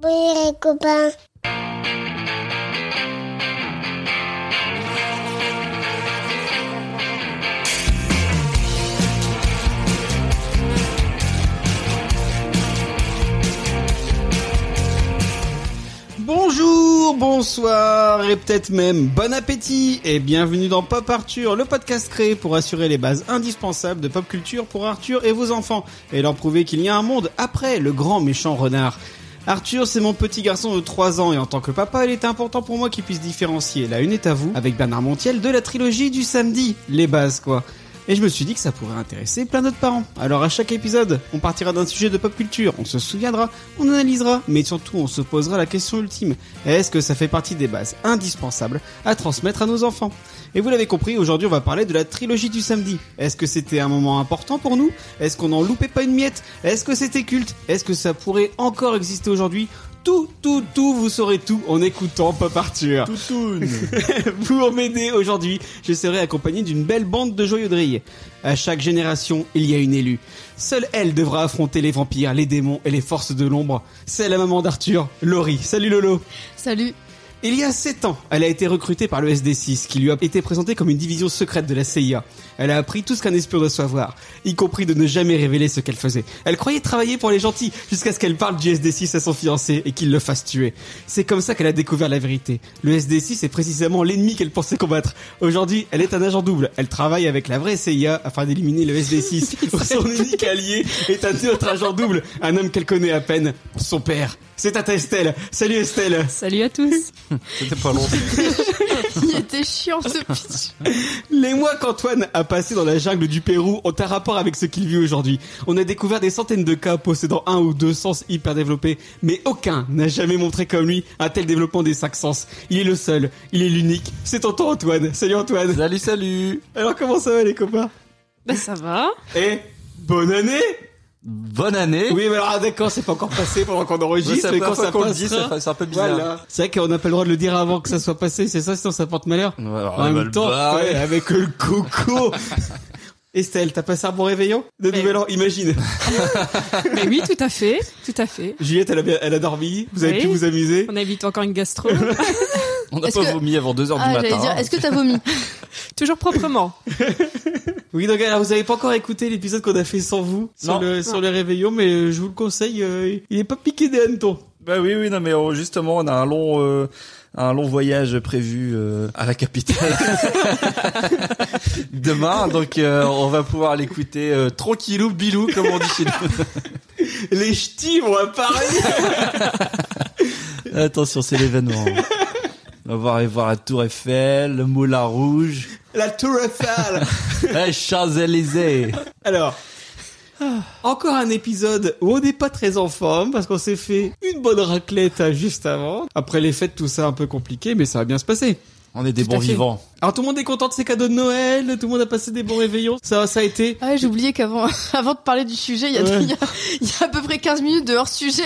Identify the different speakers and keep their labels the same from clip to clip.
Speaker 1: Oui, les copains.
Speaker 2: Bonjour, bonsoir et peut-être même bon appétit et bienvenue dans Pop Arthur, le podcast créé pour assurer les bases indispensables de pop culture pour Arthur et vos enfants et leur prouver qu'il y a un monde après le grand méchant renard. Arthur, c'est mon petit garçon de 3 ans et en tant que papa, il est important pour moi qu'il puisse différencier la une est à vous avec Bernard Montiel de la trilogie du samedi, les bases quoi. Et je me suis dit que ça pourrait intéresser plein d'autres parents. Alors à chaque épisode, on partira d'un sujet de pop culture, on se souviendra, on analysera, mais surtout on se posera la question ultime. Est-ce que ça fait partie des bases indispensables à transmettre à nos enfants Et vous l'avez compris, aujourd'hui on va parler de la trilogie du samedi. Est-ce que c'était un moment important pour nous Est-ce qu'on n'en loupait pas une miette Est-ce que c'était culte Est-ce que ça pourrait encore exister aujourd'hui tout, tout, tout, vous saurez tout en écoutant Pop Arthur. Pour m'aider aujourd'hui, je serai accompagné d'une belle bande de joyeux drilles. À chaque génération, il y a une élue. Seule elle devra affronter les vampires, les démons et les forces de l'ombre. C'est la maman d'Arthur, Laurie. Salut Lolo.
Speaker 3: Salut.
Speaker 2: Il y a 7 ans, elle a été recrutée par le SD6, qui lui a été présenté comme une division secrète de la CIA. Elle a appris tout ce qu'un espion doit savoir, y compris de ne jamais révéler ce qu'elle faisait. Elle croyait travailler pour les gentils, jusqu'à ce qu'elle parle du SD6 à son fiancé et qu'il le fasse tuer. C'est comme ça qu'elle a découvert la vérité. Le SD6 est précisément l'ennemi qu'elle pensait combattre. Aujourd'hui, elle est un agent double. Elle travaille avec la vraie CIA afin d'éliminer le SD6. son unique allié est un autre agent double, un homme qu'elle connaît à peine, son père. C'est Tata Estelle. Salut Estelle.
Speaker 3: Salut à tous.
Speaker 4: C'était pas long.
Speaker 3: Il était chiant ce pitch.
Speaker 2: Les mois qu'Antoine a passé dans la jungle du Pérou ont un rapport avec ce qu'il vit aujourd'hui. On a découvert des centaines de cas possédant un ou deux sens hyper développés, mais aucun n'a jamais montré comme lui un tel développement des cinq sens. Il est le seul, il est l'unique. C'est tonton Antoine. Salut Antoine.
Speaker 4: Salut, salut.
Speaker 2: Alors comment ça va les copains
Speaker 3: Bah ça va.
Speaker 2: Eh, bonne année
Speaker 4: Bonne année.
Speaker 2: Oui, mais alors ah, d'accord, c'est pas encore passé pendant qu'on
Speaker 4: Ouais,
Speaker 2: enregistre,
Speaker 4: c'est
Speaker 2: mais
Speaker 4: la
Speaker 2: quand
Speaker 4: première
Speaker 2: ça
Speaker 4: fois qu'on le
Speaker 2: passe,
Speaker 4: dit, ça fait- c'est un peu bizarre.
Speaker 2: Voilà. C'est vrai qu'on n'a pas le droit de le dire avant que ça soit passé, c'est ça, sinon ça porte malheur.
Speaker 4: Ouais, alors,
Speaker 2: En
Speaker 4: on va
Speaker 2: même
Speaker 4: le
Speaker 2: temps,
Speaker 4: barrer.
Speaker 2: Oh, ouais, avec le coco. Estelle, t'as passé un bon réveillon de
Speaker 3: Mais-
Speaker 2: nouvel an, imagine.
Speaker 3: Mais oui, tout à fait, tout à fait.
Speaker 2: Juliette, elle a, bien- elle a dormi, vous avez
Speaker 3: Oui.
Speaker 2: pu vous amuser.
Speaker 3: On évite encore une gastro.
Speaker 4: On n'a
Speaker 5: Est-ce
Speaker 4: pas
Speaker 5: que-
Speaker 4: vomi avant 2h du
Speaker 5: Ah, j'allais
Speaker 4: matin.
Speaker 5: dire,
Speaker 4: hein.
Speaker 5: est-ce que t'as vomi
Speaker 3: Toujours proprement.
Speaker 2: Oui, donc alors vous avez pas encore écouté l'épisode qu'on a fait sans vous sur
Speaker 4: Non.
Speaker 2: le sur les réveillons, mais euh, je vous le conseille, euh, il est pas piqué des hannetons.
Speaker 4: Bah oui, oui, non, mais euh, justement, on a un long, euh, un long voyage prévu euh, à la capitale demain, donc euh, on va pouvoir l'écouter euh, tranquillou, bilou, comme on dit chez nous.
Speaker 2: Les ch'tis vont apparaître.
Speaker 4: Attention, c'est l'événement. On va voir, aller voir la Tour Eiffel, le Moulin Rouge,
Speaker 2: La tour Eiffel.
Speaker 4: les Champs-Élysées.
Speaker 2: Alors, encore un épisode où on n'est pas très en forme parce qu'on s'est fait une bonne raclette euh, juste avant. Après les fêtes, tout ça un peu compliqué, mais ça va bien se passer.
Speaker 4: On est des
Speaker 2: Tout à
Speaker 4: bons
Speaker 2: fait.
Speaker 4: vivants.
Speaker 2: Alors tout le monde est content de ses cadeaux de Noël, tout le monde a passé des bons réveillons. Ça, ça a été.
Speaker 5: Ah ouais, j'ai oublié qu'avant avant de parler du sujet, il y, a,
Speaker 2: Ouais.
Speaker 5: il y a- il y a à peu près 15 minutes de hors-sujet.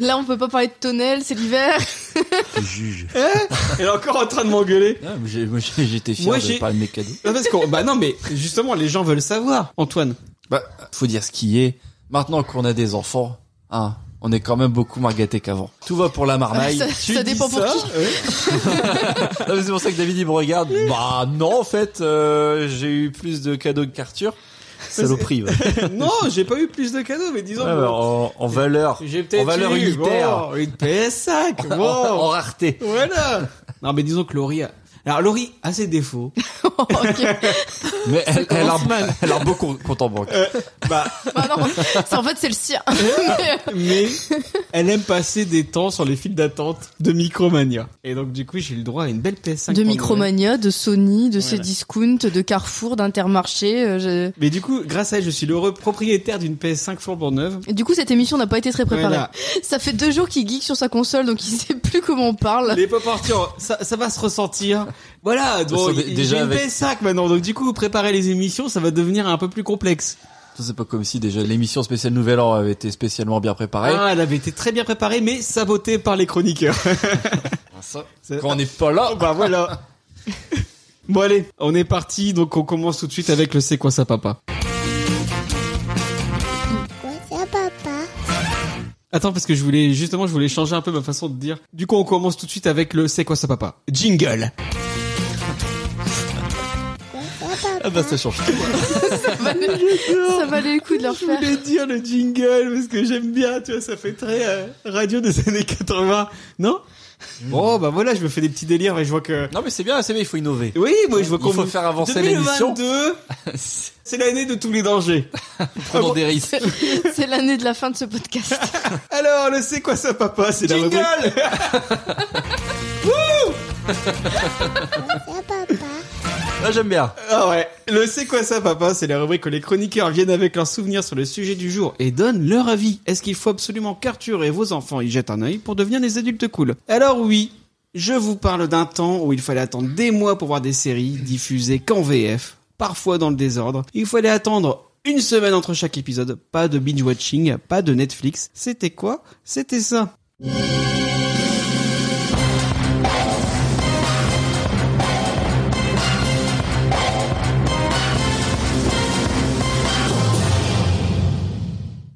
Speaker 5: Là, on peut pas parler de tonnel, c'est l'hiver.
Speaker 4: Je juge.
Speaker 2: Elle est encore en train de m'engueuler.
Speaker 4: Ah, mais j'ai- moi, j'ai- J'étais fier
Speaker 2: Moi, j'ai-
Speaker 4: de parler de mes cadeaux.
Speaker 2: Non, parce qu'on- bah non, mais justement, les gens veulent savoir. Antoine,
Speaker 4: Bah, faut dire ce qui est. Maintenant qu'on a des enfants, hein, on est quand même beaucoup moins gâtés qu'avant. Tout va pour la marmaille.
Speaker 5: ça
Speaker 2: tu
Speaker 5: ça
Speaker 2: dis
Speaker 5: dépend pour
Speaker 2: ça,
Speaker 5: qui.
Speaker 2: ouais.
Speaker 4: Non, mais c'est pour ça que David il me regarde. Bah non, en fait, euh, j'ai eu plus de cadeaux qu'Arthur. Saloperie. Ouais.
Speaker 2: non, j'ai pas eu plus de cadeaux, mais disons.
Speaker 4: Ouais,
Speaker 2: bon,
Speaker 4: ouais, en, en valeur,
Speaker 2: j'ai
Speaker 4: en
Speaker 2: peut-être
Speaker 4: valeur
Speaker 2: eu
Speaker 4: unitaire,
Speaker 2: bon, une PS5.
Speaker 4: en, en
Speaker 2: bon,
Speaker 4: rareté.
Speaker 2: voilà. Non, mais disons que Laurie. a- Alors Laurie a ses défauts.
Speaker 5: Oh, Ok.
Speaker 4: Mais elle, elle a,
Speaker 2: commence mal.
Speaker 4: un- elle a un beau co- compte en banque.
Speaker 2: Bah,
Speaker 5: Bah non, c'est- en fait, c'est le sien.
Speaker 2: mais elle aime passer des temps sur les files d'attente de Micromania. Et donc du coup, j'ai eu le droit à une belle PS5.
Speaker 5: De
Speaker 2: pendant Noël.
Speaker 5: Micromania, de Sony, de
Speaker 2: Voilà.
Speaker 5: Cdiscount, de Carrefour, d'Intermarché. euh, je-
Speaker 2: Mais du coup, grâce à elle, je suis l'heureux propriétaire d'une PS5 flambant neuve.
Speaker 5: Et Du coup, cette émission n'a pas été très préparée.
Speaker 2: Voilà.
Speaker 5: Ça fait deux jours qu'il geek sur sa console, donc il sait plus comment on parle.
Speaker 2: Les pop Arthur, ça, ça va se ressentir. Voilà, donc
Speaker 4: Ça, dé- déjà
Speaker 2: j'ai une
Speaker 4: avec-
Speaker 2: PS5 maintenant, donc du coup, préparer les émissions, ça va devenir un peu plus complexe.
Speaker 4: Ça, C'est pas comme si déjà l'émission spéciale Nouvel An avait été spécialement bien préparée.
Speaker 2: Ah, elle avait été très bien préparée, mais sabotée par les chroniqueurs.
Speaker 4: Ça,
Speaker 2: C'est-
Speaker 4: quand on n'est pas là,
Speaker 2: bah voilà. bon allez, on est parti, donc on commence tout de suite avec le C'est quoi ça papa
Speaker 1: Quoi ça, papa
Speaker 2: Attends, parce que je voulais justement, je voulais changer un peu ma façon de dire. Du coup, on commence tout de suite avec le c'est quoi ça papa Jingle.
Speaker 4: Ah bah ça change tout.
Speaker 5: Ça valait le coup de leur
Speaker 2: Je
Speaker 5: faire.
Speaker 2: voulais dire le jingle parce que j'aime bien, tu vois, ça fait très euh, radio des années 80, non Bon, bah voilà, je me fais des petits délires et je vois que.
Speaker 4: Non mais c'est bien, c'est bien, il faut innover.
Speaker 2: Oui, moi je vois qu'on
Speaker 4: Il faut faire avancer l'émission.
Speaker 2: 2022, c'est l'année de tous les dangers.
Speaker 4: Prenons des risques.
Speaker 5: C'est l'année de la fin de ce podcast.
Speaker 2: Alors, le c'est quoi ça papa C'est la rubrique.
Speaker 4: Jingle Là j'aime bien.
Speaker 2: Ah ouais. Le c'est quoi ça papa C'est la rubrique où les chroniqueurs viennent avec leurs souvenirs sur le sujet du jour et donnent leur avis. Est-ce qu'il faut absolument qu'Arthur et vos enfants y jettent un œil pour devenir des adultes cool Alors oui, je vous parle d'un temps où il fallait attendre des mois pour voir des séries diffusées qu'en VF, parfois dans le désordre. Il fallait attendre une semaine entre chaque épisode, pas de binge watching, pas de Netflix. C'était quoi C'était ça.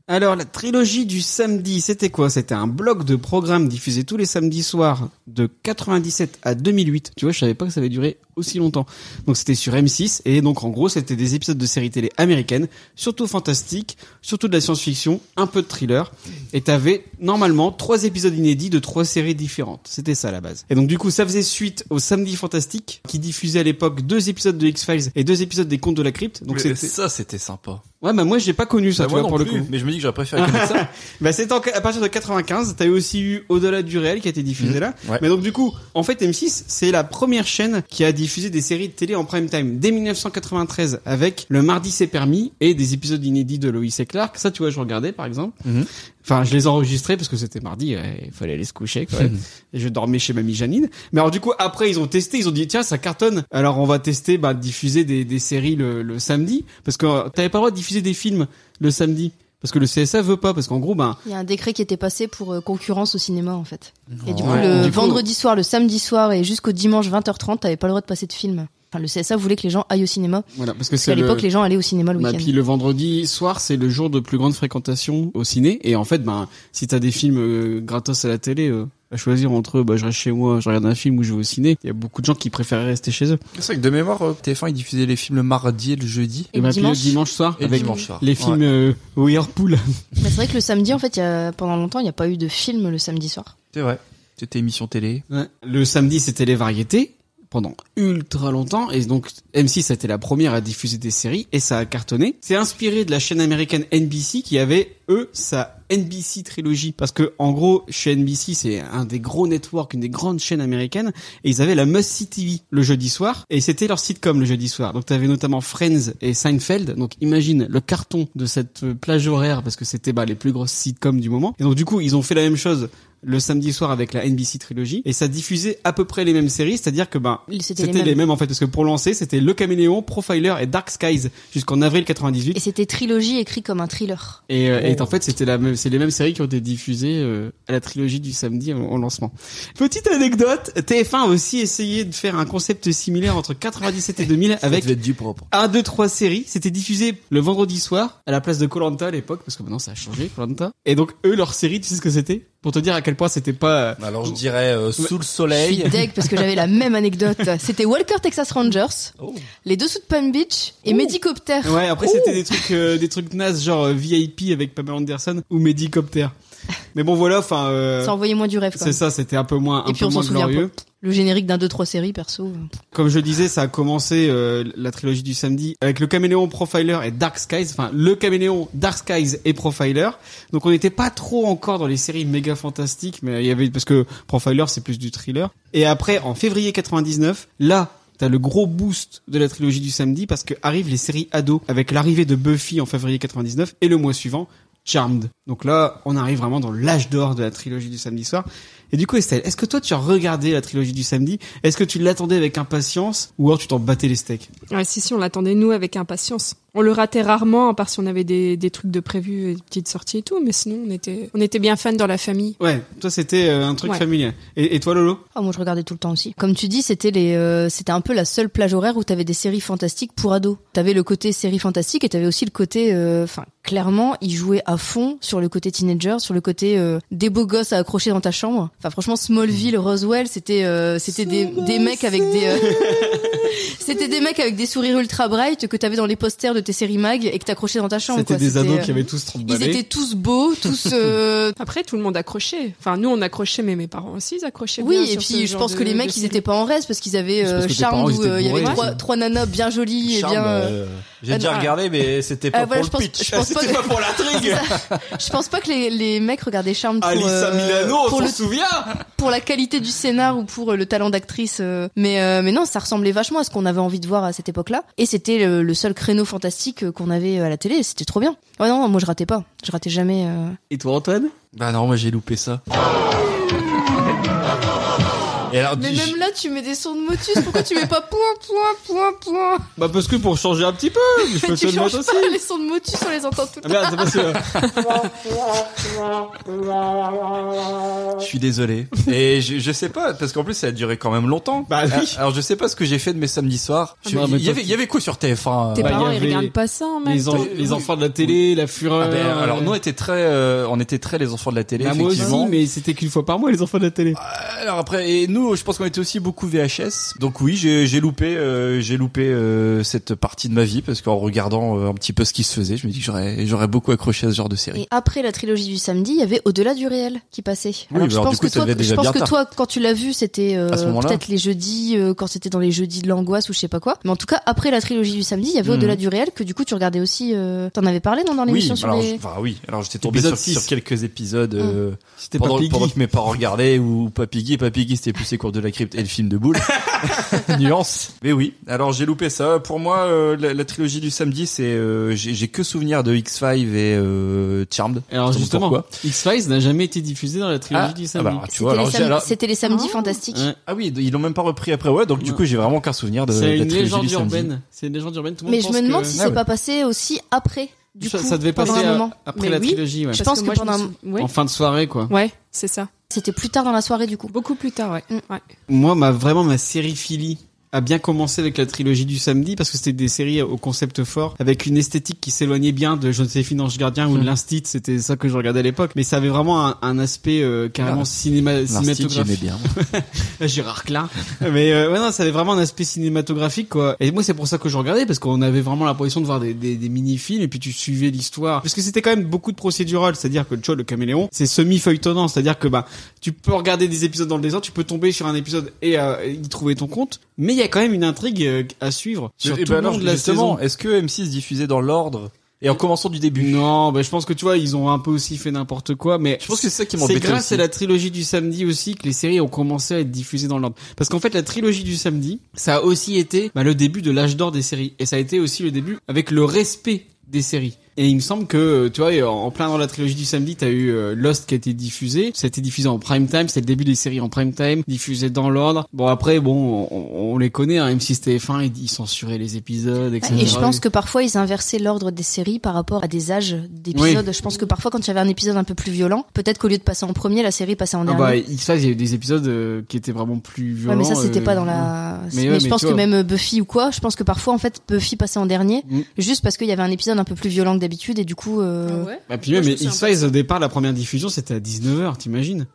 Speaker 2: Alors, la trilogie du samedi, c'était quoi C'était un bloc de programme diffusé tous les samedis soirs de 97 à 2008. Tu vois, je savais pas que ça avait duré aussi longtemps. Donc, c'était sur M6. Et donc, en gros, c'était des épisodes de séries télé américaines, surtout fantastiques, surtout de la science-fiction, un peu de thriller. Et t'avais, normalement, trois épisodes inédits de trois séries différentes. C'était ça, à la base. Et donc, du coup, ça faisait suite au Samedi Fantastique, qui diffusait à l'époque deux épisodes de X-Files et deux épisodes des Contes de la Crypte. Donc, c'était...
Speaker 4: Mais ça c'était sympa.
Speaker 2: Ouais, bah, moi, j'ai pas connu ça,
Speaker 4: Bah,
Speaker 2: tu
Speaker 4: moi
Speaker 2: vois,
Speaker 4: non
Speaker 2: pour le
Speaker 4: plus,
Speaker 2: coup.
Speaker 4: Mais je me dis que j'aurais préféré connaître ça.
Speaker 2: Bah c'est en- à partir de 95, t'as eu aussi eu Au-delà du réel qui a été diffusé là.
Speaker 4: ouais.
Speaker 2: Mais donc du coup, en fait M6, c'est la première chaîne qui a diffusé des séries de télé en prime time dès 1993 avec Le mardi c'est permis et des épisodes inédits de Loïs et Clark. Ça tu vois, je regardais par exemple.
Speaker 4: Mhm.
Speaker 2: Enfin, je les enregistrais parce que c'était mardi, ouais, il fallait aller se coucher quoi. et je dormais chez mamie Janine. Mais alors du coup, après ils ont testé, ils ont dit tiens, ça cartonne. Alors on va tester bah diffuser des, des séries le, le samedi parce que euh, t'avais pas le droit de diffuser des films le samedi. Parce que le CSA veut pas, parce qu'en gros, ben,
Speaker 5: Il y a un décret qui était passé pour euh, concurrence au cinéma en fait. Et du coup,
Speaker 2: Ouais.
Speaker 5: le
Speaker 2: Du coup-
Speaker 5: vendredi soir, le samedi soir et jusqu'au dimanche 20h30, t'avais pas le droit de passer de film. Enfin, le CSA voulait que les gens aillent au cinéma.
Speaker 2: Voilà, parce que
Speaker 5: Parce qu'à
Speaker 2: c'est le...
Speaker 5: l'époque, les gens allaient au cinéma le
Speaker 2: Bah,
Speaker 5: week-end.
Speaker 2: puis le vendredi soir, c'est le jour de plus grande fréquentation au ciné. Et en fait, ben, si t'as des films euh, gratos à la télé, euh, à choisir entre, bah, je reste chez moi, je regarde un film ou je vais au ciné. Il y a beaucoup de gens qui préféraient rester chez eux.
Speaker 4: C'est vrai que de mémoire, euh, TF1 il diffusait les films le mardi et le jeudi.
Speaker 5: Et
Speaker 2: ben,
Speaker 5: le
Speaker 2: puis
Speaker 5: dimanche,
Speaker 2: le dimanche soir,
Speaker 4: Et le
Speaker 2: avec
Speaker 4: dimanche soir.
Speaker 2: les films
Speaker 4: Ouais.
Speaker 2: euh, Whirlpool.
Speaker 5: Bah, c'est vrai que le samedi, en fait, il y a- pendant longtemps, il n'y a pas eu de film le samedi soir.
Speaker 4: C'est vrai. C'était émission télé.
Speaker 2: Ouais. Le samedi, c'était les variétés pendant ultra longtemps et donc M6 a été la première à diffuser des séries et ça a cartonné. C'est inspiré de la chaîne américaine NBC qui avait eux sa NBC trilogie parce que en gros chez NBC c'est un des gros networks, une des grandes chaînes américaines et ils avaient la Must See TV le jeudi soir et c'était leur sitcom le jeudi soir. Donc t'avais notamment Friends et Seinfeld. Donc imagine le carton de cette euh, plage horaire parce que c'était bah, les plus grosses sitcoms du moment. Et donc du coup ils ont fait la même chose le samedi soir avec la NBC trilogie et ça diffusait à peu près les mêmes séries, c'est-à-dire que ben
Speaker 5: C'était les
Speaker 2: c'était
Speaker 5: mêmes.
Speaker 2: les mêmes en fait parce que pour lancer c'était Le Caméléon, Profiler et Dark Skies jusqu'en avril
Speaker 5: Et
Speaker 2: 98
Speaker 5: c'était trilogie écrit comme un thriller.
Speaker 2: et, euh, et
Speaker 4: Oh.
Speaker 2: en fait c'était la même c'est les mêmes séries qui ont été diffusées euh, à la trilogie du samedi en, en lancement. Petite anecdote, TF1 a aussi essayé de faire un concept similaire entre 97 et 2000 avec
Speaker 4: être du propre.
Speaker 2: un, deux, trois séries. C'était diffusé le vendredi soir à la place de Colanta à l'époque, parce que maintenant ça a changé, Colanta. Et donc eux, leur série, tu sais ce que c'était Pour te dire à quel point c'était pas. euh,
Speaker 4: Alors je dirais euh, sous le
Speaker 5: Je
Speaker 4: soleil.
Speaker 5: suis deg parce que j'avais la même anecdote. C'était Walker Texas Rangers,
Speaker 4: Oh.
Speaker 5: les dessous de Palm Beach et
Speaker 2: Ouh.
Speaker 5: Medicopter.
Speaker 2: Ouais, après c'était des trucs, euh, des trucs nazes genre euh, VIP avec Pamela Anderson ou Medicopter. Mais bon voilà, enfin. euh,
Speaker 5: Ça envoyait moins du rêve. Quand
Speaker 2: c'est
Speaker 5: même.
Speaker 2: ça, c'était un peu moins, un
Speaker 5: Et puis
Speaker 2: peu
Speaker 5: on s'en
Speaker 2: moins
Speaker 5: souvient
Speaker 2: glorieux.
Speaker 5: pas. Le générique d'un 2-3 séries perso. euh.
Speaker 2: Comme je le disais, ça a commencé euh, la trilogie du samedi avec le Caméléon Profiler et Dark Skies. Enfin, le Caméléon, Dark Skies et Profiler. Donc on n'était pas trop encore dans les séries méga fantastiques, mais il y avait parce que Profiler c'est plus du thriller. Et après, en février 99, là. T'as le gros boost de la trilogie du samedi parce que arrivent les séries ados avec l'arrivée de Buffy en février 99 et le mois suivant Charmed. Donc là, on arrive vraiment dans l'âge d'or de la trilogie du samedi soir. Et du coup, Estelle, est-ce que toi, tu as regardé la trilogie du samedi Est-ce que tu l'attendais avec impatience Ou alors tu t'en battais les steaks
Speaker 3: Ouais, si, si, on l'attendait, nous, avec impatience. On le ratait rarement, à part si on avait des, des trucs de prévu, et des petites sorties et tout, mais sinon on était, on était bien fans dans la famille.
Speaker 2: Ouais, toi c'était euh, un truc
Speaker 3: Ouais.
Speaker 2: familial. Et, et toi Lolo
Speaker 5: Ah, moi, je regardais tout le temps aussi. Comme tu dis, c'était les, euh, c'était un peu la seule plage horaire où t'avais des séries fantastiques pour ados. T'avais le côté série fantastique et t'avais aussi le côté, euh, enfin, clairement, ils jouaient à fond sur le côté teenager, sur le côté euh, des beaux gosses à accrocher dans ta chambre. Enfin, franchement, Smallville, Roswell, c'était, euh, c'était des, des mecs avec des, euh, c'était des mecs avec des sourires ultra bright que t'avais dans les posters de tes séries mag et que t'accrochais dans ta chambre.
Speaker 2: C'était
Speaker 5: quoi.
Speaker 2: des ados qui
Speaker 5: euh,
Speaker 2: avaient tous 30
Speaker 5: Ils étaient tous beaux, tous euh,
Speaker 3: Après, tout le monde accrochait. Enfin, nous, on accrochait, mais mes parents aussi, ils accrochaient.
Speaker 5: Oui,
Speaker 3: bien
Speaker 5: et
Speaker 3: sur ce
Speaker 5: puis je
Speaker 3: genre
Speaker 5: pense
Speaker 3: de-
Speaker 5: que les
Speaker 3: de
Speaker 5: mecs, ils
Speaker 3: série.
Speaker 5: étaient pas en reste parce qu'ils avaient
Speaker 4: C'est parce
Speaker 5: euh,
Speaker 4: que tes
Speaker 5: Charmed
Speaker 4: parents, ils
Speaker 5: où
Speaker 4: étaient
Speaker 5: euh, il y avait
Speaker 4: bourrés,
Speaker 5: trois,
Speaker 4: aussi.
Speaker 5: trois nanas bien jolies et
Speaker 4: Charme,
Speaker 5: bien.
Speaker 4: euh,
Speaker 5: euh,
Speaker 4: J'ai
Speaker 5: ah,
Speaker 4: déjà
Speaker 5: non,
Speaker 4: regardé, mais c'était pas
Speaker 5: ah, voilà,
Speaker 4: pour
Speaker 5: je pense-
Speaker 4: le pitch.
Speaker 5: je pense pas
Speaker 4: c'était
Speaker 5: que-
Speaker 4: pas pour l'intrigue. euh.
Speaker 5: Je pense pas que les, les mecs regardaient Charmed
Speaker 2: Ah,
Speaker 5: pour,
Speaker 4: Alissa
Speaker 5: euh,
Speaker 4: Milano, on
Speaker 5: pour,
Speaker 4: s'en
Speaker 5: le-
Speaker 4: souvient
Speaker 5: pour la qualité du scénar ou pour euh, le talent d'actrice. euh, Mais, euh, mais non, ça ressemblait vachement à ce qu'on avait envie de voir à cette époque-là. Et c'était le, le seul créneau fantastique euh, qu'on avait euh, à la télé. et C'était trop bien. Ouais, non, moi je ratais pas. Je ratais jamais. euh.
Speaker 2: Et toi Antoine
Speaker 4: Bah non, moi j'ai loupé ça. Et alors,
Speaker 5: Mais
Speaker 4: j-
Speaker 5: même là, tu mets des sons de motus. Pourquoi tu mets pas point, point, point, point
Speaker 2: Bah parce que pour changer un petit peu, je peux te
Speaker 5: Tu
Speaker 2: le
Speaker 5: changes
Speaker 2: mettre
Speaker 5: pas
Speaker 2: aussi.
Speaker 5: les sons de motus, on les entend tout le
Speaker 2: Ah
Speaker 5: temps.
Speaker 2: merde, c'est pas celui-là.
Speaker 4: je suis désolé. Et je, je sais pas, parce qu'en plus ça a duré quand même longtemps.
Speaker 2: Bah oui.
Speaker 4: Ah, Alors je sais pas ce que j'ai fait de mes samedis soirs. Je-
Speaker 2: Ah, mais
Speaker 4: Il y
Speaker 2: toi,
Speaker 4: avait,
Speaker 2: tu-
Speaker 4: il y avait quoi sur TF1
Speaker 3: Tes
Speaker 4: euh,
Speaker 2: Ouais,
Speaker 3: parents,
Speaker 2: il y
Speaker 3: ils
Speaker 2: avait
Speaker 3: regardent pas ça en même
Speaker 2: les, en-
Speaker 4: Oui,
Speaker 2: les
Speaker 4: oui.
Speaker 2: enfants de la télé, la fureur.
Speaker 4: Ah ben, alors nous on
Speaker 2: ouais.
Speaker 4: était très, euh, on était très les enfants de la télé.
Speaker 2: Bah, moi aussi,
Speaker 4: effectivement. Ah,
Speaker 2: mais c'était qu'une fois par mois les enfants de la télé.
Speaker 4: Alors après, et nous, je pense qu'on était aussi beaucoup VHS. Donc oui, j'ai j'ai loupé, euh, j'ai loupé euh, cette partie de ma vie parce qu'en regardant euh, un petit peu ce qui se faisait, je me dis que j'aurais, j'aurais beaucoup accroché à ce genre de série.
Speaker 5: Et après la trilogie du samedi, il y avait Au-delà du réel qui passait. Alors,
Speaker 4: bah
Speaker 5: je
Speaker 4: alors,
Speaker 5: pense
Speaker 4: du coup,
Speaker 5: que,
Speaker 4: ça devait
Speaker 5: toi,
Speaker 4: être
Speaker 5: je
Speaker 4: déjà
Speaker 5: pense
Speaker 4: bien
Speaker 5: que
Speaker 4: tard.
Speaker 5: toi, quand tu l'as vu, c'était euh,
Speaker 4: À ce moment-là.
Speaker 5: peut-être les jeudis, euh, quand c'était dans les jeudis de l'angoisse ou je sais pas quoi. Mais en tout cas, après la trilogie du samedi, il y avait
Speaker 4: Mhm.
Speaker 5: Au-delà du réel que du coup tu regardais aussi. euh, T'en avais parlé non, dans
Speaker 4: Oui,
Speaker 5: l'émission sur
Speaker 4: alors,
Speaker 5: les. Hum.
Speaker 4: je- enfin, oui. Alors j'étais tombé
Speaker 2: Épisode
Speaker 4: sur,
Speaker 2: six.
Speaker 4: sur quelques épisodes euh,
Speaker 2: C'était pas
Speaker 4: pendant, pendant
Speaker 2: Piggy.
Speaker 4: que mes parents regardaient ou Papy Guy. Papy Guy, c'était plus ses cours de la crypte et le film de boule. Nuance. Mais oui. Alors j'ai loupé ça. Pour moi, euh, la, la trilogie du samedi, c'est euh, j'ai j'ai que souvenir de X5 et euh, Charmed.
Speaker 2: Alors
Speaker 4: Je sais pas
Speaker 2: justement,
Speaker 4: pourquoi.
Speaker 2: X-Files n'a jamais été diffusé dans la trilogie du
Speaker 4: Ah,
Speaker 2: samedi.
Speaker 4: bah, tu
Speaker 5: C'était
Speaker 4: vois,
Speaker 5: les,
Speaker 4: alors, j'ai-
Speaker 5: sam-
Speaker 4: alors-
Speaker 5: c'était les samedis
Speaker 3: Ah.
Speaker 5: fantastiques.
Speaker 2: Ouais.
Speaker 4: Ah oui, ils l'ont même pas repris après. Ouais, donc du
Speaker 2: Non.
Speaker 4: coup, j'ai vraiment qu'un souvenir de,
Speaker 2: C'est
Speaker 4: de la
Speaker 2: une
Speaker 4: trilogie
Speaker 2: légende
Speaker 4: du samedi.
Speaker 2: urbaine. C'est une légende urbaine. Tout le
Speaker 5: Mais
Speaker 2: monde
Speaker 5: je
Speaker 2: pense
Speaker 5: me demande
Speaker 2: que-
Speaker 5: si
Speaker 4: Ah
Speaker 5: c'est
Speaker 4: ouais.
Speaker 5: pas passé aussi après. Du
Speaker 2: ça,
Speaker 5: coup,
Speaker 2: ça devait
Speaker 5: pendant
Speaker 2: passer
Speaker 5: un
Speaker 2: à-
Speaker 5: moment.
Speaker 2: après
Speaker 3: Mais
Speaker 2: la
Speaker 3: oui.
Speaker 2: trilogie, ouais.
Speaker 5: Je
Speaker 3: Parce
Speaker 5: pense que
Speaker 3: moi, je
Speaker 5: pendant
Speaker 3: me
Speaker 5: un-
Speaker 3: sou- Ouais,
Speaker 2: en fin de soirée quoi.
Speaker 3: ouais c'est ça.
Speaker 5: C'était plus tard dans la soirée du coup.
Speaker 3: Beaucoup plus tard, ouais.
Speaker 5: Mm.
Speaker 3: Ouais.
Speaker 2: Moi, ma vraiment ma série Philly a bien commencé avec la trilogie du samedi parce que c'était des séries au concept fort avec une esthétique qui s'éloignait bien de Joséphine Ange Gardien ou de
Speaker 5: Mmh.
Speaker 4: Mm.
Speaker 2: l'Instit, c'était ça que je regardais à l'époque, mais ça avait vraiment un, un aspect euh, carrément
Speaker 4: Ah.
Speaker 2: cinéma-
Speaker 4: L'instit, j'aimais
Speaker 2: cinématographique.
Speaker 4: bien.
Speaker 2: Gérard Klein. mais euh, ouais, non, ça avait vraiment un aspect cinématographique quoi. Et moi, c'est pour ça que je regardais parce qu'on avait vraiment l'impression de voir des, des, des mini-films et puis tu suivais l'histoire parce que c'était quand même beaucoup de procédural, c'est-à-dire que Joe le caméléon, c'est semi feuilletonnant, c'est-à-dire que bah tu peux regarder des épisodes dans le désordre, tu peux tomber sur un épisode et euh, y trouver ton compte, mais il y a quand même une intrigue euh, à suivre sur
Speaker 4: Et
Speaker 2: tout
Speaker 4: ben
Speaker 2: le long
Speaker 4: alors,
Speaker 2: de la
Speaker 4: justement,
Speaker 2: saison.
Speaker 4: est-ce que M6 diffusait dans l'ordre et en commençant du début
Speaker 2: Non, bah je pense que tu vois, ils ont un peu aussi fait n'importe quoi, mais
Speaker 4: Je pense que c'est ça qui
Speaker 2: C'est
Speaker 4: m'embêtait
Speaker 2: grâce
Speaker 4: aussi.
Speaker 2: à la trilogie du samedi aussi que les séries ont commencé à être diffusées dans l'ordre. Parce qu'en fait, la trilogie du samedi, ça a aussi été bah, le début de l'âge d'or des séries. Et ça a été aussi le début avec le respect des séries. Et il me semble que, euh, tu vois, en en plein dans la trilogie du samedi, t'as eu euh, Lost qui a été diffusé. Ça a été diffusé en prime time. C'était le début des séries en prime time, diffusées dans l'ordre. Bon, après, bon, on, on les connaît, hein, M6 TF1, ils, ils censuraient les épisodes, etc.
Speaker 5: Et je pense que parfois ils inversaient l'ordre des séries par rapport à des âges d'épisodes. Je pense que parfois quand il y avait un épisode un peu plus violent, peut-être qu'au lieu de passer en premier, la série passait en
Speaker 2: Ah
Speaker 5: dernier.
Speaker 2: bah, il ça, il y a eu des épisodes euh, qui étaient vraiment plus
Speaker 5: Ouais,
Speaker 2: violents.
Speaker 5: mais ça c'était
Speaker 2: euh,
Speaker 5: pas dans la.
Speaker 2: Mais
Speaker 5: Mais,
Speaker 2: ouais,
Speaker 5: je
Speaker 2: mais
Speaker 5: pense
Speaker 2: tu
Speaker 5: que
Speaker 2: vois.
Speaker 5: même euh, Buffy ou quoi, je pense que parfois en fait Buffy passait en dernier,
Speaker 2: Mm.
Speaker 5: juste parce qu'il y avait un épisode un peu plus violent que d'habitude et du coup.
Speaker 3: Ah
Speaker 5: euh,
Speaker 2: Bah puis même,
Speaker 3: Moi, je
Speaker 2: mais
Speaker 3: me souviens
Speaker 2: X-Files, au départ, la première diffusion, c'était à 19h, t'imagines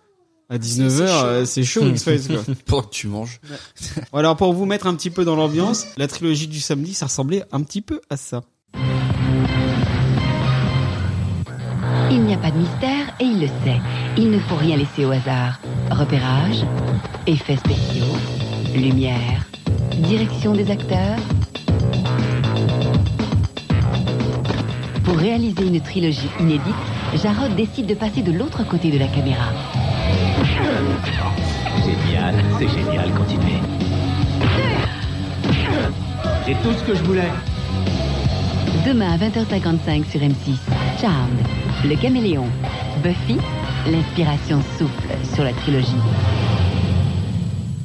Speaker 2: À 19h, c'est chaud, X-Files, quoi.
Speaker 4: pendant que tu manges.
Speaker 2: Bon, alors, pour vous mettre un petit peu dans l'ambiance, la trilogie du samedi, ça ressemblait un petit peu à ça.
Speaker 1: Il n'y a pas de mystère et il le sait. Il ne faut rien laisser au hasard. Repérage, effets spéciaux, lumière, direction des acteurs. Pour réaliser une trilogie inédite, Jarod décide de passer de l'autre côté de la caméra.
Speaker 6: Génial, c'est génial, continuez. C'est tout ce que je voulais.
Speaker 1: Demain à 20h55 sur M6, Charmed, le caméléon, Buffy, l'inspiration souffle sur la trilogie.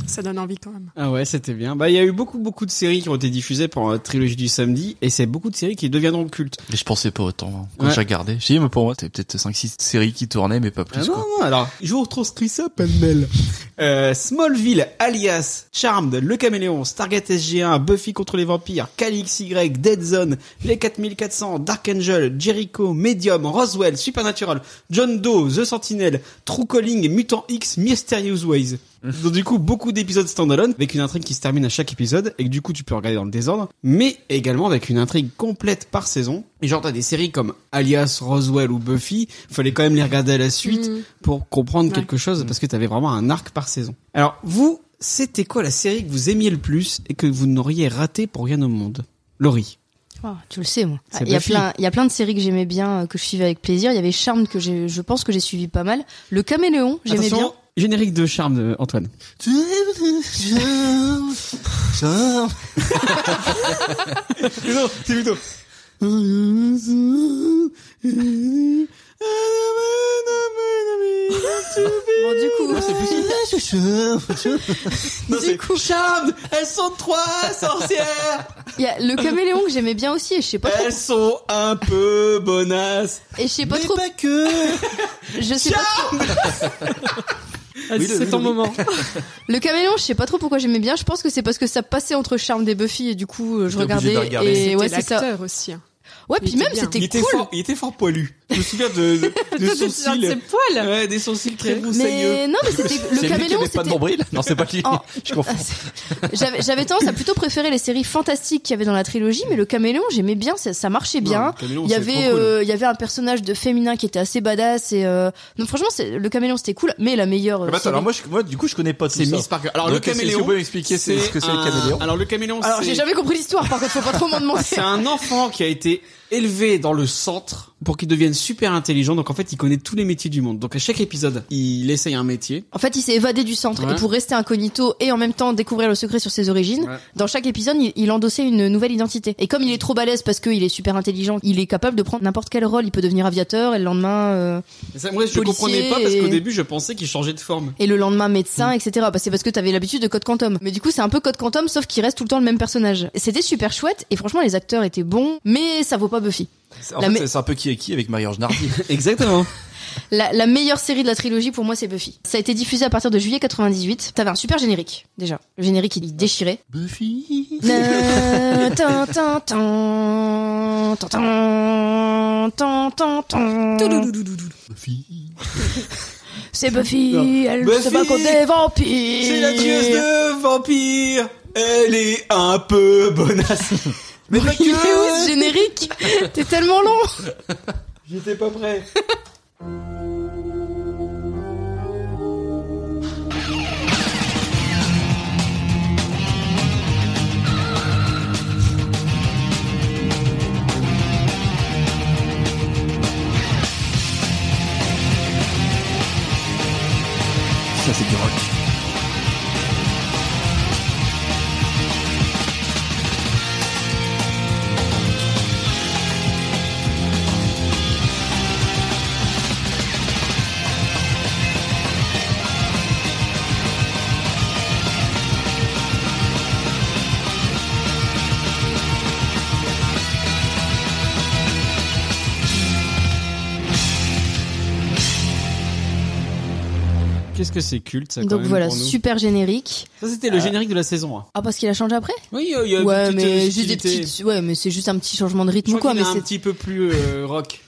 Speaker 3: Ça donne envie quand même.
Speaker 2: Ah ouais, c'était bien. Bah, il y a eu beaucoup, beaucoup de séries qui ont été diffusées pendant la trilogie du samedi, et c'est beaucoup de séries qui deviendront cultes.
Speaker 4: Mais je pensais pas autant hein, quand
Speaker 2: Ouais.
Speaker 4: j'ai regardé. J'ai dit, mais pour moi, c'était peut-être 5-6 séries qui tournaient, mais pas plus.
Speaker 2: Ah non,
Speaker 4: quoi.
Speaker 2: non, alors, je vous retranscris ça, pêle-mêle. Euh, Smallville, alias, Charmed, Le Caméléon, Stargate SG1, Buffy contre les vampires, Calix Y, Dead Zone, Les 4400, Dark Angel, Jericho, Medium, Roswell, Supernatural, John Doe, The Sentinel, True Calling, Mutant X, Mysterious Ways. Donc du coup, beaucoup d'épisodes standalone avec une intrigue qui se termine à chaque épisode et que du coup tu peux regarder dans le désordre, mais également avec une intrigue complète par saison. Et genre t'as des séries comme Alias, Roswell ou Buffy, fallait quand même les regarder à la suite
Speaker 3: Mm.
Speaker 2: pour comprendre
Speaker 3: Ouais.
Speaker 2: quelque chose parce que t'avais vraiment un arc par saison. Alors vous, c'était quoi la série que vous aimiez le plus et que vous n'auriez raté pour rien au monde Laurie.
Speaker 5: Oh, tu le sais, moi.
Speaker 2: C'est
Speaker 5: Ah, Il y a
Speaker 2: Buffy.
Speaker 5: plein, il y a plein de séries que j'aimais bien, euh, que je suivais avec plaisir. Il y avait Charmed que j'ai, je pense que j'ai suivi pas mal. Le Caméléon, j'aimais
Speaker 2: Attention,
Speaker 5: bien.
Speaker 2: Générique de charme de Antoine. non, c'est plutôt.
Speaker 5: Bon, du coup,
Speaker 2: Ah, Non, c'est Charmed, elles sont trois sorcières.
Speaker 5: il y a le Caméléon que j'aimais bien aussi et je sais pas trop,
Speaker 2: Elles sont un peu bonasses.
Speaker 5: et je sais pas
Speaker 2: mais
Speaker 5: trop,
Speaker 2: pas que.
Speaker 5: je sais pas trop.
Speaker 3: Ah,
Speaker 4: Oui, le-
Speaker 3: c'est
Speaker 4: oui,
Speaker 3: ton
Speaker 4: oui.
Speaker 3: moment.
Speaker 5: Le Caméléon, je sais pas trop pourquoi j'aimais bien. Je pense que c'est parce que ça passait entre Charmed et Buffy et du coup, euh, je
Speaker 4: T'es obligé
Speaker 5: regardais
Speaker 4: de regarder.
Speaker 5: et ouais, c'est
Speaker 3: C'était
Speaker 5: ça.
Speaker 3: l'acteur aussi. hein.
Speaker 5: Ouais,
Speaker 3: Il
Speaker 5: puis
Speaker 3: était
Speaker 5: même
Speaker 3: bien.
Speaker 5: c'était
Speaker 2: il était
Speaker 5: cool.
Speaker 2: fort, il était fort poilu. Je me souviens de, de, de
Speaker 3: Toi, tu te souviens de
Speaker 2: sourcils.
Speaker 3: ses poils.
Speaker 2: Ouais, des sourcils très broussailleux.
Speaker 5: Mais non, mais c'était
Speaker 4: C'est
Speaker 5: le
Speaker 4: lui qui
Speaker 5: Caméléon,
Speaker 4: avait pas de
Speaker 5: c'était
Speaker 4: nombril Non, c'est pas lui.
Speaker 5: Oh.
Speaker 4: Je confonds.
Speaker 5: Ah, c'est- J'avais j'avais tendance à plutôt préférer les séries fantastiques qu'il y avait dans la trilogie, mais le Caméléon, j'aimais bien, ça, ça marchait bien. Il y avait euh, il y avait un personnage de féminin qui était assez badass et euh... non franchement c'est le caméléon c'était cool mais la meilleure euh,
Speaker 4: Ah bah, attends,
Speaker 5: série-
Speaker 4: alors moi, je- moi, du coup, je connais pas tout
Speaker 2: C'est
Speaker 4: ça.
Speaker 2: Miss Parker. Alors,
Speaker 4: Donc,
Speaker 2: le
Speaker 4: est-ce que
Speaker 2: caméléon.
Speaker 4: Vous pouvez m'expliquer c'est- ce que c'est le
Speaker 2: un-
Speaker 4: caméléon
Speaker 2: Alors, le caméléon,
Speaker 5: alors j'ai
Speaker 2: c'est-
Speaker 5: jamais compris l'histoire par contre faut pas trop m'en demander
Speaker 2: C'est un enfant qui a été élevé dans le centre pour qu'il devienne super intelligent. Donc en fait, il connaît tous les métiers du monde. Donc à chaque épisode, il essaye un métier.
Speaker 5: en fait il s'est évadé du centre
Speaker 2: Ouais.
Speaker 5: et pour rester incognito et en même temps découvrir le secret sur ses origines
Speaker 2: Ouais.
Speaker 5: dans chaque épisode il, il endossait une nouvelle identité et comme il est trop balèze parce qu'il est super intelligent il est capable de prendre n'importe quel rôle il peut devenir aviateur et le lendemain euh,
Speaker 2: Et ça, moi, je
Speaker 5: Policier
Speaker 2: comprenais pas parce qu'au
Speaker 5: et-
Speaker 2: début, je pensais qu'il changeait de forme.
Speaker 5: et le lendemain médecin, etc. Bah, c'est parce que t'avais l'habitude de Code Quantum. Mais du coup, c'est un peu Code Quantum, sauf qu'il reste tout le temps le même personnage. C'était super chouette, et franchement, les acteurs étaient bons, mais ça vaut pas Buffy.
Speaker 4: En
Speaker 5: la
Speaker 4: fait,
Speaker 5: me-
Speaker 4: c'est- c'est un peu qui est qui avec Marie-Ange Nardi.
Speaker 2: Exactement.
Speaker 5: La, la meilleure série de la trilogie, pour moi, c'est Buffy. Ça a été diffusé à partir de juillet 98. T'avais un super générique, déjà. Le générique, il déchirait.
Speaker 4: Buffy.
Speaker 5: Na- tin, tin, tin, tin, tin, tin, tin, tin.
Speaker 3: Toulouloulouloulou.
Speaker 4: Buffy.
Speaker 5: C'est Buffy, elle
Speaker 2: Buffy,
Speaker 5: se bat contre des vampires.
Speaker 2: C'est la tueuse de vampires. Elle est un peu bonasse. Mais pas
Speaker 5: Il est où ce générique T'es tellement long
Speaker 2: J'étais pas prêt.
Speaker 4: Ça c'est du rock.
Speaker 2: Qu'est-ce que c'est culte ça quand
Speaker 5: Donc
Speaker 2: même,
Speaker 5: voilà,
Speaker 2: pour nous.
Speaker 5: super générique.
Speaker 2: Ça c'était le générique de la saison. hein.
Speaker 5: Ah parce qu'il a changé après
Speaker 2: Oui, euh, il y a
Speaker 5: Ouais,
Speaker 2: une
Speaker 5: mais
Speaker 2: petite
Speaker 5: juste des
Speaker 2: subtilité.
Speaker 5: petites ouais, mais c'est juste un petit changement de
Speaker 2: Je
Speaker 5: rythme
Speaker 2: crois
Speaker 5: quoi,
Speaker 2: qu'il
Speaker 5: mais
Speaker 2: est un
Speaker 5: c'est
Speaker 2: petit peu plus euh, rock.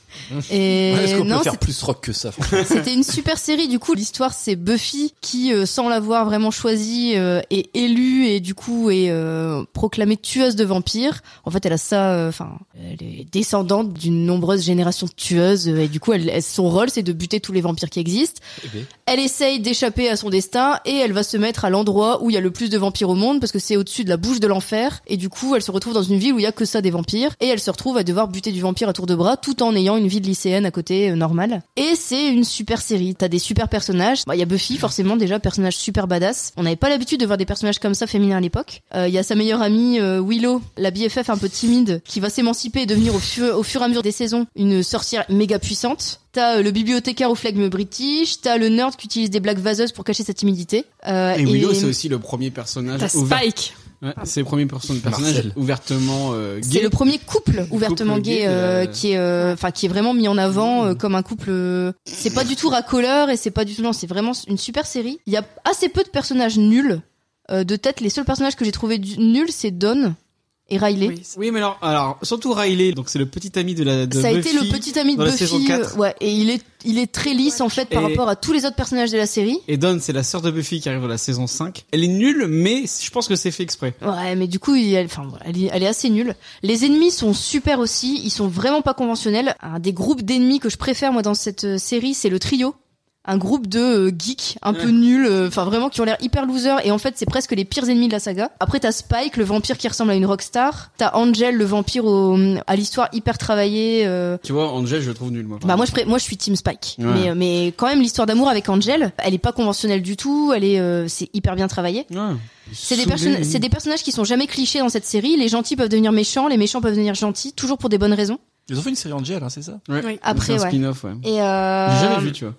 Speaker 5: Et
Speaker 4: Est-ce qu'on
Speaker 5: non,
Speaker 4: peut faire
Speaker 5: c'est-
Speaker 4: plus rock que ça franchement
Speaker 5: c'était une super série. Du coup, l'histoire, c'est Buffy qui, euh, sans l'avoir vraiment choisie, euh, est élue et du coup est euh, proclamée tueuse de vampires. En fait, elle a ça. euh, Enfin, elle est descendante d'une nombreuse génération de tueuses euh, et du coup, elle, elle- son rôle, c'est de buter tous les vampires qui existent.
Speaker 4: Eh bien.
Speaker 5: Elle essaye d'échapper à son destin et elle va se mettre à l'endroit où il y a le plus de vampires au monde parce que c'est au-dessus de la bouche de l'enfer. Et du coup, elle se retrouve dans une ville où il y a que ça des vampires et elle se retrouve à devoir buter du vampire à tour de bras tout en ayant une une vie de lycéenne à côté euh, normale. Et c'est une super série. T'as des super personnages. Bah, Il y a Buffy, forcément, déjà, personnage super badass. On n'avait pas l'habitude de voir des personnages comme ça féminins à l'époque. Euh, Il y a sa meilleure amie, euh, Willow, la BFF un peu timide, qui va s'émanciper et devenir au fur, au fur et à mesure des saisons une sorcière méga puissante. T'as euh, le bibliothécaire au flegme british, t'as le nerd qui utilise des blagues vaseuses pour cacher sa timidité. Euh,
Speaker 2: Et Willow, c'est aussi le premier personnage
Speaker 3: T'as
Speaker 2: ouvert.
Speaker 3: Spike.
Speaker 2: Ouais, c'est le premier perso- personnage
Speaker 4: Marcel.
Speaker 2: ouvertement euh,
Speaker 5: C'est
Speaker 2: gay.
Speaker 5: le premier couple ouvertement
Speaker 2: Couple
Speaker 5: gay,
Speaker 2: gay, Mmh.
Speaker 5: euh,
Speaker 2: euh,
Speaker 5: qui est euh, enfin qui est vraiment mis en avant euh, comme un couple euh, c'est
Speaker 2: Mmh.
Speaker 5: pas du tout racoleur et c'est pas du tout non, c'est vraiment une super série. Il y a assez peu de personnages nuls. Euh, de tête, les seuls personnages que j'ai trouvé du- nuls, c'est Don et Riley.
Speaker 3: Oui, c'est-
Speaker 2: Oui, mais alors, alors surtout Riley, donc c'est le petit ami de la de
Speaker 5: Ça a été
Speaker 2: Buffy.
Speaker 5: le petit ami de
Speaker 2: dans la saison
Speaker 5: Buffy, euh,
Speaker 2: 4.
Speaker 5: ouais, et il est il est très lisse en fait par
Speaker 2: Et-
Speaker 5: rapport à tous les autres personnages de la série.
Speaker 2: Et Dawn, c'est la sœur de Buffy qui arrive dans la saison 5. Elle est nulle, mais je pense que c'est fait exprès.
Speaker 5: Ouais, mais du coup, il- elle, enfin, voilà, elle, est- elle est assez nulle. Les ennemis sont super aussi. Ils sont vraiment pas conventionnels. Un des groupes d'ennemis que je préfère moi dans cette euh, série, c'est le trio. Un groupe de euh, geeks un peu
Speaker 2: Ouais.
Speaker 5: nuls, euh, enfin vraiment qui ont l'air hyper losers. Et en fait, c'est presque les pires ennemis de la saga. Après, t'as Spike, le vampire qui ressemble à une rockstar. T'as Angel, le vampire au- à l'histoire hyper travaillée. euh,
Speaker 2: Tu vois, Angel, je le trouve nul, moi.
Speaker 5: bah moi je pré- moi je suis Team Spike.
Speaker 2: Ouais.
Speaker 5: Mais euh, mais quand même l'histoire d'amour avec Angel, elle est pas conventionnelle du tout. Elle est euh, c'est hyper bien travaillé.
Speaker 2: Ouais.
Speaker 5: C'est des,
Speaker 2: Soudé,
Speaker 5: personnes-
Speaker 2: oui.
Speaker 5: c'est des personnages qui sont jamais clichés dans cette série. Les gentils peuvent devenir méchants, les méchants peuvent devenir gentils, toujours pour des bonnes raisons.
Speaker 4: Ils ont fait une série Angel, hein, c'est ça
Speaker 2: Ouais.
Speaker 3: Oui.
Speaker 5: Après,
Speaker 2: C'est un
Speaker 5: ouais.
Speaker 2: spin-off, ouais.
Speaker 5: Et, euh,
Speaker 2: J'ai jamais vu, tu vois.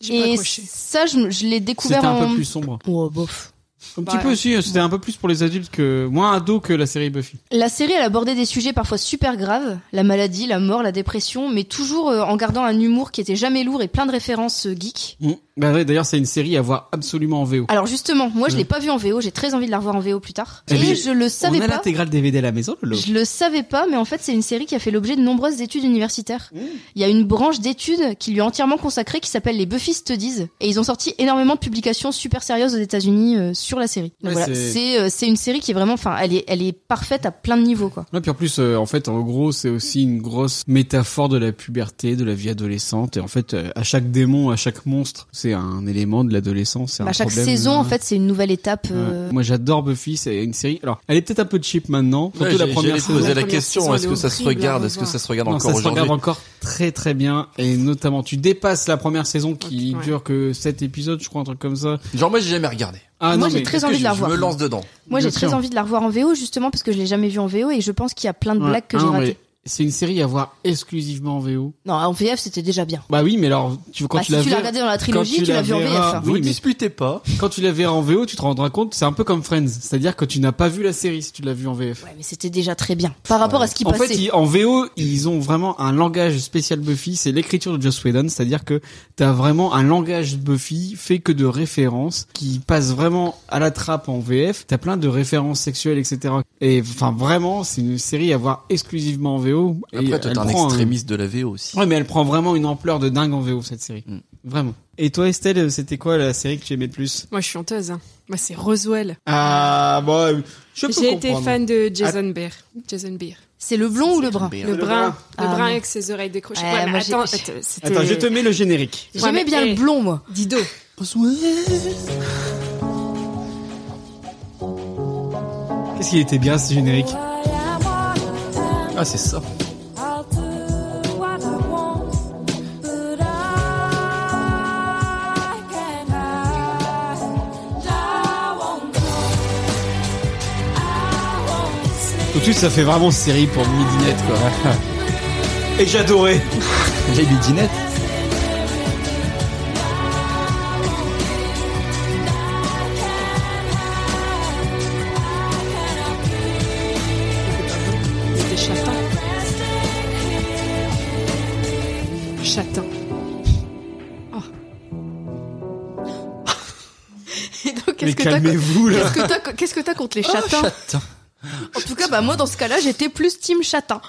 Speaker 3: J'ai pas
Speaker 5: Et
Speaker 3: accroché.
Speaker 5: ça, je, je l'ai
Speaker 2: C'était
Speaker 5: découvert
Speaker 2: un
Speaker 5: en.
Speaker 2: peu plus sombre.
Speaker 5: Oh, bof.
Speaker 2: Un
Speaker 3: Bah,
Speaker 2: petit peu aussi, c'était un peu plus pour les adultes que, moins ado que la série Buffy.
Speaker 5: La série, elle abordait des sujets parfois super graves, la maladie, la mort, la dépression, mais toujours euh, en gardant un humour qui était jamais lourd et plein de références euh, geeks.
Speaker 2: Mm. Bah ouais, d'ailleurs, c'est une série à voir absolument en VO.
Speaker 5: Alors justement, moi je
Speaker 2: Ouais.
Speaker 5: l'ai pas vu en VO, j'ai très envie de la revoir en VO plus tard.
Speaker 2: Mm. Eh bien,
Speaker 5: Et je le savais
Speaker 2: On a
Speaker 5: pas.
Speaker 2: l'intégrale DVD à la maison, Lolo.
Speaker 5: Je le savais pas, mais en fait, c'est une série qui a fait l'objet de nombreuses études universitaires.
Speaker 2: Mmh.
Speaker 5: Il y a une branche d'études qui lui est entièrement consacrée qui s'appelle les Buffy Studies. Et ils ont sorti énormément de publications super sérieuses aux États-Unis euh, sur la série. Donc
Speaker 2: Ouais,
Speaker 5: voilà,
Speaker 2: c'est-
Speaker 5: c'est euh, c'est une série qui est vraiment, enfin, elle est, elle est parfaite à plein de niveaux, quoi.
Speaker 2: Ouais, puis en plus, euh, en fait, en gros, c'est aussi une grosse métaphore de la puberté, de la vie adolescente. Et en fait, euh, à chaque démon, à chaque monstre, c'est un élément de l'adolescence. c'est un
Speaker 5: Bah, À chaque
Speaker 2: problème,
Speaker 5: saison,
Speaker 2: euh,
Speaker 5: en fait, c'est une nouvelle étape.
Speaker 2: ouais.
Speaker 5: euh,
Speaker 2: Moi, j'adore Buffy. C'est une série. Alors, elle est peut-être un peu cheap maintenant, surtout la première saison.
Speaker 4: poser
Speaker 3: La
Speaker 4: la
Speaker 3: première saison,
Speaker 4: question, est-ce
Speaker 3: elle
Speaker 4: que
Speaker 3: est
Speaker 4: ça se
Speaker 3: horrible hein, à
Speaker 4: regarde, est-ce que
Speaker 3: revoir.
Speaker 4: ça se regarde
Speaker 2: Non, ça
Speaker 4: encore
Speaker 2: se regarde
Speaker 4: aujourd'hui
Speaker 2: encore très très bien et notamment tu dépasses la première saison qui
Speaker 3: Ok, ouais.
Speaker 2: dure que 7 épisodes je crois un truc comme ça.
Speaker 4: Genre moi j'ai jamais regardé.
Speaker 2: Ah
Speaker 5: Moi,
Speaker 2: non,
Speaker 5: j'ai
Speaker 2: mais
Speaker 5: très
Speaker 2: est-ce que
Speaker 5: envie de
Speaker 2: je-
Speaker 5: la
Speaker 4: Je
Speaker 5: voir.
Speaker 4: me lance dedans.
Speaker 5: Moi, j'ai
Speaker 2: bien
Speaker 5: très
Speaker 2: sûr.
Speaker 5: envie de la revoir en VO, justement, parce que je l'ai jamais vue en VO et je pense qu'il y a plein de
Speaker 2: Ouais.
Speaker 5: blagues que
Speaker 2: Ah
Speaker 5: j'ai
Speaker 2: non, mais
Speaker 5: ratées.
Speaker 2: C'est une série à voir exclusivement en VO.
Speaker 5: Non, en VF, c'était déjà bien.
Speaker 2: Bah oui, mais alors tu quand
Speaker 5: Bah,
Speaker 2: tu
Speaker 5: si
Speaker 2: la
Speaker 5: tu l'as
Speaker 2: verras-
Speaker 5: regardé dans la trilogie,
Speaker 2: tu
Speaker 5: tu,
Speaker 2: la
Speaker 5: l'as vu en VF.
Speaker 2: verras,
Speaker 5: hein.
Speaker 2: Oui,
Speaker 4: Vous
Speaker 2: mais-
Speaker 4: disputez pas.
Speaker 2: quand tu la verras en VO, tu te rendras compte, c'est un peu comme Friends, c'est-à-dire que tu n'as pas vu la série si tu l'as vu en VF.
Speaker 5: Ouais, mais c'était déjà très bien. Par rapport à ce qui
Speaker 2: En
Speaker 5: passait.
Speaker 2: fait, ils- en VO, ils ont vraiment un langage spécial Buffy, c'est l'écriture de Joss Whedon, c'est-à-dire que t'as vraiment un langage Buffy fait que de références qui passe vraiment à la trappe en VF. T'as plein de références sexuelles, etc. Et enfin, vraiment, c'est une série à voir exclusivement en VO. Et
Speaker 4: Après toi
Speaker 2: elle
Speaker 4: t'es un
Speaker 2: prend
Speaker 4: extrémiste de la VO aussi.
Speaker 2: Ouais, mais elle prend vraiment une ampleur de dingue en VO cette série,
Speaker 4: Mm.
Speaker 2: vraiment. Et toi, Estelle, c'était quoi la série que tu aimais le plus
Speaker 3: Moi, je suis honteuse. hein. Moi, c'est Roswell.
Speaker 2: Ah, bon, je peux
Speaker 3: J'ai été
Speaker 2: comprendre. Ah.
Speaker 3: fan de Jason Beer. Jason Beer.
Speaker 5: C'est le blond ou le brun
Speaker 4: Beer.
Speaker 3: Le, brun.
Speaker 5: brun.
Speaker 3: Le
Speaker 5: Ah,
Speaker 3: brun
Speaker 5: oui.
Speaker 3: avec ses oreilles décrochées.
Speaker 5: Ouais,
Speaker 3: Ouais, mais
Speaker 5: moi, j'ai-
Speaker 3: attends, attends, c'était-
Speaker 2: Attends, je te mets le générique.
Speaker 3: Ouais, mais
Speaker 5: J'aimais bien
Speaker 3: hey,
Speaker 5: le blond, moi.
Speaker 3: Dido.
Speaker 2: Qu'est-ce qu'il était bien ce générique
Speaker 4: Ah c'est ça.
Speaker 2: Tout de suite, ça fait vraiment série pour midinette, quoi. Et j'adorais.
Speaker 4: Les bidinettes.
Speaker 3: C'était Chatin. Chatin. Oh. Et donc,
Speaker 2: Mais
Speaker 3: qu'est-ce que t'as
Speaker 2: calmez-vous, là. Oh,
Speaker 3: Qu'est-ce que t'as- qu'est-ce que t'as contre les chatins
Speaker 4: Chatin.
Speaker 5: En tout cas, bah moi dans ce cas-là, j'étais plus team chatin.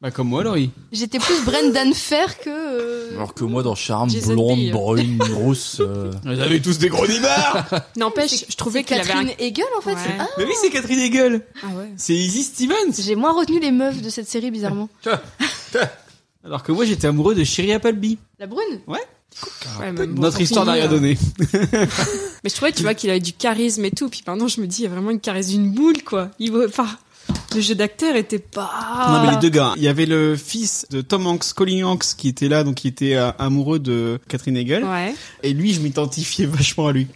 Speaker 2: Bah, comme moi, Laurie.
Speaker 5: J'étais plus Brendan Fair que. euh,
Speaker 4: Alors que moi dans Charme,
Speaker 3: Jason
Speaker 4: blonde,
Speaker 3: Beer.
Speaker 4: brune, rousse. euh,
Speaker 2: Vous avez tous des gros
Speaker 3: Ah.
Speaker 2: nibards
Speaker 3: N'empêche, je trouvais
Speaker 5: c'est
Speaker 3: qu'il avait un...
Speaker 5: Catherine Hegel en fait.
Speaker 3: Ouais.
Speaker 5: c'est- Ah,
Speaker 2: Mais oui, c'est Catherine Hegel.
Speaker 3: Ah ouais.
Speaker 2: C'est Easy Stevens.
Speaker 5: J'ai moins retenu les meufs de cette série bizarrement.
Speaker 2: Alors que moi, j'étais amoureux de Sherry Appleby.
Speaker 5: La brune.
Speaker 3: Ouais, mais bon,
Speaker 2: Ah. Notre
Speaker 3: tant
Speaker 2: histoire
Speaker 3: pis,
Speaker 2: n'a rien
Speaker 3: hein.
Speaker 2: donné.
Speaker 3: Mais je trouvais, tu vois, qu'il avait du charisme et tout. Puis maintenant, je me dis, il y a vraiment une charisme d'une boule, quoi. Il veut pas. le jeu d'acteur était
Speaker 5: Bah
Speaker 3: pas.
Speaker 2: Non mais les deux gars, hein. il y avait le fils de Tom Hanks, Colin Hanks, qui était là, donc qui était euh, amoureux de Catherine Hegel,
Speaker 3: Ouais.
Speaker 2: et lui je m'identifiais vachement à lui,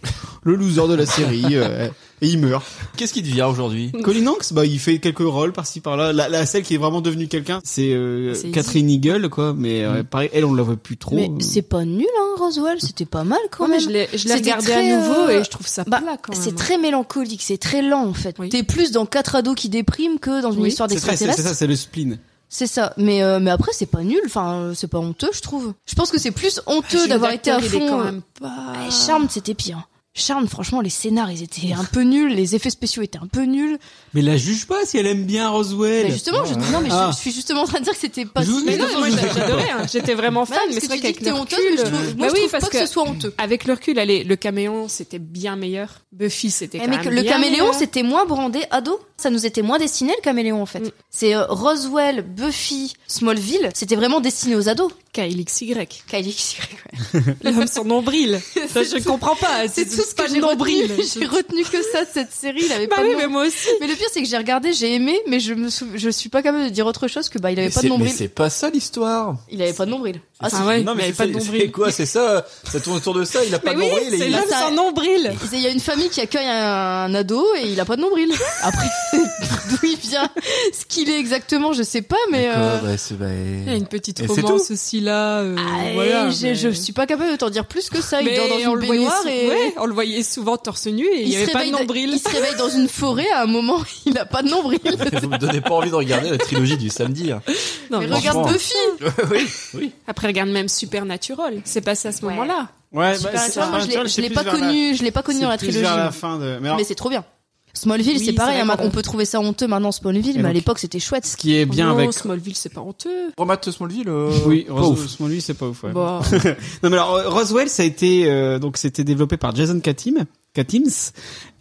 Speaker 2: le loser de la série, euh, et il meurt.
Speaker 4: Qu'est-ce qu'il devient aujourd'hui
Speaker 2: Colin Hanks, bah il fait quelques rôles par-ci par-là. La, la celle qui est vraiment devenue quelqu'un, c'est euh,
Speaker 5: C'est
Speaker 2: Catherine Hegel, quoi. Mais euh, pareil, elle on la voit plus trop.
Speaker 5: Mais c'est pas nul, hein, Roswell. C'était pas mal quand
Speaker 3: Ouais, mais
Speaker 5: même.
Speaker 3: je l'ai, je l'ai
Speaker 5: C'était
Speaker 3: regardé
Speaker 5: très,
Speaker 3: à nouveau
Speaker 5: euh,
Speaker 3: et je trouve ça
Speaker 5: Bah,
Speaker 3: plat quand même.
Speaker 5: c'est très mélancolique, c'est très lent en fait.
Speaker 3: Oui.
Speaker 5: T'es plus dans quatre ados qui dépriment que dans une
Speaker 3: Oui.
Speaker 5: histoire
Speaker 2: C'est très- c'est- c'est
Speaker 5: d'extraterrestre.
Speaker 2: ça, c'est le spleen.
Speaker 5: C'est ça. Mais euh, mais après c'est pas nul. Enfin euh, c'est pas honteux je trouve. Je pense que c'est plus
Speaker 3: Le
Speaker 5: honteux
Speaker 3: jeu
Speaker 5: d'avoir été à
Speaker 3: d'acteur, il est
Speaker 5: fond.
Speaker 3: quand
Speaker 5: euh,
Speaker 3: même pas.
Speaker 5: Ouais, Charmed c'était pire. Charmed franchement les scénars ils étaient un peu nuls, les effets spéciaux étaient un peu nuls.
Speaker 2: Mais la juge pas si elle aime bien Roswell.
Speaker 5: Mais justement je non mais je-
Speaker 2: Ah.
Speaker 5: je, suis justement en train de dire que c'était pas.
Speaker 2: Je-
Speaker 5: si-
Speaker 3: hein.
Speaker 2: Mais
Speaker 3: Mais non,
Speaker 2: non,
Speaker 3: moi
Speaker 2: je-
Speaker 3: j'adorais, hein. j'étais vraiment fan,
Speaker 5: Voilà,
Speaker 3: mais
Speaker 5: Bah, parce
Speaker 3: c'est
Speaker 5: que
Speaker 3: vrai qu'avec
Speaker 5: tu dis que t'es
Speaker 3: le
Speaker 5: honteuse,
Speaker 3: recul,
Speaker 5: mais je trouve,
Speaker 3: bah
Speaker 5: moi je
Speaker 3: oui,
Speaker 5: trouve
Speaker 3: parce
Speaker 5: pas que... ce soit honteux.
Speaker 3: Avec le recul, allez, le caméléon, c'était bien meilleur. Buffy, c'était
Speaker 5: Eh,
Speaker 3: quand
Speaker 5: mais
Speaker 3: même
Speaker 5: que le
Speaker 3: bien
Speaker 5: caméléon,
Speaker 3: meilleur.
Speaker 5: c'était moins brandé ado. Ça nous était moins destiné, le caméléon, en fait.
Speaker 3: Mm.
Speaker 5: C'est euh, Roswell, Buffy, Smallville, c'était vraiment destiné aux ados.
Speaker 3: KLXY.
Speaker 5: Kylie Xyrick, ouais.
Speaker 3: L'homme sans nombril. Ça, je comprends pas.
Speaker 5: C'est tout ce que
Speaker 3: pas
Speaker 5: j'ai
Speaker 3: nombril.
Speaker 5: retenu. J'ai retenu que ça de cette série. Il avait
Speaker 3: Bah
Speaker 5: pas de
Speaker 3: oui,
Speaker 5: nom-
Speaker 3: mais moi aussi.
Speaker 5: mais... le pire, c'est que j'ai regardé, j'ai aimé, mais je me sou- je suis pas capable de dire autre chose que bah il avait
Speaker 4: Mais
Speaker 5: pas
Speaker 4: c'est-
Speaker 5: de
Speaker 4: mais
Speaker 5: nombril.
Speaker 4: c'est pas ça l'histoire.
Speaker 5: Il avait pas de nombril. Ah,
Speaker 3: Enfin,
Speaker 5: si.
Speaker 3: ouais,
Speaker 4: non mais
Speaker 3: il avait
Speaker 4: c'est-
Speaker 3: pas de
Speaker 4: c'est-
Speaker 3: nombril.
Speaker 4: C'est quoi C'est ça Ça tourne autour de ça. Il a pas
Speaker 3: Mais
Speaker 4: de
Speaker 3: Bah oui,
Speaker 4: nombril. et
Speaker 3: c'est
Speaker 4: il-
Speaker 3: l'homme
Speaker 5: ça-
Speaker 3: sans nombril.
Speaker 5: Il y a une famille qui accueille un, un ado et il a pas de nombril. Après, d'où il vient, ce qu'il est exactement, je sais pas, mais.
Speaker 4: D'accord,
Speaker 5: euh,
Speaker 4: bah, c'est- bah,
Speaker 3: Il y a une petite
Speaker 4: Et c'est
Speaker 3: romance aussi là. euh,
Speaker 5: Ah,
Speaker 3: voilà,
Speaker 5: et j'ai-
Speaker 3: mais-
Speaker 5: Je suis pas capable de t'en dire plus que ça. Il
Speaker 3: Mais
Speaker 5: dort dans
Speaker 3: on
Speaker 5: une
Speaker 3: le voyait
Speaker 5: baignoire
Speaker 3: sou-
Speaker 5: et
Speaker 3: ouais, on le voyait souvent torse nu et il n'y
Speaker 5: se
Speaker 3: avait pas de
Speaker 5: réveille dans-
Speaker 3: nombril.
Speaker 5: il se réveille dans une forêt à un moment, il a pas de nombril.
Speaker 4: Vous me donnez pas envie de regarder la trilogie du samedi. hein.
Speaker 3: Non,
Speaker 5: Mais
Speaker 3: mais-
Speaker 5: regarde
Speaker 4: franchement.
Speaker 5: Buffy.
Speaker 4: oui, oui.
Speaker 3: Après, regarde même Supernatural. C'est passé à ce
Speaker 5: Ouais.
Speaker 3: moment-là.
Speaker 2: Ouais,
Speaker 5: Super
Speaker 2: bah, c'est-
Speaker 5: Natural, moi, je
Speaker 2: Supernatural,
Speaker 5: l'ai- je
Speaker 2: sais
Speaker 5: l'ai
Speaker 2: plus
Speaker 5: pas
Speaker 2: vers la-
Speaker 5: connu, je l'ai pas connu dans la
Speaker 2: c'est plus
Speaker 5: trilogie.
Speaker 2: vers la
Speaker 5: moi.
Speaker 2: fin de. Mais alors,
Speaker 5: Mais c'est trop bien. Smallville,
Speaker 3: Oui,
Speaker 5: c'est pareil,
Speaker 3: c'est
Speaker 5: hein,
Speaker 3: vrai,
Speaker 5: on peut trouver ça honteux maintenant Smallville,
Speaker 2: Et
Speaker 5: mais à
Speaker 2: donc-
Speaker 5: l'époque c'était chouette.
Speaker 2: ce qui est Eh bien
Speaker 3: Oh non,
Speaker 2: avec.
Speaker 3: Smallville, c'est pas honteux.
Speaker 4: Romate Smallville. euh,
Speaker 2: Oui,
Speaker 4: pas ouf.
Speaker 2: Roswell, Smallville, c'est pas ouf. ouais.
Speaker 3: Bon.
Speaker 2: Non mais alors euh, Roswell ça a été euh, donc c'était développé par Jason Katim, Katims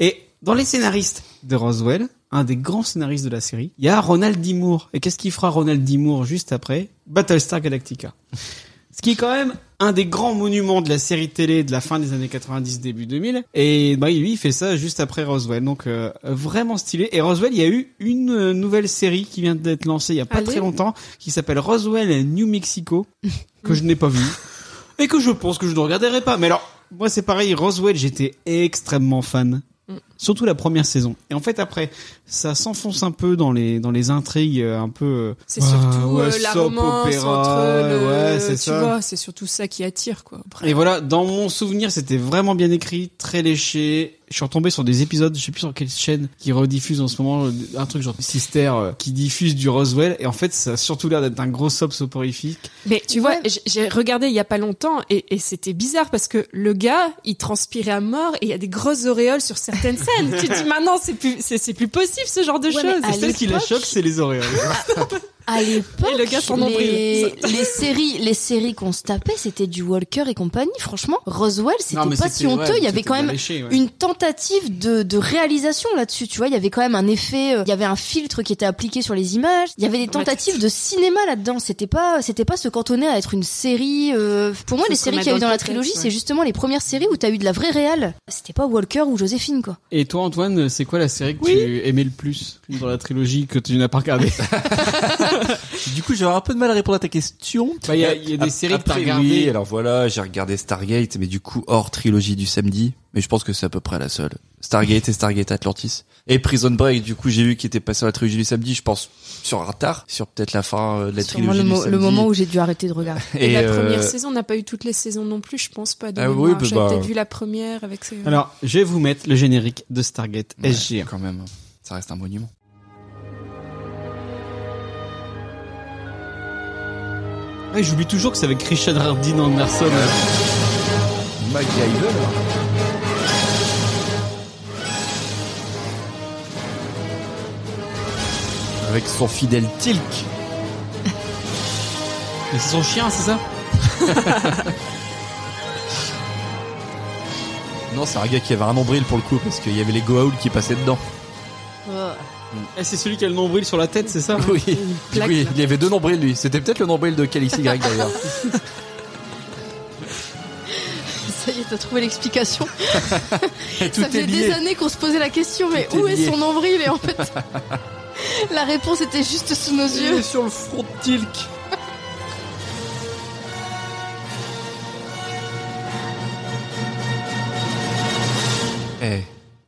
Speaker 2: et dans les scénaristes de Roswell, un des grands scénaristes de la série, il y a Ronald D. Moore. Et qu'est-ce qu'il fera Ronald D. Moore juste après Battlestar Galactica. Ce qui est quand même un des grands monuments de la série télé de la fin des années 90 début 2000 et bah lui il fait ça juste après Roswell. Donc euh, vraiment stylé et Roswell, il y a eu une euh, nouvelle série qui vient d'être lancée il y a pas
Speaker 3: Allez.
Speaker 2: très longtemps qui s'appelle Roswell New Mexico que je n'ai pas vu et que je pense que je ne regarderai pas. Mais alors, moi c'est pareil, Roswell, j'étais extrêmement fan.
Speaker 5: Mm.
Speaker 2: Surtout la première saison. Et en fait, après, ça s'enfonce un peu dans les, dans les intrigues euh, un peu... euh,
Speaker 3: C'est
Speaker 2: ah,
Speaker 3: surtout
Speaker 2: ouais,
Speaker 3: euh, la
Speaker 2: soap
Speaker 3: romance
Speaker 2: opéra,
Speaker 3: entre le,
Speaker 2: ouais, c'est
Speaker 3: tu
Speaker 2: ça.
Speaker 3: vois, c'est surtout ça qui attire quoi. Après,
Speaker 2: Et voilà, dans mon souvenir, c'était vraiment bien écrit, très léché. Je suis retombé sur des épisodes, je sais plus sur quelle chaîne, qui rediffuse en ce moment euh, un truc genre Sister, euh, qui diffuse du Roswell. Et en fait, ça a surtout l'air d'être un gros soap soporifique.
Speaker 3: mais tu
Speaker 5: Ouais.
Speaker 3: vois, j- j'ai regardé il y a pas longtemps et, et c'était bizarre parce que le gars, il transpirait à mort et il y a des grosses auréoles sur certaines scènes. tu te dis maintenant, c'est plus, c'est c'est plus possible ce genre de
Speaker 5: Ouais, mais
Speaker 3: choses.
Speaker 5: à
Speaker 2: Et celle qui la choque, c'est les oreilles.
Speaker 5: À l'époque,
Speaker 3: Et le gars sans nombril.
Speaker 5: les... les séries, les séries qu'on se tapait, c'était du Walker et compagnie. Franchement, Roswell,
Speaker 2: Non, mais
Speaker 5: c'était pas si
Speaker 2: ouais,
Speaker 5: honteux. Il y avait
Speaker 2: c'était
Speaker 5: quand
Speaker 2: bien
Speaker 5: même
Speaker 2: léché, ouais.
Speaker 5: une tentative de, de réalisation là-dessus, tu vois. Il y avait quand même un effet, euh, il y avait un filtre qui était appliqué sur les images. Il y avait des tentatives de cinéma là-dedans. C'était pas, c'était pas se cantonner à être une série. euh, Pour moi,
Speaker 3: Faut
Speaker 5: les
Speaker 3: se
Speaker 5: séries qu'il y
Speaker 3: remettre
Speaker 5: a eu
Speaker 3: dans
Speaker 5: dans
Speaker 3: le
Speaker 5: la
Speaker 3: contexte,
Speaker 5: trilogie,
Speaker 3: ouais.
Speaker 5: c'est justement les premières séries où t'as eu de la vraie réal. C'était pas Walker ou Joséphine, quoi.
Speaker 2: Et toi, Antoine, c'est quoi la série que
Speaker 3: Oui.
Speaker 2: tu aimais le plus dans la trilogie que tu n'as pas regardée
Speaker 4: Du coup, j'aurais un peu de mal à répondre à ta question.
Speaker 2: Bah, il y a- il y a des
Speaker 4: Ap-
Speaker 2: séries que t'as
Speaker 4: après,
Speaker 2: regardées.
Speaker 4: Oui, alors voilà, j'ai regardé Stargate, mais du coup, hors trilogie du samedi. Mais je pense que c'est à peu près la seule. Stargate et Stargate Atlantis. Et Prison Break, du coup, j'ai vu qu'il était passé à la trilogie du samedi, je pense, sur un retard, sur peut-être la fin euh, de la
Speaker 5: Sûrement
Speaker 4: trilogie
Speaker 5: le,
Speaker 4: du
Speaker 5: mo-
Speaker 4: samedi.
Speaker 5: le moment où j'ai dû arrêter de regarder.
Speaker 3: Et, la première
Speaker 4: euh,
Speaker 3: saison, on n'a pas eu toutes les saisons non plus, je pense pas. De
Speaker 4: Ah oui,
Speaker 3: mémoire.
Speaker 4: bah,
Speaker 3: J'avais
Speaker 4: bah.
Speaker 3: peut-être vu la première avec. Ses...
Speaker 2: Alors, je vais vous mettre le générique de Stargate
Speaker 4: ouais,
Speaker 2: SGM.
Speaker 4: quand même, ça reste un monument.
Speaker 2: Ah, J'oublie toujours que c'est avec Richard Hardin Anderson.
Speaker 4: MacGyver. Avec son fidèle Tilk.
Speaker 2: Mais c'est son chien, c'est ça
Speaker 4: Non, c'est un gars qui avait un nombril pour le coup, parce qu'il y avait les Goa'uld qui passaient dedans.
Speaker 5: Oh,
Speaker 2: Eh, C'est celui qui a le nombril sur la tête, c'est ça
Speaker 5: Ah,
Speaker 4: Oui.
Speaker 3: plaque,
Speaker 4: oui,
Speaker 3: là.
Speaker 4: il y avait deux nombrils lui. C'était peut-être le nombril de Calice Y d'ailleurs.
Speaker 5: Ça y est, t'as trouvé l'explication.
Speaker 4: Et Tout
Speaker 5: Ça
Speaker 4: est
Speaker 5: fait
Speaker 4: lié.
Speaker 5: des années qu'on se posait la question, mais
Speaker 4: Tout est
Speaker 5: où est
Speaker 4: lié.
Speaker 5: son nombril Et en fait, La réponse était juste sous nos
Speaker 4: Il est
Speaker 5: yeux.
Speaker 4: sur le front de Tilk. Eh,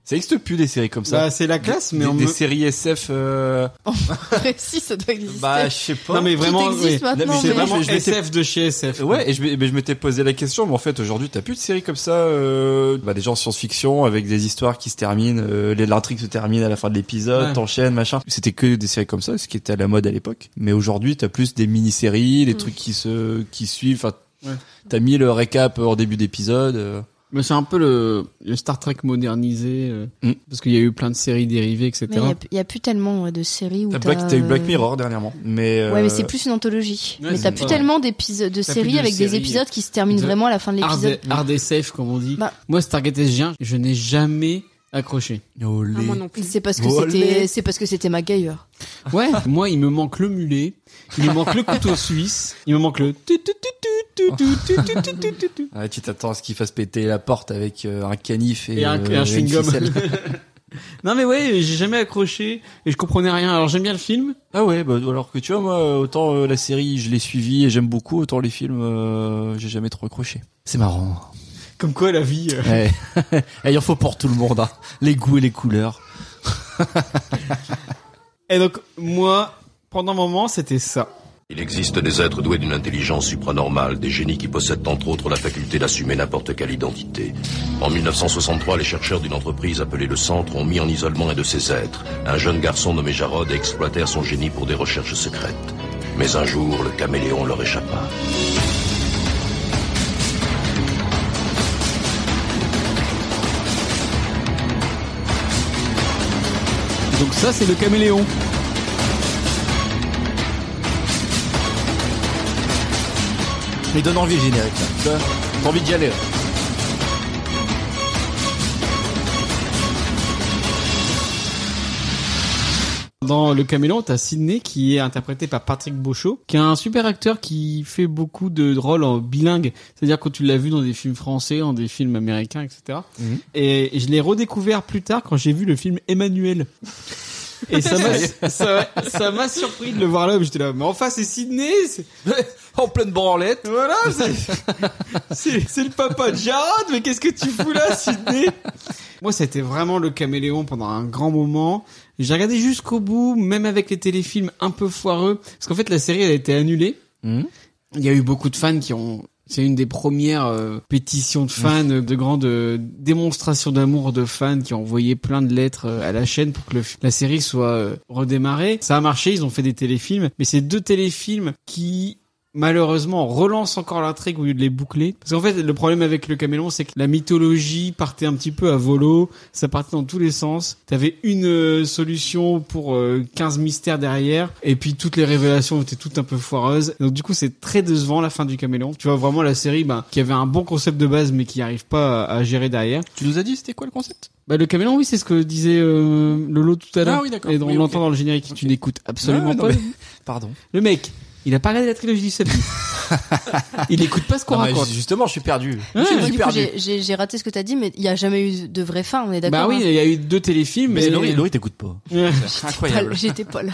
Speaker 4: ça existe plus des séries comme ça.
Speaker 2: Bah, c'est la classe, mais
Speaker 4: des,
Speaker 2: on
Speaker 4: des
Speaker 2: me-
Speaker 4: séries SF. euh,
Speaker 5: si, ça doit exister.
Speaker 4: Bah, je sais pas.
Speaker 2: Non mais vraiment,
Speaker 5: Tout
Speaker 2: oui.
Speaker 5: existe maintenant.
Speaker 2: c'est
Speaker 5: mais-
Speaker 2: vraiment
Speaker 4: Je m'étais-
Speaker 2: SF de chez SF.
Speaker 4: Ouais, et je, m'ai- mais je m'étais posé la question, mais en fait aujourd'hui t'as plus de séries comme ça, euh, bah, des gens science-fiction avec des histoires qui se terminent, euh, les- l'intrigue se termine à la fin de l'épisode,
Speaker 2: Ouais.
Speaker 4: t'enchaînes, machin. C'était que des séries comme ça, ce qui était à la mode à l'époque. Mais aujourd'hui t'as plus des mini-séries, des
Speaker 3: Mm.
Speaker 4: trucs qui se qui suivent. Enfin,
Speaker 2: Ouais.
Speaker 4: t'as mis le récap en début d'épisode. euh.
Speaker 2: Mais c'est un peu le, le Star Trek modernisé, euh,
Speaker 4: Mm.
Speaker 2: parce qu'il y a eu plein de séries dérivées, etc.
Speaker 5: Mais il n'y a, plus tellement ouais, de séries où
Speaker 4: T'as
Speaker 5: t'as...
Speaker 4: Black- t'as eu Black
Speaker 5: euh,
Speaker 4: Mirror dernièrement, mais
Speaker 5: Ouais, mais c'est
Speaker 4: euh,
Speaker 5: plus une anthologie.
Speaker 2: Ouais,
Speaker 5: mais
Speaker 2: c'est
Speaker 5: t'as
Speaker 2: pas
Speaker 5: plus
Speaker 2: vrai.
Speaker 5: tellement d'épisodes, de
Speaker 2: T'as plus
Speaker 5: séries
Speaker 2: de
Speaker 5: avec des
Speaker 2: séries.
Speaker 5: épisodes qui se terminent
Speaker 2: De-
Speaker 5: vraiment à la fin de
Speaker 2: Hard,
Speaker 5: l'épisode.
Speaker 2: hard et safe, comme on dit.
Speaker 5: Bah.
Speaker 2: Moi, Stargatesien, je n'ai jamais accroché.
Speaker 4: oh, les-
Speaker 3: Ah, moi non plus.
Speaker 5: C'est parce que
Speaker 4: Volé.
Speaker 5: c'était, c'est parce que c'était MacGyver.
Speaker 2: Ouais. Moi, il me manque le mulet, il me manque le couteau suisse, il me manque le. tu, tu, tu, tu, tu, tu, tu, tu, tu, tu, tu.
Speaker 4: Ouais, tu t'attends à ce qu'il fasse péter la porte avec euh, un canif et,
Speaker 2: Et un,
Speaker 4: euh,
Speaker 2: et un
Speaker 4: une
Speaker 2: chewing-gum.
Speaker 4: ficelle.
Speaker 2: non mais ouais, j'ai jamais accroché et je comprenais rien. Alors j'aime bien le film.
Speaker 4: Ah ouais, bah, alors que tu vois, moi, autant euh, la série, je l'ai suivie et j'aime beaucoup, autant les films, euh, j'ai jamais trop accroché. C'est marrant.
Speaker 2: Comme quoi la vie. euh,
Speaker 4: Ouais. Eh, il en faut pour tout le monde, hein. les goûts et les couleurs.
Speaker 2: Et donc moi, pendant un moment, c'était ça.
Speaker 7: Il existe des êtres doués d'une intelligence supranormale, des génies qui possèdent entre autres la faculté d'assumer n'importe quelle identité. En 1963, les chercheurs d'une entreprise appelée le Centre ont mis en isolement un de ces êtres. Un jeune garçon nommé Jarod et exploitèrent son génie pour des recherches secrètes. Mais un jour, le caméléon leur échappa.
Speaker 2: Donc ça, c'est le caméléon.
Speaker 4: Mais donne envie, le générique, là. Tu vois, T'as envie d'y aller, là.
Speaker 2: Dans Le Caméléon, t'as Sidney qui est interprété par Patrick Beauchot, qui est un super acteur qui fait beaucoup de rôles en bilingue. C'est-à-dire que tu l'as vu dans des films français, dans des films américains, etc.
Speaker 4: Mhm.
Speaker 2: Et je l'ai redécouvert plus tard quand j'ai vu le film Emmanuel. Et ça m'a, ça, ça m'a surpris de le voir là, mais j'étais là, mais enfin c'est Sidney, c'est-
Speaker 4: en pleine branlette.
Speaker 2: voilà, c'est- c'est c'est le papa de Jarod, mais qu'est-ce que tu fous là, Sidney Moi, c'était vraiment le caméléon pendant un grand moment. J'ai regardé jusqu'au bout, même avec les téléfilms un peu foireux, parce qu'en fait, la série, elle a été annulée.
Speaker 4: Mmh.
Speaker 2: Il y a eu beaucoup de fans qui ont... C'est une des premières euh, pétitions de fans, de grandes euh, démonstrations d'amour de fans qui ont envoyé plein de lettres euh, à la chaîne pour que le f- la série soit euh, redémarrée. Ça a marché, ils ont fait des téléfilms, mais c'est deux téléfilms qui malheureusement on relance encore l'intrigue au lieu de les boucler parce qu'en fait le problème avec le caméléon c'est que la mythologie partait un petit peu à volo ça partait dans tous les sens t'avais une euh, solution pour euh, 15 mystères derrière et puis toutes les révélations étaient toutes un peu foireuses donc du coup c'est très décevant la fin du caméléon tu vois vraiment la série bah, qui avait un bon concept de base mais qui arrive pas à, à gérer derrière
Speaker 4: Tu nous as dit, c'était quoi le concept
Speaker 2: bah, le caméléon oui c'est ce que disait euh, Lolo tout à l'heure
Speaker 4: Ah oui, d'accord.
Speaker 2: et on
Speaker 4: Oui, ok.
Speaker 2: l'entend dans le générique tu n'écoutes absolument
Speaker 4: Ouais, non,
Speaker 2: pas
Speaker 4: mais- Pardon.
Speaker 2: le mec il a pas regardé la trilogie du samedi il écoute pas ce qu'on
Speaker 4: Non, mais
Speaker 2: raconte
Speaker 4: justement, je suis perdu.
Speaker 2: Ouais.
Speaker 4: je
Speaker 5: Moi,
Speaker 4: suis
Speaker 5: du coup,
Speaker 4: perdu.
Speaker 5: j'ai, j'ai- j'ai raté ce que t'as dit, mais il n'y a jamais eu de vraie fin, on est
Speaker 2: Bah
Speaker 5: d'accord
Speaker 2: oui,
Speaker 5: hein
Speaker 2: il y a eu deux téléfilms, mais,
Speaker 4: Mais Laurie, Laurie t'écoute pas.
Speaker 2: Ouais.
Speaker 4: C'est
Speaker 5: Pas-
Speaker 4: incroyable.
Speaker 5: J'étais pas là.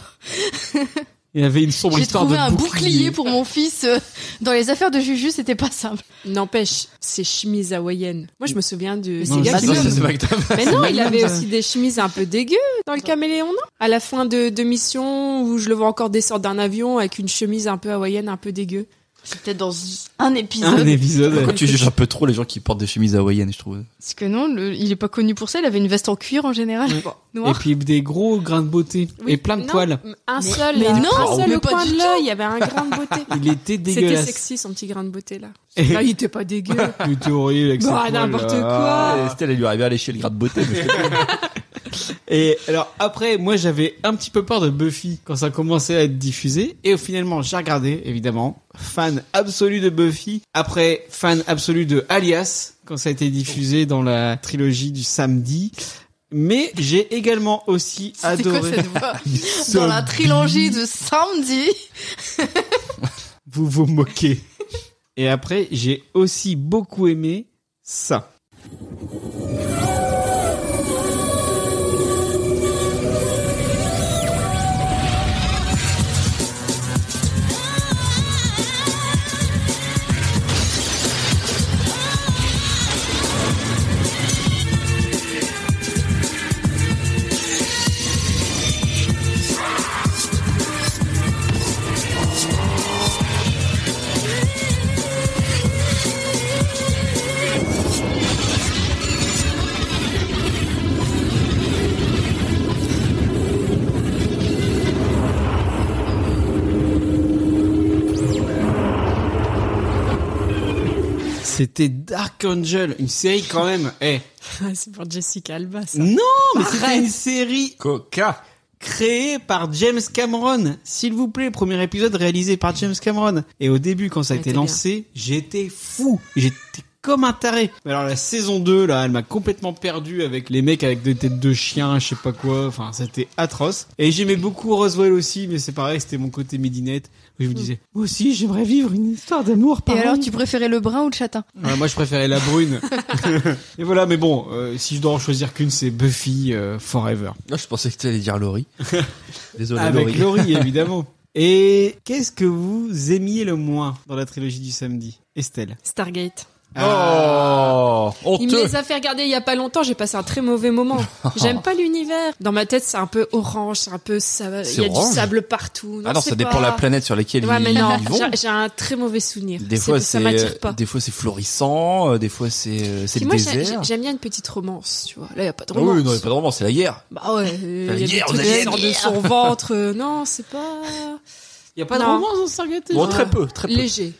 Speaker 2: il y avait une sombre
Speaker 5: J'ai
Speaker 2: histoire de
Speaker 5: trouvé un bouclier.
Speaker 2: bouclier.
Speaker 5: pour mon fils. euh, Dans les affaires de Juju, c'était pas simple.
Speaker 3: N'empêche, ces chemises hawayennes. Moi, je me souviens de.
Speaker 5: Non,
Speaker 3: ces gars
Speaker 5: c'est-
Speaker 3: qui-
Speaker 5: Magnum.
Speaker 4: ça, c'est Magnum.
Speaker 3: Mais non, il
Speaker 5: Magnum,
Speaker 3: avait
Speaker 5: ça.
Speaker 3: aussi des chemises un peu dégueu dans le caméléon, non À la fin de, de Mission, où je le vois encore descendre d'un avion avec une chemise un peu hawaïenne, un peu dégueu.
Speaker 5: C'était dans un épisode.
Speaker 2: Un épisode.
Speaker 4: Pourquoi tu juges un peu trop les gens qui portent des chemises hawaïennes, je trouve
Speaker 5: Parce que non, le- il est pas connu pour ça. Il avait une veste en cuir en général.
Speaker 2: Et
Speaker 5: Noir.
Speaker 2: puis des gros grains de beauté
Speaker 3: Oui,
Speaker 2: et plein de
Speaker 3: non,
Speaker 2: poils.
Speaker 3: Un
Speaker 5: Mais-
Speaker 3: seul,
Speaker 5: mais
Speaker 3: un
Speaker 5: non,
Speaker 3: seul
Speaker 5: mais
Speaker 3: au
Speaker 5: pas
Speaker 3: coin
Speaker 5: du
Speaker 3: de l'œil, il y avait un grain de beauté.
Speaker 2: Il était
Speaker 3: C'était
Speaker 2: dégueulasse.
Speaker 3: sexy son petit grain de beauté là.
Speaker 2: Et-
Speaker 3: Ah, il était pas dégueu.
Speaker 2: Il était horrible avec ses
Speaker 3: Bah,
Speaker 2: poils,
Speaker 3: n'importe
Speaker 2: là.
Speaker 3: quoi.
Speaker 4: Estelle, elle lui arrivait à lécher le grade de beauté. mais je sais
Speaker 2: Et alors après, moi j'avais un petit peu peur de Buffy quand ça commençait à être diffusé. Et finalement, j'ai regardé, évidemment. Fan absolu de Buffy. Après, fan absolu de Alias quand ça a été diffusé dans la trilogie du samedi. Mais j'ai également aussi
Speaker 5: C'était
Speaker 2: adoré.
Speaker 5: quoi cette voix Dans la trilogie de samedi.
Speaker 2: vous vous moquez. Et après, j'ai aussi beaucoup aimé ça. C'était Dark Angel, une série quand même. Eh,
Speaker 3: c'est pour Jessica Alba, ça.
Speaker 2: non, mais c'était une série
Speaker 4: Coca.
Speaker 2: créée par James Cameron. S'il vous plaît, premier épisode réalisé par James Cameron. Et au début, quand ça a
Speaker 3: Ouais,
Speaker 2: été
Speaker 3: t'es bien.
Speaker 2: lancé, j'étais fou. J'étais comme un taré. Mais alors la saison 2, là, elle m'a complètement perdu avec les mecs avec des têtes de chien, je sais pas quoi. Enfin, c'était atroce. Et j'aimais beaucoup Roswell aussi, mais c'est pareil, c'était mon côté midinette. Où je me disais, moi aussi, j'aimerais vivre une histoire d'amour
Speaker 5: Et
Speaker 2: par
Speaker 5: alors, tu préférais le brun ou le châtain
Speaker 2: Ouais, moi, je préférais la brune. et voilà, mais bon, euh, si je dois en choisir qu'une, c'est Buffy euh, Forever.
Speaker 4: Là, je pensais que tu allais dire Laurie. Désolé,
Speaker 2: Avec
Speaker 4: Laurie.
Speaker 2: Laurie, évidemment. Et qu'est-ce que vous aimiez le moins dans la trilogie du samedi Estelle
Speaker 3: Stargate.
Speaker 4: Oh,
Speaker 3: Ah. Il me
Speaker 4: honteux.
Speaker 3: les a fait regarder il y a pas longtemps, j'ai passé un très mauvais moment. J'aime pas l'univers. Dans ma tête, c'est un peu orange, c'est un peu ça, il
Speaker 4: C'est
Speaker 3: y a
Speaker 4: orange
Speaker 3: du sable partout.
Speaker 4: Ah non,
Speaker 3: c'est
Speaker 4: ça dépend
Speaker 3: pas-
Speaker 4: la planète sur laquelle
Speaker 3: Ouais, mais
Speaker 4: ils,
Speaker 3: non,
Speaker 4: ils vont.
Speaker 3: j'ai- j'ai un très mauvais souvenir.
Speaker 4: Des
Speaker 3: C'est-
Speaker 4: fois,
Speaker 3: ça
Speaker 4: c'est euh,
Speaker 3: m'attire pas.
Speaker 4: des fois c'est florissant, euh, des fois c'est euh, c'est
Speaker 3: Puis
Speaker 4: le
Speaker 3: moi, j'ai-
Speaker 4: désert.
Speaker 3: j'ai- j'aime bien une petite romance, tu vois. Là, y a pas de
Speaker 4: Ah
Speaker 3: romance.
Speaker 4: oui, non, mais pas de romance, c'est la guerre.
Speaker 3: Bah ouais, euh,
Speaker 4: La
Speaker 3: il y a des
Speaker 4: guerre,
Speaker 3: trucs
Speaker 4: on a dit la
Speaker 3: de son ventre. euh, non, c'est pas
Speaker 2: Il a
Speaker 3: pas de romance
Speaker 2: dans Stargate
Speaker 4: Bon, très peu, très peu.
Speaker 3: léger.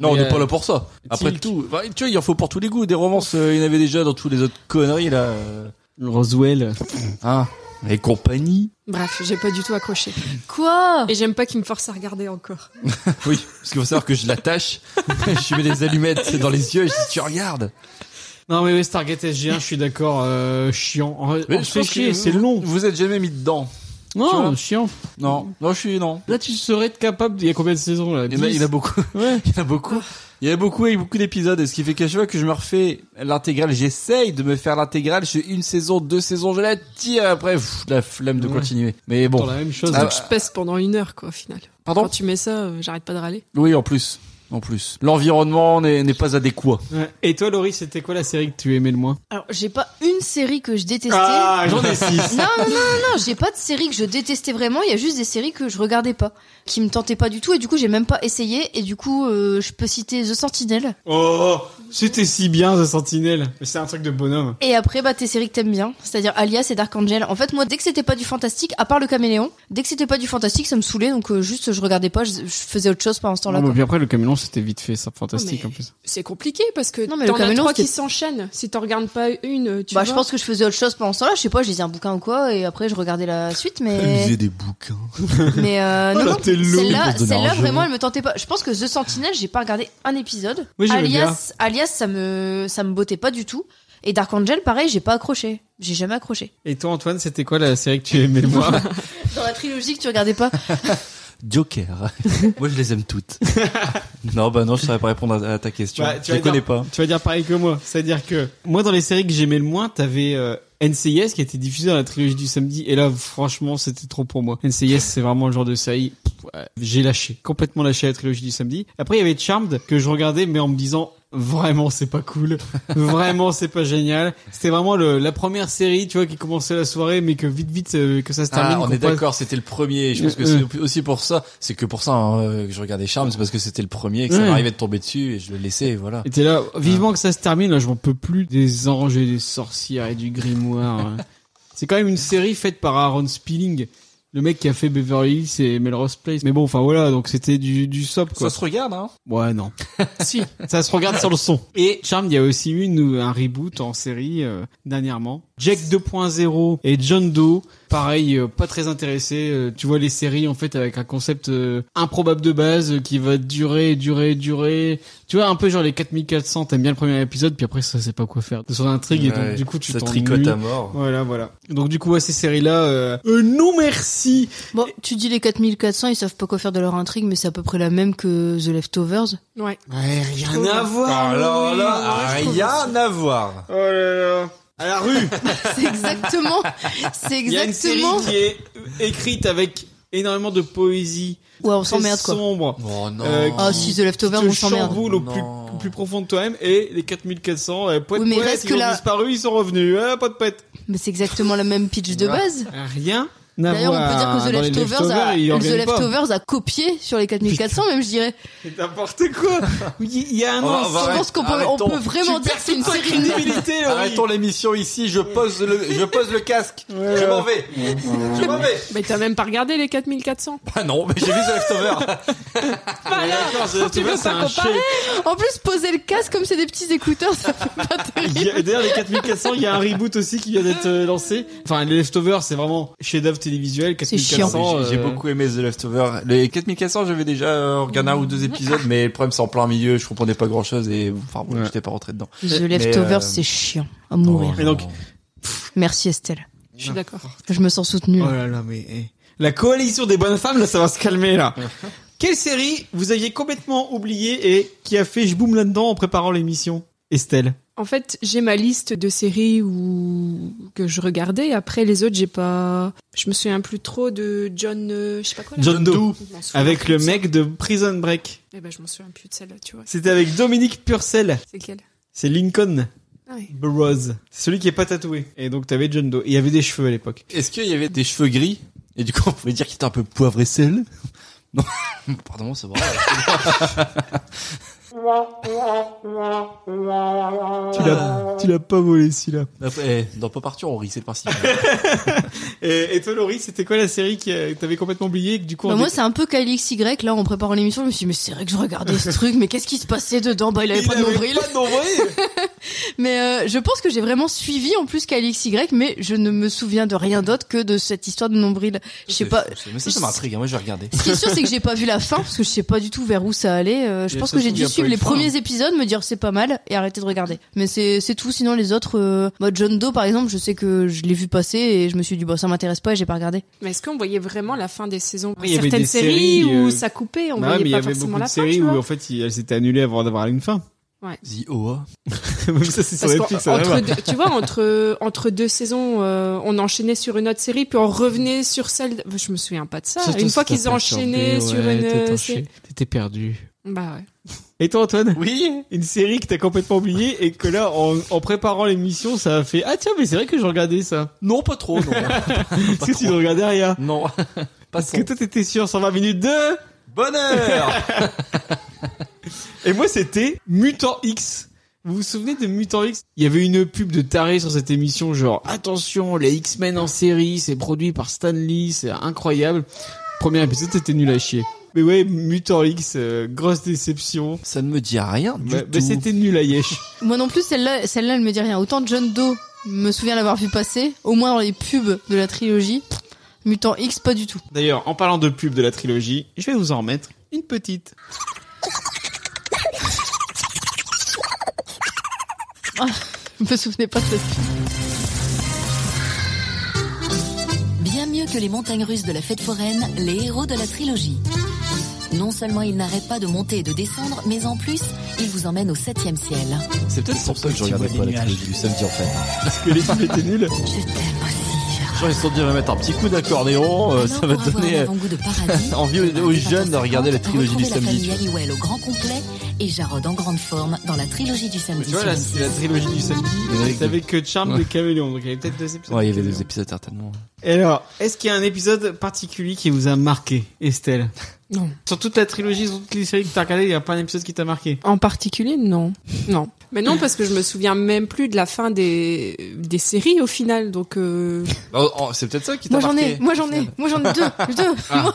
Speaker 4: Non, on
Speaker 2: Mais,
Speaker 4: n'est pas
Speaker 2: euh,
Speaker 4: là pour ça. Après
Speaker 2: Tilt.
Speaker 4: tout, bah, tu vois, il en faut pour tous les goûts. Des romances, euh, il y en avait déjà dans tous les autres conneries là. euh,
Speaker 2: Roswell.
Speaker 4: Hein, et compagnie.
Speaker 3: Bref, j'ai pas du tout accroché.
Speaker 5: Quoi
Speaker 3: Et j'aime pas qu'il me force à regarder encore.
Speaker 4: Oui, parce qu'il faut savoir que je l'attache, je lui mets des allumettes dans les yeux, et je dis tu regardes.
Speaker 2: Non, mais ouais, Stargate SG1, je suis d'accord, euh, chiant. En, en fait, chier, c'est long.
Speaker 4: Vous êtes jamais mis dedans. tu
Speaker 2: Non,
Speaker 4: vois.
Speaker 2: chiant.
Speaker 4: Non, non, je suis non.
Speaker 2: Là, tu serais capable, il y a combien de saisons là
Speaker 4: Eh ben, Il y en a, il y en a beaucoup.
Speaker 2: Ouais.
Speaker 4: Il y en a beaucoup. Il y en a beaucoup et beaucoup d'épisodes. Et ce qui fait qu'à chaque fois que je me refais l'intégrale, j'essaye de me faire l'intégrale. Je fais une saison, deux saisons, je la tire. Après, pff, la flemme de
Speaker 2: Ouais.
Speaker 4: continuer. Mais bon.
Speaker 2: Dans la même chose.
Speaker 4: Ah,
Speaker 3: Donc je pèse pendant une heure, quoi, au final.
Speaker 4: Pardon
Speaker 3: Quand tu mets ça, euh, j'arrête pas de râler.
Speaker 4: Oui, en plus. En plus. L'environnement n'est n'est pas adéquat.
Speaker 2: Ouais. Et toi, Laurie, c'était quoi la série que tu aimais le moins Ah,
Speaker 5: Alors, j'ai pas une série que je détestais.
Speaker 2: j'en ai 6.
Speaker 5: Non, non, non, non, non, j'ai pas de série que je détestais vraiment. Il y a juste des séries que je regardais pas, qui me tentaient pas du tout, et du coup, j'ai même pas essayé. Et du coup, euh, je peux citer The Sentinel.
Speaker 2: Oh, c'était si bien, The Sentinelle. Mais c'est un truc de bonhomme.
Speaker 5: Et après, bah, tes séries que t'aimes bien, c'est-à-dire Alias et Dark Angel. En fait, moi, dès que c'était pas du fantastique, à part le caméléon, dès que c'était pas du fantastique, ça me saoulait, donc euh, juste, je regardais pas, je, je faisais autre chose pendant ce temps-là.
Speaker 2: Non, mais
Speaker 5: quoi.
Speaker 2: puis après, le camélon, c'était vite fait, ça, fantastique
Speaker 3: Oh, mais-
Speaker 2: en plus.
Speaker 3: C'est compliqué parce que
Speaker 5: Non, mais
Speaker 3: t'en
Speaker 5: le
Speaker 3: as
Speaker 5: Camelot,
Speaker 3: trois qui
Speaker 5: c'était-
Speaker 3: s'enchaînent. Si t'en regardes pas une, tu
Speaker 5: Bah,
Speaker 3: vois.
Speaker 5: je pense que je faisais autre chose pendant ce temps-là, je sais pas, je lisais un bouquin ou quoi, et après, je regardais la suite, mais.
Speaker 4: des bouquins.
Speaker 5: mais euh, non,
Speaker 2: Oh là,
Speaker 5: non,
Speaker 2: t'es lourd.
Speaker 5: celle-là,
Speaker 4: Pour donner
Speaker 5: celle-là,
Speaker 4: un jeu.
Speaker 5: vraiment, elle me tentait pas. Je pense que The Sentinel, j'ai pas regardé un épisode.
Speaker 2: Oui, j'aimais
Speaker 5: alias, alias, ça me, ça me bottait pas du tout. Et Dark Angel, pareil, j'ai pas accroché. J'ai jamais accroché.
Speaker 2: Et toi, Antoine, c'était quoi la série que tu aimais le moins
Speaker 5: Dans la trilogie que tu regardais pas.
Speaker 4: Joker. Moi, je les aime toutes. non, bah non, je saurais pas répondre à, à ta question.
Speaker 2: Bah, tu
Speaker 4: je
Speaker 2: vas
Speaker 4: les connais
Speaker 2: dire-
Speaker 4: pas.
Speaker 2: Tu vas dire pareil que moi. C'est-à-dire que moi, dans les séries que j'aimais le moins, t'avais euh, NCIS qui a été diffusée dans la trilogie du samedi. Et là, franchement, c'était trop pour moi. NCIS, c'est vraiment le genre de série. pff, ouais, J'ai lâché, complètement lâché la trilogie du samedi. Après, il y avait Charmed que je regardais, mais en me disant. Vraiment, c'est pas cool. Vraiment, c'est pas génial. C'était vraiment le, la première série, tu vois, qui commençait la soirée, mais que vite, vite, euh, que ça se termine.
Speaker 4: Ah, on
Speaker 2: qu'on
Speaker 4: est
Speaker 2: passe-
Speaker 4: d'accord, c'était le premier. Je pense que
Speaker 2: Euh,
Speaker 4: c'est aussi pour ça. C'est que pour ça hein, euh, que je regardais Charme, c'est parce que c'était le premier que ça
Speaker 2: Ouais.
Speaker 4: m'arrivait de tomber dessus et je le laissais. et Voilà.
Speaker 2: Et t'es là, vivement que ça se termine, là, je m'en peux plus des anges et des sorcières et du grimoire. hein. c'est quand même une série faite par Aaron Spilling, le mec qui a fait Beverly Hills et Melrose Place. Mais bon, enfin voilà, donc c'était du, du sop, quoi.
Speaker 4: se regarde, hein.
Speaker 2: Ouais, non. si, ça se regarde sur le son. Et Charmed, il y a aussi eu une, euh, un reboot en série euh, dernièrement. Jack 2.0 et John Doe, pareil, euh, pas très intéressé. euh, tu vois les séries en fait avec un concept euh, improbable de base euh, qui va durer, durer, durer. Tu vois un peu genre les 4400, t'aimes bien le premier épisode, puis après ça sait pas quoi faire. De son intrigue, et donc du coup tu
Speaker 4: ça
Speaker 2: t'ennuies.
Speaker 4: tricote à mort.
Speaker 2: Voilà, voilà. Donc du coup, à ces séries-là, euh, euh, non merci
Speaker 5: Bon, tu dis les 4400, ils savent pas quoi faire de leur intrigue, mais c'est à peu près la même que The Leftovers.
Speaker 3: Ouais.
Speaker 2: Rien à voir
Speaker 4: Alors
Speaker 2: oui,
Speaker 4: Ah, là,
Speaker 2: oui,
Speaker 4: rien à voir.
Speaker 2: Oh là là À la rue
Speaker 5: C'est exactement, c'est
Speaker 2: Il y a une série
Speaker 5: exactement.
Speaker 2: qui est euh, écrite avec énormément de poésie.
Speaker 5: Ouais, on
Speaker 2: très
Speaker 5: s'emmerde quoi.
Speaker 2: sombre.
Speaker 4: Oh non.
Speaker 2: Euh,
Speaker 5: Ah,
Speaker 2: qui-
Speaker 5: si The Leftovers,
Speaker 2: qui te
Speaker 5: on s'emmerde.
Speaker 2: chamboule au
Speaker 4: Non.
Speaker 2: plus, au plus profond de toi-même et les 4400 euh, poètes,
Speaker 5: Oui, mais
Speaker 2: poètes,
Speaker 5: reste
Speaker 2: ils
Speaker 5: que
Speaker 2: ont
Speaker 5: là-
Speaker 2: disparu, ils sont revenus. Ah, pas de poète.
Speaker 5: Mais c'est exactement la même pitch de
Speaker 4: Ouais.
Speaker 5: base.
Speaker 2: Rien n'a
Speaker 5: D'ailleurs, on peut dire que The
Speaker 2: dans les
Speaker 5: Leftovers, a,
Speaker 2: ils en
Speaker 5: The
Speaker 2: gagnent pas.
Speaker 5: Leftovers a copié sur les 4400, même je dirais.
Speaker 2: C'est n'importe quoi. Oui, Il y a un
Speaker 4: On va-
Speaker 2: an,
Speaker 4: on va-
Speaker 5: Je pense qu'on peut, on
Speaker 4: Arrêtons.
Speaker 5: peut vraiment
Speaker 2: Tu
Speaker 5: dire
Speaker 2: perds
Speaker 5: que c'est une
Speaker 2: toute ta
Speaker 5: série.
Speaker 2: crédibilité, Laurie.
Speaker 4: Arrêtons l'émission ici, je pose le, je pose le casque. je m'en vais. je m'en vais.
Speaker 3: Mais Bah, t'as même pas regardé les 4400.
Speaker 4: Ah non, mais j'ai vu The Leftover.
Speaker 2: D'accord, The
Speaker 3: tu veux
Speaker 2: Leftovers, c'est
Speaker 3: pas
Speaker 2: un
Speaker 3: comparer
Speaker 2: chef.
Speaker 5: En plus, poser le casque comme c'est des petits écouteurs, ça fait pas
Speaker 2: Il y
Speaker 5: terrible.
Speaker 2: a- D'ailleurs, les 4400, il y a un reboot aussi qui vient d'être euh, lancé. Enfin, les leftovers, c'est vraiment chef-d'œuvre télévisuel.
Speaker 5: C'est chiant.
Speaker 2: 4400.
Speaker 4: J'ai j'ai
Speaker 2: euh,
Speaker 4: beaucoup aimé The Leftover. Les 4400, j'avais déjà euh, regardé un ou deux épisodes, mais le problème c'est en plein milieu, je comprenais pas grand chose et enfin bon,
Speaker 2: Ouais.
Speaker 4: j'étais pas rentré dedans.
Speaker 5: The
Speaker 4: Leftovers,
Speaker 5: Leftovers,
Speaker 4: euh, c'est
Speaker 5: c'est chiant à mourir.
Speaker 2: Et donc-
Speaker 4: Oh,
Speaker 5: Merci Estelle.
Speaker 3: Je suis d'accord.
Speaker 5: Je me sens soutenue.
Speaker 2: Oh là là, mais eh. la coalition des bonnes femmes, là, ça va se calmer là. Quelle série vous aviez complètement oubliée et qui a fait je boum là-dedans en préparant l'émission Estelle.
Speaker 3: En fait, j'ai ma liste de séries où... que je regardais. Après, les autres, j'ai pas. Je me souviens plus trop de John. euh, je sais pas quoi. là.
Speaker 2: John Doe.
Speaker 3: Je m'en souviens
Speaker 2: Avec
Speaker 3: plus
Speaker 2: le
Speaker 3: de
Speaker 2: mec de Prison Break.
Speaker 3: ça. Eh ben, je m'en souviens plus de celle-là, tu vois.
Speaker 2: C'était avec Dominique Purcell.
Speaker 3: C'est quelle
Speaker 2: C'est Lincoln
Speaker 3: Ah oui.
Speaker 2: Burroughs. C'est celui qui est pas tatoué. Et donc t'avais John Doe. Et il avait des cheveux à l'époque.
Speaker 4: Est-ce qu'il y avait des cheveux gris et du coup on pouvait dire qu'il était un peu poivre et sel Non, pardon, c'est vrai.
Speaker 2: Tu l'as, tu l'as pas volé celui-là.
Speaker 4: Après, eh, dans Pop Arthur, on rit, c'est le principe.
Speaker 2: Et, et toi Laurie, c'était quoi la série qui, euh, que t'avais complètement oubliée et que du coup
Speaker 5: Bah,
Speaker 2: on
Speaker 5: moi,
Speaker 2: dit-
Speaker 5: c'est un peu KLXY. Là, en préparant l'émission, je me suis dit, mais c'est vrai que je regardais ce truc, mais qu'est-ce qui se passait dedans Bah, il avait
Speaker 2: Il
Speaker 5: pas de
Speaker 2: avait
Speaker 5: nombril.
Speaker 2: pas de nombril.
Speaker 5: Mais euh, je pense que j'ai vraiment suivi en plus KLXY, mais je ne me souviens de rien d'autre que de cette histoire de nombril. Je sais pas.
Speaker 4: Mais ça, ça m'intrigue, hein, moi je vais regarder.
Speaker 5: Ce qui est sûr, c'est que j'ai pas vu la fin, parce que je sais pas du tout vers où ça allait. Euh, je
Speaker 2: Mais
Speaker 5: pense
Speaker 2: ça
Speaker 5: que j'ai
Speaker 2: tombe,
Speaker 5: dû
Speaker 2: y a pas
Speaker 5: suivre
Speaker 2: eu
Speaker 5: les
Speaker 2: de fin.
Speaker 5: premiers épisodes, me dire c'est pas mal, et arrêter de regarder. Mais c'est c'est tout. Sinon, les autres, euh, bah, John Doe, par exemple, je sais que je l'ai vu passer, et je me suis dit, bah, ça m'intéresse pas, et j'ai pas regardé.
Speaker 3: Mais est-ce qu'on voyait vraiment la fin des saisons
Speaker 2: Il y avait
Speaker 3: Certaines
Speaker 2: des
Speaker 3: séries,
Speaker 2: séries,
Speaker 3: où
Speaker 2: euh,
Speaker 3: ça coupait, on
Speaker 2: Bah ouais, mais
Speaker 3: voyait
Speaker 2: il y
Speaker 3: pas
Speaker 2: avait
Speaker 3: forcément
Speaker 2: beaucoup
Speaker 3: la
Speaker 2: de
Speaker 3: fin, tu
Speaker 2: séries où
Speaker 3: vois.
Speaker 2: en fait il- elles s'étaient annulées avant d'avoir une fin.
Speaker 4: The OA.
Speaker 2: Même ça c'est sur
Speaker 3: Parce
Speaker 2: Netflix. ça
Speaker 3: qu'en-
Speaker 2: va
Speaker 3: entre
Speaker 2: voir.
Speaker 3: deux, tu vois, entre entre deux saisons, euh, on enchaînait sur une autre série, puis on revenait sur celle. d- Je me souviens pas de ça. une fois qu'ils enchaînaient sur une. euh, série-
Speaker 2: T'étais perdu.
Speaker 3: Bah ouais.
Speaker 2: Et toi Antoine
Speaker 4: Oui.
Speaker 2: Une série que t'as complètement oubliée et que là en, en préparant l'émission ça a fait Ah tiens mais c'est vrai que je regardais ça.
Speaker 4: Non, pas trop. Non.
Speaker 2: Est-ce que tu ne regardais rien
Speaker 4: non. Pas
Speaker 2: Parce
Speaker 4: trop.
Speaker 2: que toi t'étais sûr 120 minutes de...
Speaker 4: Bonheur.
Speaker 2: Et moi c'était Mutant X. Vous vous souvenez de Mutant X Il y avait une pub de taré sur cette émission genre attention les X-Men en série, c'est produit par Stan Lee, c'est incroyable. Premier épisode c'était nul à chier. Mais ouais Mutant X, euh, grosse déception.
Speaker 4: Ça ne me dit rien du
Speaker 2: Ouais,
Speaker 4: tout.
Speaker 2: mais c'était nul à Yesh.
Speaker 5: Moi non plus, celle-là, celle-là, elle me dit rien. Autant John Doe, me souviens l'avoir vu passer, au moins dans les pubs de la trilogie. Mutant X, pas du tout.
Speaker 2: D'ailleurs, en parlant de pub de la trilogie, je vais vous en remettre une petite.
Speaker 5: Je me souvenais pas de cette pub.
Speaker 8: Bien mieux que les montagnes russes de la fête foraine, les héros de la trilogie. Non seulement ils n'arrêtent pas de monter et de descendre, mais en plus, ils vous emmènent au septième ciel.
Speaker 4: C'est peut-être pour ça que je regardais pas la trilogie du samedi en fait.
Speaker 2: Parce que les pubs étaient nulles.
Speaker 8: Je t'aime aussi, Charles.
Speaker 4: Genre ils se sont dit on va mettre un petit coup d'accordéon, euh, ça va
Speaker 8: Alors, pour avoir
Speaker 4: donner
Speaker 8: un avant-goût de paradis, eh ben,
Speaker 4: envie aux, aux jeunes de regarder la trilogie du
Speaker 8: retrouvez la
Speaker 4: samedi.
Speaker 8: famille Halliwell au grand complet et Jarod en grande forme dans la trilogie du samedi.
Speaker 2: tu vois, là,
Speaker 8: sur
Speaker 2: c'est la
Speaker 8: M6.
Speaker 2: trilogie du samedi.
Speaker 4: Mais avec
Speaker 2: T'avais que Charme
Speaker 4: Ouais.
Speaker 2: et Caméléon, donc il y avait peut-être deux épisodes.
Speaker 4: Ouais, il y
Speaker 2: de
Speaker 4: avait deux
Speaker 2: Caméléon.
Speaker 4: épisodes certainement.
Speaker 2: Et alors, est-ce qu'il y a un épisode particulier qui vous a marqué, Estelle
Speaker 3: Non.
Speaker 2: Sur toute la trilogie, sur toutes les séries que t'as regardées, il y a pas un épisode qui t'a marqué.
Speaker 3: En particulier, non. Non. Mais non, parce que je me souviens même plus de la fin des, des séries au final. Donc, euh,
Speaker 4: Oh, c'est peut-être ça qui t'a
Speaker 5: Moi j'en ai,
Speaker 4: marqué.
Speaker 5: moi j'en ai, moi j'en ai deux, deux. Moi,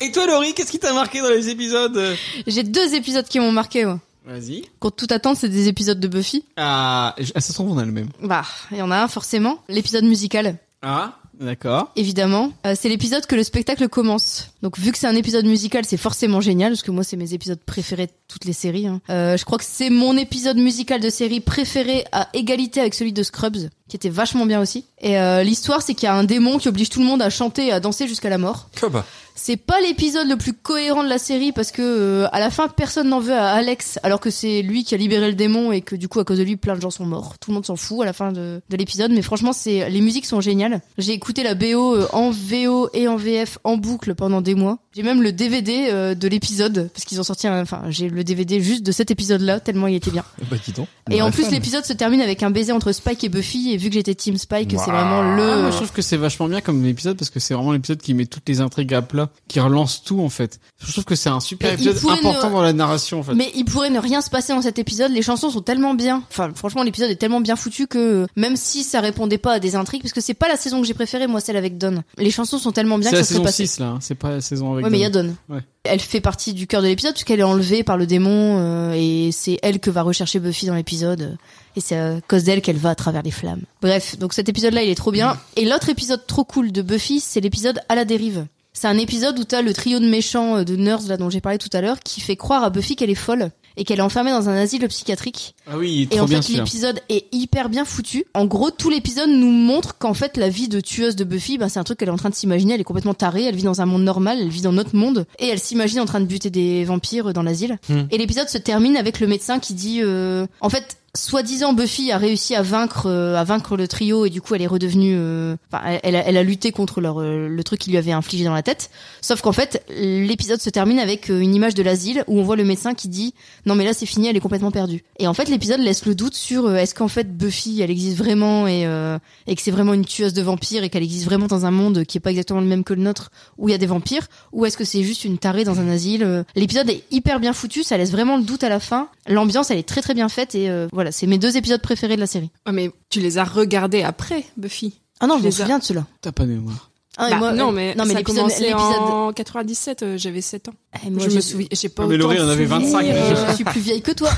Speaker 2: Et toi, Laurie, qu'est-ce qui t'a marqué dans les épisodes
Speaker 5: J'ai deux épisodes qui m'ont marqué. ouais.
Speaker 2: Vas-y.
Speaker 5: Contre toute attente, c'est des épisodes de Buffy.
Speaker 2: Ah, je- ah, ça se trouve, on a le même.
Speaker 5: Bah, il y en a un forcément. L'épisode musical,
Speaker 2: Ah, d'accord.
Speaker 5: évidemment. Euh, c'est l'épisode que le spectacle commence. Donc vu que c'est un épisode musical, c'est forcément génial, parce que moi c'est mes épisodes préférés de toutes les séries. hein. Euh, je crois que c'est mon épisode musical de série préféré à égalité avec celui de Scrubs, qui était vachement bien aussi. Et euh, l'histoire, c'est qu'il y a un démon qui oblige tout le monde à chanter et à danser jusqu'à la mort.
Speaker 4: Comme. Bah,
Speaker 5: C'est pas l'épisode le plus cohérent de la série parce que euh, à la fin personne n'en veut à Alex alors que c'est lui qui a libéré le démon et que du coup à cause de lui plein de gens sont morts. Tout le monde s'en fout à la fin de, de l'épisode mais franchement c'est les musiques sont géniales. J'ai écouté la BO euh, en VO et en VF en boucle pendant des mois. J'ai même le DVD euh, de l'épisode parce qu'ils ont sorti. un- Enfin, j'ai le DVD juste de cet épisode-là tellement il était bien.
Speaker 4: Bah, dis donc.
Speaker 5: Et en
Speaker 4: Ouais.
Speaker 5: plus, l'épisode se termine avec un baiser entre Spike et Buffy. Et vu que j'étais Team Spike, c'est
Speaker 4: Waouh.
Speaker 5: vraiment
Speaker 2: Ah,
Speaker 5: le.
Speaker 2: moi, je trouve que c'est vachement bien comme épisode parce que c'est vraiment l'épisode qui met toutes les intrigues à plat, qui relance tout en fait. Je trouve que c'est un super
Speaker 5: Mais il
Speaker 2: épisode
Speaker 5: pourrait
Speaker 2: important
Speaker 5: ne-
Speaker 2: dans la narration en fait.
Speaker 5: Mais il pourrait ne rien se passer dans cet épisode. Les chansons sont tellement bien. Enfin, franchement, l'épisode est tellement bien foutu que euh, même si ça répondait pas à des intrigues, parce que c'est pas la saison que j'ai préférée, moi, celle avec Dawn. Les chansons sont tellement bien
Speaker 2: C'est
Speaker 5: que
Speaker 2: la
Speaker 5: ça serait
Speaker 2: saison
Speaker 5: passé.
Speaker 2: 6 là, hein. c'est pas la saison avec.
Speaker 5: Ouais, mais il y a
Speaker 2: Dawn.
Speaker 5: Dawn.
Speaker 2: Ouais.
Speaker 5: Elle fait partie du cœur de l'épisode puisqu'elle est enlevée par le démon euh, et c'est elle que va rechercher Buffy dans l'épisode. euh, Et c'est à cause d'elle qu'elle va à travers les flammes. Bref, donc cet épisode-là, il est trop bien. Et l'autre épisode trop cool de Buffy, c'est l'épisode à la dérive. C'est un épisode où t'as le trio de méchants euh, de Nurse là dont j'ai parlé tout à l'heure qui fait croire à Buffy qu'elle est folle et qu'elle est enfermée dans un asile psychiatrique.
Speaker 2: Ah oui, il est
Speaker 5: Et
Speaker 2: trop
Speaker 5: en
Speaker 2: bien
Speaker 5: fait,
Speaker 2: celui-là.
Speaker 5: l'épisode est hyper bien foutu. En gros, tout l'épisode nous montre qu'en fait, la vie de tueuse de Buffy, ben, c'est un truc qu'elle est en train de s'imaginer. Elle est complètement tarée. Elle vit dans un monde normal. Elle vit dans notre monde. Et elle s'imagine en train de buter des vampires euh, dans l'asile.
Speaker 2: Hmm.
Speaker 5: Et l'épisode se termine avec le médecin qui dit, euh, en fait, soi-disant Buffy a réussi à vaincre, euh, à vaincre le trio et du coup, elle est redevenue, euh, enfin, elle- elle, a- elle a lutté contre leur, euh, le truc qui lui avait infligé dans la tête. Sauf qu'en fait, l'épisode se termine avec euh, une image de l'asile où on voit le médecin qui dit non mais là c'est fini, elle est complètement perdue. Et en fait, l'épisode laisse le doute sur euh, est-ce qu'en fait Buffy elle existe vraiment et, euh, et que c'est vraiment une tueuse de vampires et qu'elle existe vraiment dans un monde qui est pas exactement le même que le nôtre où il y a des vampires ou est-ce que c'est juste une tarée dans un asile. euh. L'épisode est hyper bien foutu, ça laisse vraiment le doute à la fin. L'ambiance elle est très très bien faite et euh, voilà, c'est mes deux épisodes préférés de la série.
Speaker 3: Ouais, mais tu les as regardés après, Buffy.
Speaker 5: Ah non,
Speaker 3: Tu
Speaker 5: je me
Speaker 3: les as-
Speaker 5: souviens de cela.
Speaker 2: T'as pas de mémoire.
Speaker 5: Ah, et
Speaker 3: Bah,
Speaker 5: moi,
Speaker 3: non,
Speaker 5: euh,
Speaker 3: mais,
Speaker 5: non mais
Speaker 3: ça a
Speaker 5: l'épisode
Speaker 3: commencé
Speaker 5: l'épisode-
Speaker 3: en 97, euh, j'avais 7 ans.
Speaker 5: Eh, moi,
Speaker 3: je
Speaker 5: j'ai-
Speaker 3: me souviens, j'ai pas
Speaker 2: Ah, mais
Speaker 3: autant
Speaker 2: Laurie,
Speaker 3: de
Speaker 2: on avait 25.
Speaker 3: souvenirs,
Speaker 5: Euh,
Speaker 3: euh,
Speaker 5: je suis plus vieille que toi.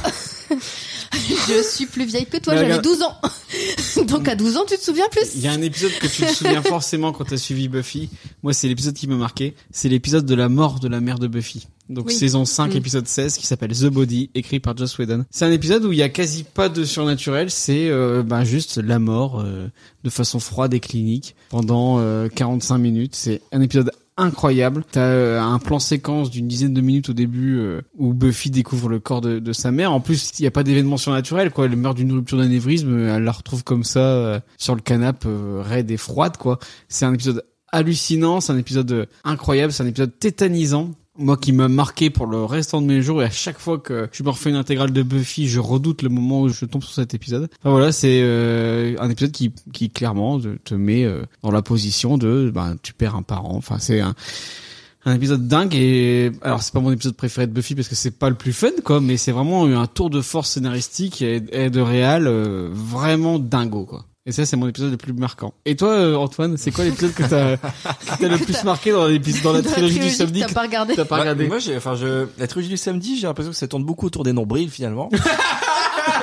Speaker 5: je suis plus vieille que toi,
Speaker 2: Mais
Speaker 5: j'avais
Speaker 2: regarde-
Speaker 5: 12 ans. Donc à 12 ans, tu te souviens plus
Speaker 2: Il y a un épisode que tu te souviens forcément quand t'as suivi Buffy. Moi, c'est l'épisode qui m'a marqué. C'est l'épisode de la mort de la mère de Buffy. Donc
Speaker 3: Oui.
Speaker 2: saison 5,
Speaker 3: Mm.
Speaker 2: épisode 16, qui s'appelle The Body, écrit par Joss Whedon. C'est un épisode où il y a quasi pas de surnaturel. C'est euh, ben, juste la mort euh, de façon froide et clinique pendant euh, 45 minutes. C'est un épisode incroyable. T'as euh, un plan séquence d'une dizaine de minutes au début euh, où Buffy découvre le corps de, de sa mère. En plus, il n'y a pas d'événement surnaturel, quoi. Elle meurt d'une rupture d'anévrisme. Elle la retrouve comme ça euh, sur le canapé, euh, raide et froide, quoi. C'est un épisode hallucinant, c'est un épisode euh, incroyable, c'est un épisode tétanisant. Moi qui m'a marqué pour le restant de mes jours et à chaque fois que je me refais une intégrale de Buffy, je redoute le moment où je tombe sur cet épisode. Enfin voilà, c'est euh, un épisode qui, qui clairement te, te met euh, dans la position de ben tu perds un parent. Enfin c'est un un épisode dingue et alors c'est pas mon épisode préféré de Buffy parce que c'est pas le plus fun quoi, mais c'est vraiment un tour de force scénaristique et, et de réal euh, vraiment dingo quoi. Et ça c'est mon épisode le plus marquant. Et toi euh, Antoine, c'est quoi l'épisode que t'as que t'as le plus marqué dans l'épisode dans la
Speaker 5: Dans
Speaker 2: trilogie du samedi
Speaker 5: T'as
Speaker 2: que
Speaker 5: pas regardé
Speaker 2: t'as pas
Speaker 4: Bah,
Speaker 2: regardé
Speaker 4: Moi, j'ai, enfin, je, la trilogie du samedi, j'ai l'impression que ça tourne beaucoup autour des nombrils finalement.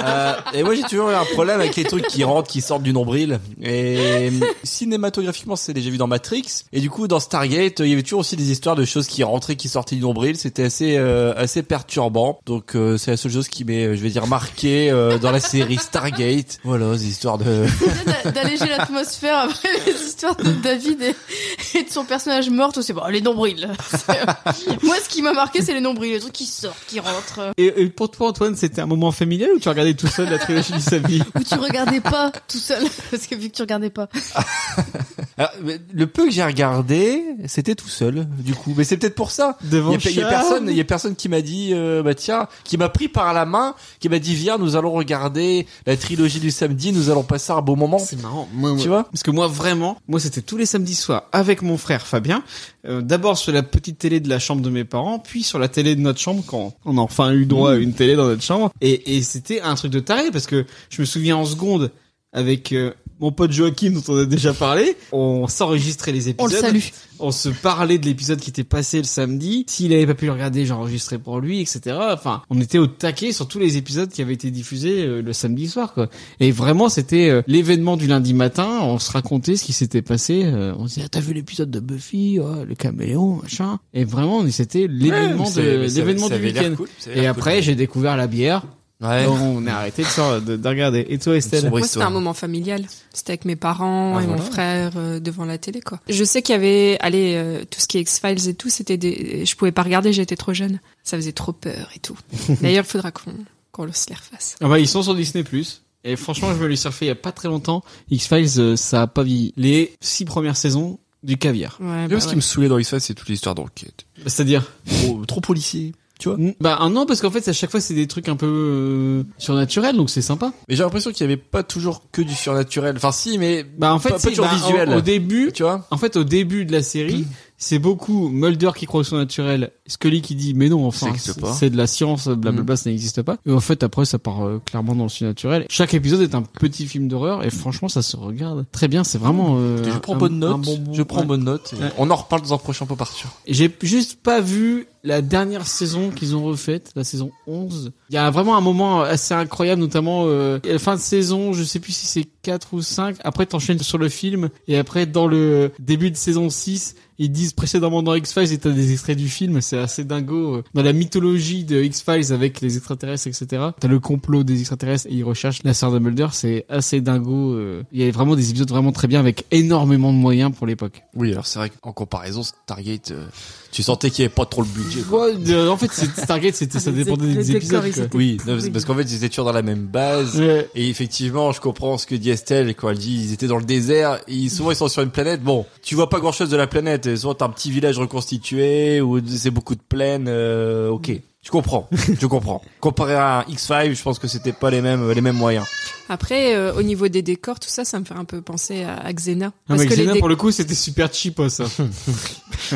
Speaker 4: Euh, et moi, j'ai toujours eu un problème avec les trucs qui rentrent, qui sortent du nombril. Et euh, cinématographiquement, c'est déjà vu dans Matrix. Et du coup, dans Stargate, il y avait toujours aussi des histoires de choses qui rentraient, qui sortaient du nombril. C'était assez, euh, assez perturbant. Donc, euh, c'est la seule chose qui m'est, euh, je vais dire, marquée euh, dans la série Stargate. Voilà, des histoires de.
Speaker 5: D'a- D'alléger l'atmosphère après les histoires de David et, et de son personnage mort, c'est bon, les nombrils. C'est- Moi, ce qui m'a marqué, c'est les nombrils, les trucs qui sortent, qui rentrent.
Speaker 2: Et, et pour toi, Antoine, c'était un moment familial ou tu regardais tout seul la trilogie du samedi
Speaker 5: Où tu regardais pas tout seul, parce que vu que tu regardais pas.
Speaker 4: Alors, Ah, mais le peu que j'ai regardé, c'était tout seul. Du coup, mais c'est peut-être pour ça.
Speaker 2: devant
Speaker 4: Il y a, pe- il y a
Speaker 2: Charles
Speaker 4: personne, il y a personne qui m'a dit, euh, bah tiens, qui m'a pris par la main, qui m'a dit viens, nous allons regarder la trilogie du samedi, nous allons passer un beau moment.
Speaker 2: C'est marrant. Moi,
Speaker 4: Tu
Speaker 2: moi-
Speaker 4: vois
Speaker 2: Parce que moi, vraiment, moi, c'était tous les samedis soirs avec mon frère Fabien. Euh, D'abord sur la petite télé de la chambre de mes parents, puis sur la télé de notre chambre quand on a enfin eu droit à
Speaker 4: Mm.
Speaker 2: une télé dans notre chambre. Et, et c'était un truc de taré parce que je me souviens en seconde avec euh, mon pote Joachim dont on a déjà parlé, on s'enregistrait les
Speaker 5: On
Speaker 2: épisodes.
Speaker 5: le salue.
Speaker 2: on se parlait de l'épisode qui était passé le samedi. S'il avait pas pu le regarder, j'enregistrais pour lui, etc. Enfin, on était au taquet sur tous les épisodes qui avaient été diffusés euh, le samedi soir, quoi. Et vraiment, c'était euh, l'événement du lundi matin. On se racontait ce qui s'était passé. euh, on se disait, ah, t'as vu l'épisode de Buffy, oh, le caméléon, machin. Et vraiment, c'était l'événement
Speaker 4: Ouais, mais
Speaker 2: de
Speaker 4: ça-
Speaker 2: l'événement
Speaker 4: ça
Speaker 2: du
Speaker 4: avait l'air
Speaker 2: week-end.
Speaker 4: cool, ça avait
Speaker 2: Et
Speaker 4: l'air cool.
Speaker 2: après, j'ai découvert la bière.
Speaker 4: Ouais.
Speaker 2: Donc, on a arrêté de, s'en- de, de regarder. Et toi,
Speaker 4: Une
Speaker 2: Estelle
Speaker 4: sombre
Speaker 3: Moi, c'était
Speaker 4: histoire.
Speaker 3: un moment familial. C'était avec mes parents
Speaker 4: Ah,
Speaker 3: et mon
Speaker 4: voilà.
Speaker 3: frère euh, devant la télé, quoi. Je sais qu'il y avait, allez, euh, tout ce qui est X-Files et tout, c'était des, je pouvais pas regarder, j'étais trop jeune. Ça faisait trop peur et tout. D'ailleurs, il faudra qu'on, qu'on se les refasse.
Speaker 2: Ah bah ils sont sur Disney Plus. euh, Et franchement, je me les surfer il y a pas très longtemps. X Files, ça a pas vieilli. Les six premières saisons, Du caviar.
Speaker 3: Ouais,
Speaker 4: Moi,
Speaker 3: bah
Speaker 4: ce
Speaker 3: ouais.
Speaker 4: qui me saoulait dans X-Files, c'est toute l'histoire d'enquête.
Speaker 2: C'est-à-dire
Speaker 4: Trop, trop policier, tu vois.
Speaker 2: Mm. Bah ah non, parce qu'en fait, à chaque fois, c'est des trucs un peu euh, surnaturels, donc c'est sympa.
Speaker 4: Mais j'ai l'impression qu'il n'y avait pas toujours que du surnaturel. Enfin, si, mais
Speaker 2: Bah en fait,
Speaker 4: Pas- pas
Speaker 2: si,
Speaker 4: toujours
Speaker 2: bah,
Speaker 4: visuel. Hmm.
Speaker 2: Au, au début,
Speaker 4: tu vois.
Speaker 2: en fait, au début de la série, c'est beaucoup Mulder qui croit au surnaturel, Scully qui dit mais non,
Speaker 4: Ça
Speaker 2: enfin,
Speaker 4: existe
Speaker 2: c'est
Speaker 4: pas. Hmm.
Speaker 2: c'est de la science, blablabla, ça n'existe pas. Et en fait, après, ça part euh, clairement dans le surnaturel. Chaque épisode est un petit film d'horreur, et franchement, ça se regarde très bien. C'est vraiment. euh,
Speaker 4: Hmm. je prends
Speaker 2: un-
Speaker 4: bonne
Speaker 2: un
Speaker 4: note.
Speaker 2: bon bout.
Speaker 4: je prends
Speaker 2: Ouais.
Speaker 4: bonne note. et
Speaker 2: Ouais.
Speaker 4: On en reparle dans un prochain pot partir.
Speaker 2: J'ai juste pas vu la dernière saison qu'ils ont refaite, la saison 11. Il y a vraiment un moment assez incroyable, notamment euh, fin de saison, je sais plus si c'est 4 ou 5. Après, t'enchaînes sur le film. Et après, dans le début de saison 6, ils disent précédemment dans X-Files, et t'as des extraits du film. C'est assez dingo. euh, Dans la mythologie de X-Files avec les extraterrestres, etc. T'as le complot des extraterrestres et ils recherchent la sœur de Mulder. C'est assez dingo. euh. Il y a vraiment des épisodes vraiment très bien avec énormément de moyens pour l'époque.
Speaker 4: Oui, alors c'est vrai qu'en comparaison, Stargate, euh, tu sentais qu'il n'y avait pas trop le budget. quoi.
Speaker 2: Ouais, euh, en fait, c'est- Stargate, c'était, ça
Speaker 9: Les
Speaker 2: dépendait
Speaker 9: é-
Speaker 2: des,
Speaker 9: les décors,
Speaker 2: épisodes.
Speaker 9: ils
Speaker 2: quoi.
Speaker 9: étaient-
Speaker 4: Oui, non, parce qu'en fait, ils étaient toujours dans la même base.
Speaker 2: Ouais.
Speaker 4: Et effectivement, je comprends ce que dit Estelle quand elle dit ils étaient dans le désert. Et ils- souvent, ils sont sur une planète. Bon, tu vois pas grand-chose de la planète. Et Souvent, t'as un petit village reconstitué ou c'est beaucoup de plaines. euh, ok, je comprends. Je comprends. Comparé à X5, je pense que c'était pas les mêmes les mêmes moyens.
Speaker 3: Après, euh, au niveau des décors, tout ça, ça me fait un peu penser à, à Xena.
Speaker 2: Non,
Speaker 3: Parce
Speaker 2: mais
Speaker 3: que les
Speaker 2: Xena,
Speaker 3: déc-
Speaker 2: pour le coup, c'était super cheap, hein, ça.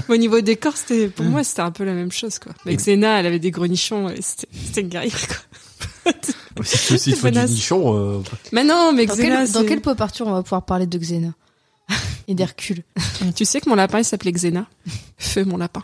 Speaker 3: au niveau des décors, c'était pour moi, c'était un peu la même chose. Quoi. Mais Xena, elle avait des grenichons, et c'était c'était une guerrière. Quoi.
Speaker 4: Si
Speaker 3: te faut du Menace.
Speaker 4: nichon, euh,
Speaker 3: Mais non, mais
Speaker 5: Dans
Speaker 3: Xena,
Speaker 5: quel, dans
Speaker 3: c'est-
Speaker 5: quel pot partout on va pouvoir parler de Xena Et d'Hercule.
Speaker 3: tu sais que mon lapin, il s'appelait Xena. Feu, mon lapin.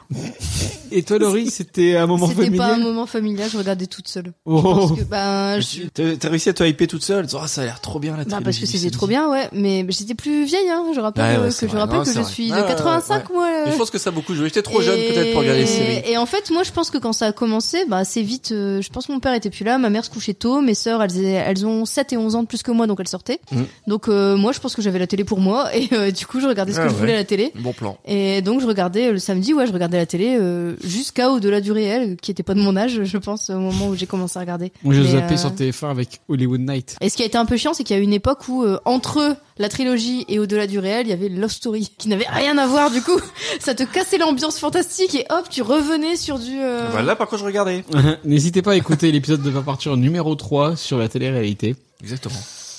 Speaker 2: Et toi, Laurie, c'était un moment
Speaker 5: C'était
Speaker 2: familier
Speaker 5: pas un moment familial, je regardais toute seule.
Speaker 2: Oh.
Speaker 5: Parce que, ben, je-
Speaker 4: t'as réussi à te hyper toute seule. Oh, ça a l'air trop bien la
Speaker 5: Bah,
Speaker 4: trilogie
Speaker 5: parce que
Speaker 4: du
Speaker 5: c'était
Speaker 4: samedi.
Speaker 5: trop bien, ouais, mais j'étais plus vieille, hein. Je rappelle
Speaker 4: Ouais, ouais,
Speaker 5: euh,
Speaker 4: c'est
Speaker 5: que je
Speaker 4: vrai.
Speaker 5: rappelle
Speaker 4: Non,
Speaker 5: que
Speaker 4: c'est
Speaker 5: je
Speaker 4: vrai.
Speaker 5: suis
Speaker 4: Ouais,
Speaker 5: de
Speaker 4: ouais,
Speaker 5: 85, moi. euh,
Speaker 4: Mais je pense que ça a beaucoup joué. J'étais trop jeune peut-être pour regarder les séries.
Speaker 5: Et en fait, moi, je pense que quand ça a commencé, bah, assez vite, euh, je pense que mon père était plus là, ma mère se couchait tôt, mes sœurs, elles, elles ont 7 et 11 ans de plus que moi, donc elles sortaient.
Speaker 4: Mm.
Speaker 5: Donc, euh, moi, je pense que j'avais la télé pour moi, et euh, du coup, je regardais ce
Speaker 4: Ah
Speaker 5: que je
Speaker 4: ouais.
Speaker 5: voulais à la télé.
Speaker 4: Bon plan.
Speaker 5: Et donc je regardais euh, le samedi, ouais, je regardais la télé euh, jusqu'à au-delà du réel, qui était pas de mon âge, je pense, au moment où j'ai commencé à regarder.
Speaker 2: Moi, j'ai
Speaker 5: Mais,
Speaker 2: zappé
Speaker 5: euh,
Speaker 2: sur TF1 avec Hollywood Night.
Speaker 5: Et ce qui a été un peu chiant, c'est qu'il y a eu une époque où euh, entre la trilogie et au-delà du réel, il y avait Love Story, qui n'avait rien à voir du coup. Ça te cassait l'ambiance fantastique et hop, tu revenais sur du. euh,
Speaker 4: Bah, là, par contre, je regardais.
Speaker 2: N'hésitez pas à écouter l'épisode de Pas Partir numéro 3 sur la télé-réalité.
Speaker 4: Exactement.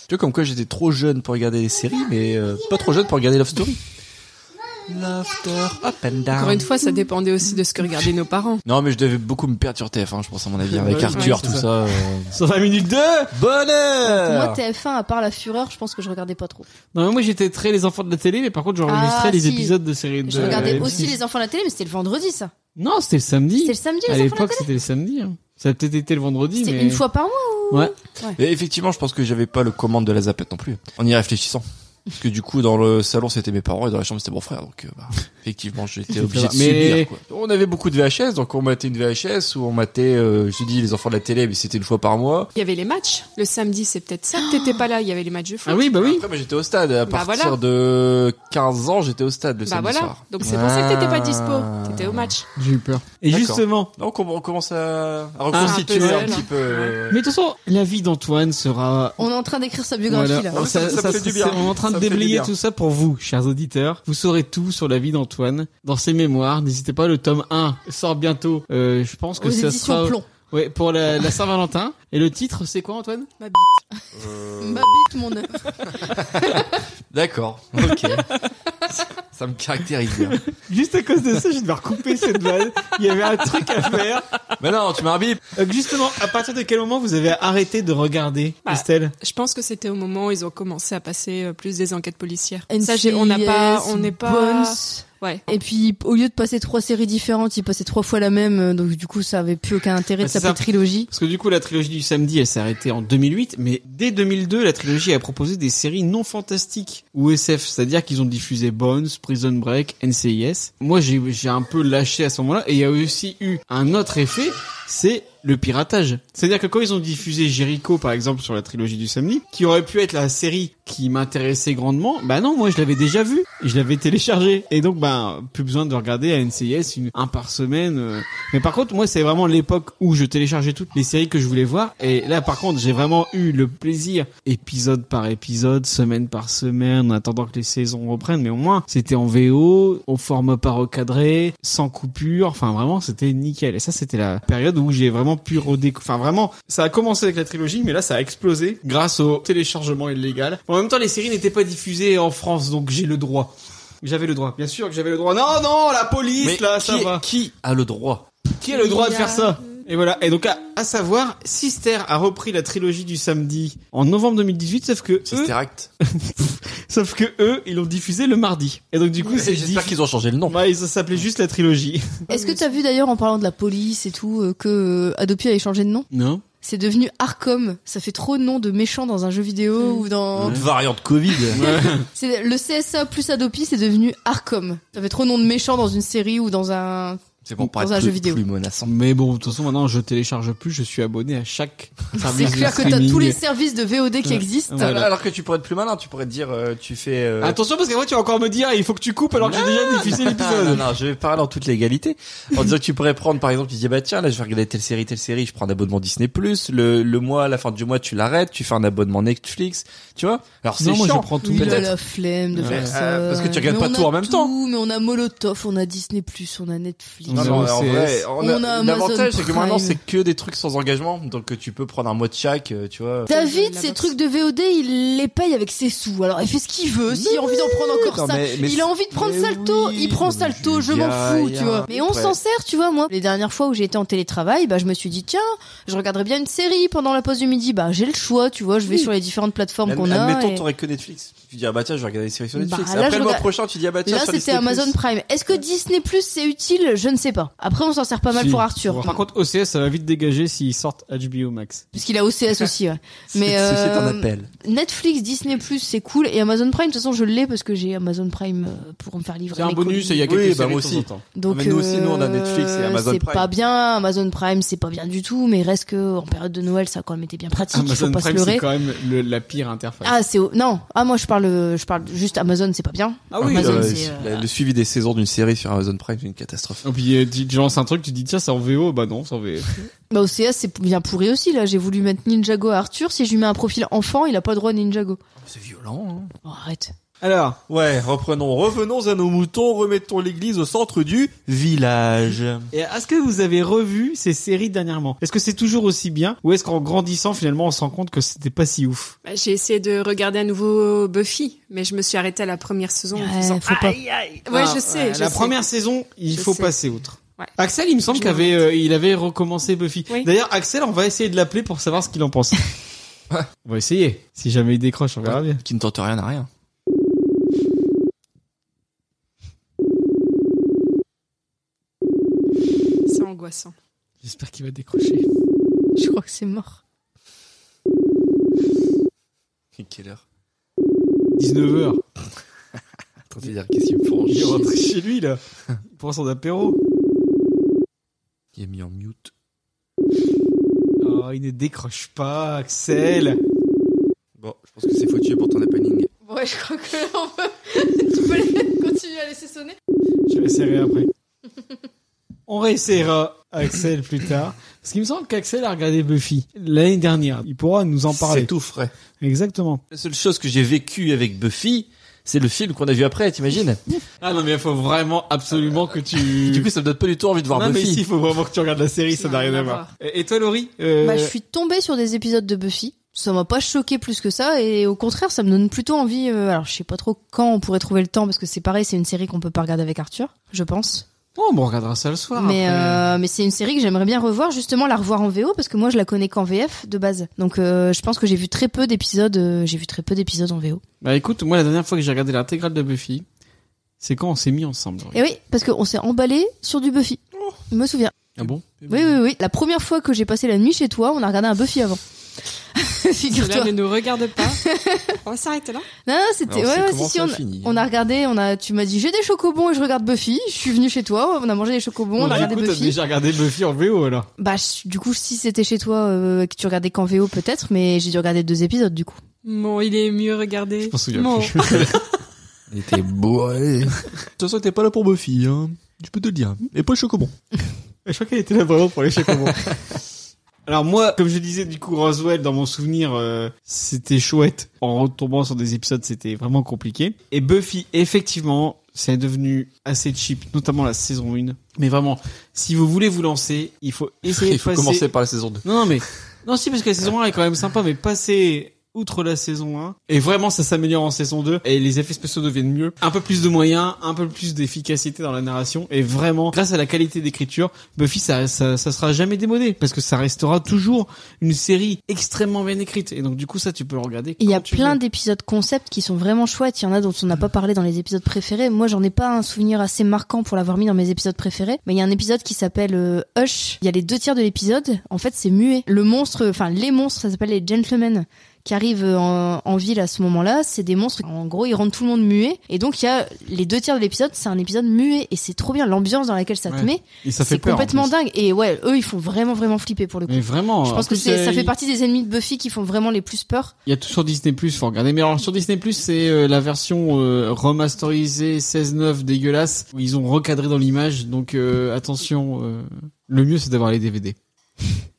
Speaker 4: Tu vois, comme quoi j'étais trop jeune pour regarder les séries, mais euh, pas trop jeune pour regarder Love Story. Love Story, up and down.
Speaker 2: Ah.
Speaker 3: Encore une fois, ça dépendait aussi de ce que regardaient nos parents.
Speaker 4: Non, mais je devais beaucoup me perdre sur TF1, je pense, à mon avis, avec
Speaker 2: Ouais,
Speaker 4: Arthur,
Speaker 2: ouais,
Speaker 4: tout
Speaker 2: c'est
Speaker 4: ça. euh.
Speaker 2: Sur la minute 2
Speaker 5: pour moi,
Speaker 4: Bonheur
Speaker 5: TF1, à part la fureur, je pense que je regardais pas trop.
Speaker 2: Non, mais moi, j'étais très les enfants de la télé, mais par contre, j'enregistrais
Speaker 5: Ah,
Speaker 2: les
Speaker 5: si.
Speaker 2: épisodes de séries de...
Speaker 5: Je regardais
Speaker 2: euh,
Speaker 5: aussi
Speaker 2: M6.
Speaker 5: les enfants à la télé, mais c'était le vendredi, ça.
Speaker 2: Non, c'était le samedi.
Speaker 5: C'était le samedi,
Speaker 2: À
Speaker 5: les enfants à la
Speaker 2: l'époque,
Speaker 5: télé.
Speaker 2: c'était le samedi. hein. Ça a peut-être été le vendredi,
Speaker 5: C'était
Speaker 2: mais...
Speaker 5: une fois par mois.
Speaker 2: Ouais.
Speaker 4: Et effectivement, je pense que j'avais pas le commande de la zapette non plus, en y réfléchissant. Parce que du coup, dans le salon, c'était mes parents et dans la chambre, c'était mon frère. Donc, euh, bah, effectivement, j'étais obligé de
Speaker 2: Mais-
Speaker 4: subir. Quoi. On avait beaucoup de VHS, donc on matait une VHS ou on matait, euh, je dis, les enfants de la télé, mais c'était une fois par mois.
Speaker 3: Il y avait les matchs. Le samedi, c'est peut-être ça. que T'étais pas là, il y avait les matchs de foot.
Speaker 2: Ah oui, bah oui.
Speaker 4: Après, moi, j'étais au stade. À
Speaker 3: Bah
Speaker 4: partir
Speaker 3: voilà.
Speaker 4: de 15 ans, j'étais au stade le
Speaker 3: Bah
Speaker 4: samedi
Speaker 3: voilà.
Speaker 4: soir.
Speaker 3: Donc c'est pour ça que t'étais pas dispo.
Speaker 4: Ah.
Speaker 3: T'étais au match.
Speaker 2: J'ai eu peur. Et
Speaker 4: D'accord.
Speaker 2: justement,
Speaker 4: Donc, on, on commence à, à reconstituer
Speaker 3: Ah,
Speaker 4: un,
Speaker 3: un peu
Speaker 4: petit peu. euh,
Speaker 2: Mais de toute façon, la vie d'Antoine sera.
Speaker 5: On est en train d'écrire sa biographie,
Speaker 2: Voilà.
Speaker 5: là.
Speaker 4: Ah oui, ça- ça me fait du bien.
Speaker 2: c'est- On est en train de
Speaker 4: Ça me fait du
Speaker 2: déblayer
Speaker 4: bien.
Speaker 2: tout ça pour vous, chers auditeurs. Vous saurez tout sur la vie d'Antoine dans ses mémoires. N'hésitez pas, le tome 1 sort bientôt. Euh, je pense que
Speaker 5: Aux
Speaker 2: ça
Speaker 5: éditions
Speaker 2: sera
Speaker 5: Plomb.
Speaker 2: ouais, pour la, la Saint-Valentin. Et le titre, c'est quoi, Antoine
Speaker 3: Ma bite.
Speaker 5: Ma bite, mon œuf.
Speaker 4: D'accord. Ok. ça me caractérise bien.
Speaker 2: Juste à cause de ça, je vais devoir couper cette vanne. Il y avait un truc à faire.
Speaker 4: Mais non, tu m'as un bip.
Speaker 2: Euh, justement, à partir de quel moment vous avez arrêté de regarder,
Speaker 3: Bah,
Speaker 2: Estelle
Speaker 3: Je pense que c'était au moment où ils ont commencé à passer euh, plus des enquêtes policières.
Speaker 5: NCIS,
Speaker 3: ça, j'ai- on n'a pas, on n'est pas.
Speaker 5: Bones.
Speaker 3: Ouais.
Speaker 5: Et puis, au lieu de passer trois séries différentes, il passait trois fois la même, euh, donc du coup, ça avait plus aucun intérêt
Speaker 2: Bah,
Speaker 5: de
Speaker 2: c'est
Speaker 5: s'appeler
Speaker 2: ça.
Speaker 5: trilogie.
Speaker 2: Parce que du coup, la trilogie du samedi, elle s'est arrêtée en 2008, mais dès 2002, la trilogie a proposé des séries non fantastiques ou SF, c'est-à-dire qu'ils ont diffusé Bones, Prison Break, NCIS. Moi, j'ai j'ai un peu lâché à ce moment-là, et il y a aussi eu un autre effet, c'est le piratage. C'est-à-dire que quand ils ont diffusé Jericho, par exemple, sur la trilogie du samedi, qui aurait pu être la série qui m'intéressait grandement, bah non, moi je l'avais déjà vue, je l'avais téléchargée. Et donc, bah, plus besoin de regarder à NCIS une, un par semaine. euh. Mais par contre, moi, c'est vraiment l'époque où je téléchargeais toutes les séries que je voulais voir. Et là, par contre, j'ai vraiment eu le plaisir, épisode par épisode, semaine par semaine, en attendant que les saisons reprennent. Mais au moins, c'était en VO, au format pas recadré, sans coupure. Enfin, vraiment, c'était nickel. Et ça, c'était la période où j'ai vraiment pu redécouvrir. Enfin, vraiment, ça a commencé avec la trilogie, mais là, ça a explosé grâce au téléchargement illégal. En même temps, les séries n'étaient pas diffusées en France, donc j'ai le droit. J'avais le droit, bien sûr que j'avais le droit. Non, non, la police, là,
Speaker 4: qui,
Speaker 2: ça
Speaker 4: est-
Speaker 2: va.
Speaker 4: qui a le droit
Speaker 2: Qui a le droit de
Speaker 3: Il y a-
Speaker 2: faire ça Et voilà. Et donc, à, à savoir, Sister a repris la trilogie du samedi en novembre 2018, sauf que
Speaker 3: Hein
Speaker 2: eux,
Speaker 4: Sister Act.
Speaker 2: sauf que eux, ils l'ont diffusé le mardi. Et donc, du coup, c'est
Speaker 4: J'espère qu'ils ont changé le nom.
Speaker 2: Ouais, ça s'appelait juste la trilogie.
Speaker 5: Est-ce que t'as vu d'ailleurs en parlant de la police et tout euh, que euh, Adopi avait changé de nom
Speaker 2: Non.
Speaker 5: C'est devenu Arcom. Ça fait trop de nom de méchants dans un jeu vidéo ou dans.
Speaker 4: Une variante Covid.
Speaker 5: C'est le CSA plus Adopi, c'est devenu Arcom. Ça fait trop de nom de méchants dans une série ou dans un.
Speaker 4: C'est pour
Speaker 5: Dans
Speaker 4: paraître
Speaker 5: un
Speaker 4: plus,
Speaker 5: jeu vidéo.
Speaker 4: plus menaçant.
Speaker 2: Mais bon, de toute façon, maintenant, je télécharge plus, je suis abonné à chaque
Speaker 5: C'est
Speaker 2: service
Speaker 5: clair
Speaker 2: de
Speaker 5: que t'as
Speaker 2: streaming.
Speaker 5: tous les services de VOD qui
Speaker 2: Ouais.
Speaker 5: existent.
Speaker 2: Ouais. Voilà.
Speaker 4: Alors que tu pourrais être plus malin, tu pourrais te dire, euh, tu fais. euh,
Speaker 2: Attention, parce qu'après, tu vas encore me dire, il faut que tu coupes alors que j'ai déjà diffusé
Speaker 4: Ah, non,
Speaker 2: l'épisode.
Speaker 4: non, je vais parler en toute légalité. En disant que tu pourrais prendre, par exemple, tu dis, bah tiens, là, je vais regarder telle série, telle série, je prends un abonnement Disney+, le, le mois, à la fin du mois, tu l'arrêtes, tu fais un abonnement Netflix, tu vois Alors c'est
Speaker 2: Non, moi, je
Speaker 4: chiant.
Speaker 2: prends tout.
Speaker 5: Oui, il a
Speaker 4: peut-être.
Speaker 5: la flemme de
Speaker 4: Ouais.
Speaker 5: faire
Speaker 4: Euh,
Speaker 5: ça.
Speaker 4: parce que tu regardes
Speaker 5: Mais
Speaker 4: pas
Speaker 5: on
Speaker 4: tout
Speaker 5: a
Speaker 4: en même temps.
Speaker 5: Mais on a Molotov, on a Disney+, on a Netflix.
Speaker 4: Non, non, en
Speaker 2: OCS.
Speaker 4: vrai, on a-
Speaker 5: On a Amazon
Speaker 4: l'avantage, c'est que maintenant,
Speaker 5: Prime.
Speaker 4: c'est que des trucs sans engagement, donc euh, tu peux prendre un mois de chaque, euh, tu vois.
Speaker 5: David,
Speaker 3: La
Speaker 5: ces
Speaker 3: boxe.
Speaker 5: trucs de VOD, il les paye avec ses sous. Alors, il fait ce qu'il veut. S'il a envie d'en prendre encore
Speaker 4: Non,
Speaker 5: ça,
Speaker 4: mais- mais
Speaker 5: il a envie de prendre
Speaker 4: mais
Speaker 5: Salto,
Speaker 4: oui,
Speaker 5: il prend
Speaker 4: mais
Speaker 5: Salto, je m'en
Speaker 4: Julia,
Speaker 5: fous,
Speaker 4: il y
Speaker 5: tu
Speaker 4: a-
Speaker 5: vois. Mais on
Speaker 4: Ouais.
Speaker 5: s'en sert, tu vois, moi. Les dernières fois où j'ai été en télétravail, bah, je me suis dit, tiens, je regarderai bien une série pendant la pause du midi. Bah, j'ai le choix, tu vois, je vais sur les différentes plateformes qu'on a.
Speaker 4: Admettons,
Speaker 5: et-
Speaker 4: t'aurais que Netflix. Tu dis, ah bah tiens, je vais regarder les séries sur
Speaker 5: Bah,
Speaker 4: Netflix.
Speaker 5: là,
Speaker 4: Après,
Speaker 5: je
Speaker 4: le mois
Speaker 5: regarde-
Speaker 4: prochain, tu dis, ah bah tiens,
Speaker 5: Là,
Speaker 4: sur
Speaker 5: c'était
Speaker 4: Disney+.
Speaker 5: Amazon Prime. Est-ce que Disney Plus c'est utile Je ne sais pas. Après, on s'en sert pas mal
Speaker 2: Si.
Speaker 5: pour Arthur.
Speaker 2: Par contre, OCS, ça va vite dégager s'ils sortent HBO Max.
Speaker 5: Parce qu'il a OCS aussi, ouais.
Speaker 4: C'est-
Speaker 5: Mais
Speaker 4: c'est- C'est un
Speaker 5: euh,
Speaker 4: appel.
Speaker 5: Netflix, Disney Plus, c'est cool. Et Amazon Prime, de toute façon, je l'ai parce que j'ai Amazon Prime euh, pour me faire livrer.
Speaker 2: C'est un
Speaker 5: mes
Speaker 2: bonus,
Speaker 5: colis.
Speaker 2: il y a
Speaker 4: Oui,
Speaker 2: quelques
Speaker 4: bah,
Speaker 2: séries
Speaker 4: moi
Speaker 2: de temps
Speaker 4: aussi.
Speaker 2: en temps.
Speaker 5: Donc,
Speaker 4: Mais nous aussi, nous, on a
Speaker 5: euh,
Speaker 4: Netflix et Amazon Prime.
Speaker 5: C'est pas bien, Amazon Prime, c'est pas bien du tout, mais reste que en période de Noël, ça a quand même été bien pratique. il faut
Speaker 2: Amazon
Speaker 5: pas
Speaker 2: Prime,
Speaker 5: se
Speaker 2: c'est
Speaker 5: leurrer.
Speaker 2: quand même le- la pire interface.
Speaker 5: Ah, c'est au- non. Ah, moi, je parle, euh, je parle juste Amazon, c'est pas bien.
Speaker 2: Ah
Speaker 5: Amazon,
Speaker 4: Euh,
Speaker 5: c'est,
Speaker 4: la- Le suivi des saisons d'une série sur Amazon Prime, c'est une catastrophe.
Speaker 2: Et puis, euh, tu tu lances un truc, tu dis, tiens, c'est en VO. Bah non, c'est en VO.
Speaker 5: Bah, OCS, c'est bien pourri aussi, là. J'ai voulu mettre Ninjago à Arthur. Si je lui mets un profil enfant, il a pas le droit à Ninjago.
Speaker 2: Oh,
Speaker 4: C'est violent, hein.
Speaker 5: Oh, arrête.
Speaker 2: Alors,
Speaker 4: Ouais, reprenons, revenons à nos moutons, remettons l'église au centre du village.
Speaker 2: Et est-ce que vous avez revu ces séries dernièrement Est-ce que c'est toujours aussi bien Ou est-ce qu'en grandissant, finalement, on se rend compte que c'était pas si ouf
Speaker 3: Bah, j'ai essayé de regarder à nouveau Buffy, mais je me suis arrêtée à la première saison en
Speaker 5: Ouais,
Speaker 3: disant
Speaker 5: faut pas.
Speaker 3: aïe, aïe. Ouais,
Speaker 2: Ah,
Speaker 3: je sais.
Speaker 2: ouais,
Speaker 3: je
Speaker 2: la
Speaker 3: sais.
Speaker 2: première saison, il
Speaker 3: Je
Speaker 2: faut
Speaker 3: sais.
Speaker 2: passer outre.
Speaker 3: Ouais.
Speaker 2: Axel, il me semble
Speaker 3: Je
Speaker 2: qu'avait, euh, il avait recommencé Buffy.
Speaker 3: Oui.
Speaker 2: D'ailleurs, Axel, on va essayer de l'appeler pour savoir ce qu'il en pense. on va essayer. Si jamais il décroche, on verra bien.
Speaker 4: Qui ne tente rien à rien.
Speaker 3: C'est angoissant.
Speaker 2: J'espère qu'il va décrocher.
Speaker 5: Je crois que c'est mort.
Speaker 4: Et quelle heure
Speaker 2: 19h.
Speaker 4: Attends, c'est-à-dire qu'est-ce qu'il me faut en
Speaker 2: Il est
Speaker 4: chier
Speaker 2: rentré chez lui, là. Il prend son apéro.
Speaker 4: Il est mis en mute.
Speaker 2: Oh, il ne décroche pas, Axel.
Speaker 4: Bon, je pense que c'est foutu pour ton happening.
Speaker 5: Ouais, je crois que là, on peut... tu peux les- continuer à laisser sonner.
Speaker 2: Je vais essayer après. On réessayera Axel plus tard. Parce qu'il me semble qu'Axel a regardé Buffy l'année dernière. Il pourra nous en parler.
Speaker 4: C'est tout frais.
Speaker 2: Exactement.
Speaker 4: La seule chose que j'ai vécue avec Buffy, c'est le film qu'on a vu après, t'imagines
Speaker 2: Ah non, mais il faut vraiment absolument que tu...
Speaker 4: Du coup, ça me donne pas du tout envie de voir
Speaker 2: non, mais
Speaker 4: Buffy.
Speaker 2: si, il faut vraiment que tu regardes la série, ça
Speaker 3: Ça
Speaker 2: n'a
Speaker 3: n'a
Speaker 2: rien à
Speaker 3: rien à
Speaker 2: voir.
Speaker 3: voir.
Speaker 2: Et et toi, Laurie euh,
Speaker 5: Bah, je suis tombée sur des épisodes de Buffy. Ça m'a pas choqué plus que ça et au contraire, ça me donne plutôt envie. euh, alors, je sais pas trop quand on pourrait trouver le temps parce que c'est pareil, c'est une série qu'on peut pas regarder avec Arthur, je pense.
Speaker 2: Oh, bon, on regardera ça le soir.
Speaker 5: mais
Speaker 2: après.
Speaker 5: euh, mais c'est une série que j'aimerais bien revoir, justement la revoir en VO parce que moi je la connais qu'en VF de base. Donc euh, je pense que j'ai vu très peu d'épisodes, euh, j'ai vu très peu d'épisodes en VO.
Speaker 2: Bah écoute, moi, la dernière fois que j'ai regardé l'intégrale de Buffy, c'est quand on s'est mis ensemble. Laurie.
Speaker 5: Et oui, parce qu'on s'est emballé sur du Buffy. Je me souviens.
Speaker 2: Ah bon
Speaker 5: Oui oui oui, la première fois que j'ai passé la nuit chez toi, on a regardé un Buffy avant. Figure-toi.
Speaker 3: Cela ne nous regarde pas. On va s'arrêter là.
Speaker 5: Non, non, c'était.
Speaker 4: Alors,
Speaker 5: Ouais,
Speaker 4: c'est
Speaker 5: ouais,
Speaker 4: comment
Speaker 5: si, si,
Speaker 4: ça
Speaker 5: on,
Speaker 4: finit
Speaker 5: on a regardé, on a, tu m'as dit, j'ai des chocobons et je regarde Buffy. Je suis venue chez toi, on a mangé des chocobons, on, a
Speaker 2: Bah,
Speaker 5: regardé
Speaker 2: écoute, t'as
Speaker 5: Buffy.
Speaker 2: déjà regardé Buffy en VO alors.
Speaker 5: Bah, je- du coup, si c'était chez toi, euh, que tu regardais qu'en VO peut-être, mais j'ai dû regarder deux épisodes du coup.
Speaker 3: Bon, il est mieux regardé.
Speaker 2: Je m'en souviens
Speaker 3: Bon.
Speaker 2: plus.
Speaker 4: Il était bourré. De toute façon, t'es pas là pour Buffy, hein. Je peux te le dire. Et pas le chocobon.
Speaker 2: Je crois qu'elle était là vraiment pour les chèques Alors moi, comme je disais du coup Roswell dans mon souvenir, euh, c'était chouette. En retombant sur des épisodes, c'était vraiment compliqué. Et Buffy, effectivement, c'est devenu assez cheap, notamment la saison 1. Mais vraiment, si vous voulez vous lancer, il faut essayer
Speaker 4: Il
Speaker 2: de
Speaker 4: faut
Speaker 2: passer.
Speaker 4: commencer par la saison 2.
Speaker 2: Non, non, mais non, si parce que la saison 1 est quand même sympa, mais passer outre la saison 1 et vraiment ça s'améliore en saison 2 et les effets spéciaux deviennent mieux un peu plus de moyens un peu plus d'efficacité dans la narration et vraiment grâce à la qualité d'écriture Buffy ça, ça ça sera jamais démodé parce que ça restera toujours une série extrêmement bien écrite et donc du coup ça tu peux le regarder
Speaker 5: Il y a
Speaker 2: quand tu
Speaker 5: plein
Speaker 2: veux.
Speaker 5: d'épisodes concepts qui sont vraiment chouettes. Il y en a dont on n'a pas parlé dans les épisodes préférés. Moi, j'en ai pas un souvenir assez marquant pour l'avoir mis dans mes épisodes préférés. Mais il y a un épisode qui s'appelle euh, Hush. Il y a les deux tiers de l'épisode. En fait, c'est muet. Le monstre, enfin, les monstres, ça s'appelle les gentlemen qui arrivent euh, en, en ville à ce moment-là, c'est des monstres. En gros, ils rendent tout le monde muet. Et donc, il y a les deux tiers de l'épisode, c'est un épisode muet. Et c'est trop bien l'ambiance dans laquelle ça
Speaker 2: Ouais.
Speaker 5: te met.
Speaker 2: et ça fait
Speaker 5: C'est
Speaker 2: peur en
Speaker 5: complètement
Speaker 2: plus.
Speaker 5: dingue. Et ouais, eux, ils font vraiment, vraiment flipper pour le coup.
Speaker 2: mais vraiment
Speaker 5: Je
Speaker 2: en
Speaker 5: pense que
Speaker 2: plus,
Speaker 5: c'est,
Speaker 2: euh,
Speaker 5: ça fait
Speaker 2: il-
Speaker 5: partie des ennemis de Buffy qui font vraiment les plus peur.
Speaker 2: Il y a tout sur Disney Plus, faut regarder. Mais alors sur Disney Plus, c'est euh, la version euh, remasterisée 16.9 dégueulasse où ils ont recadré dans l'image. Donc euh, attention, euh, le mieux c'est d'avoir les DVD.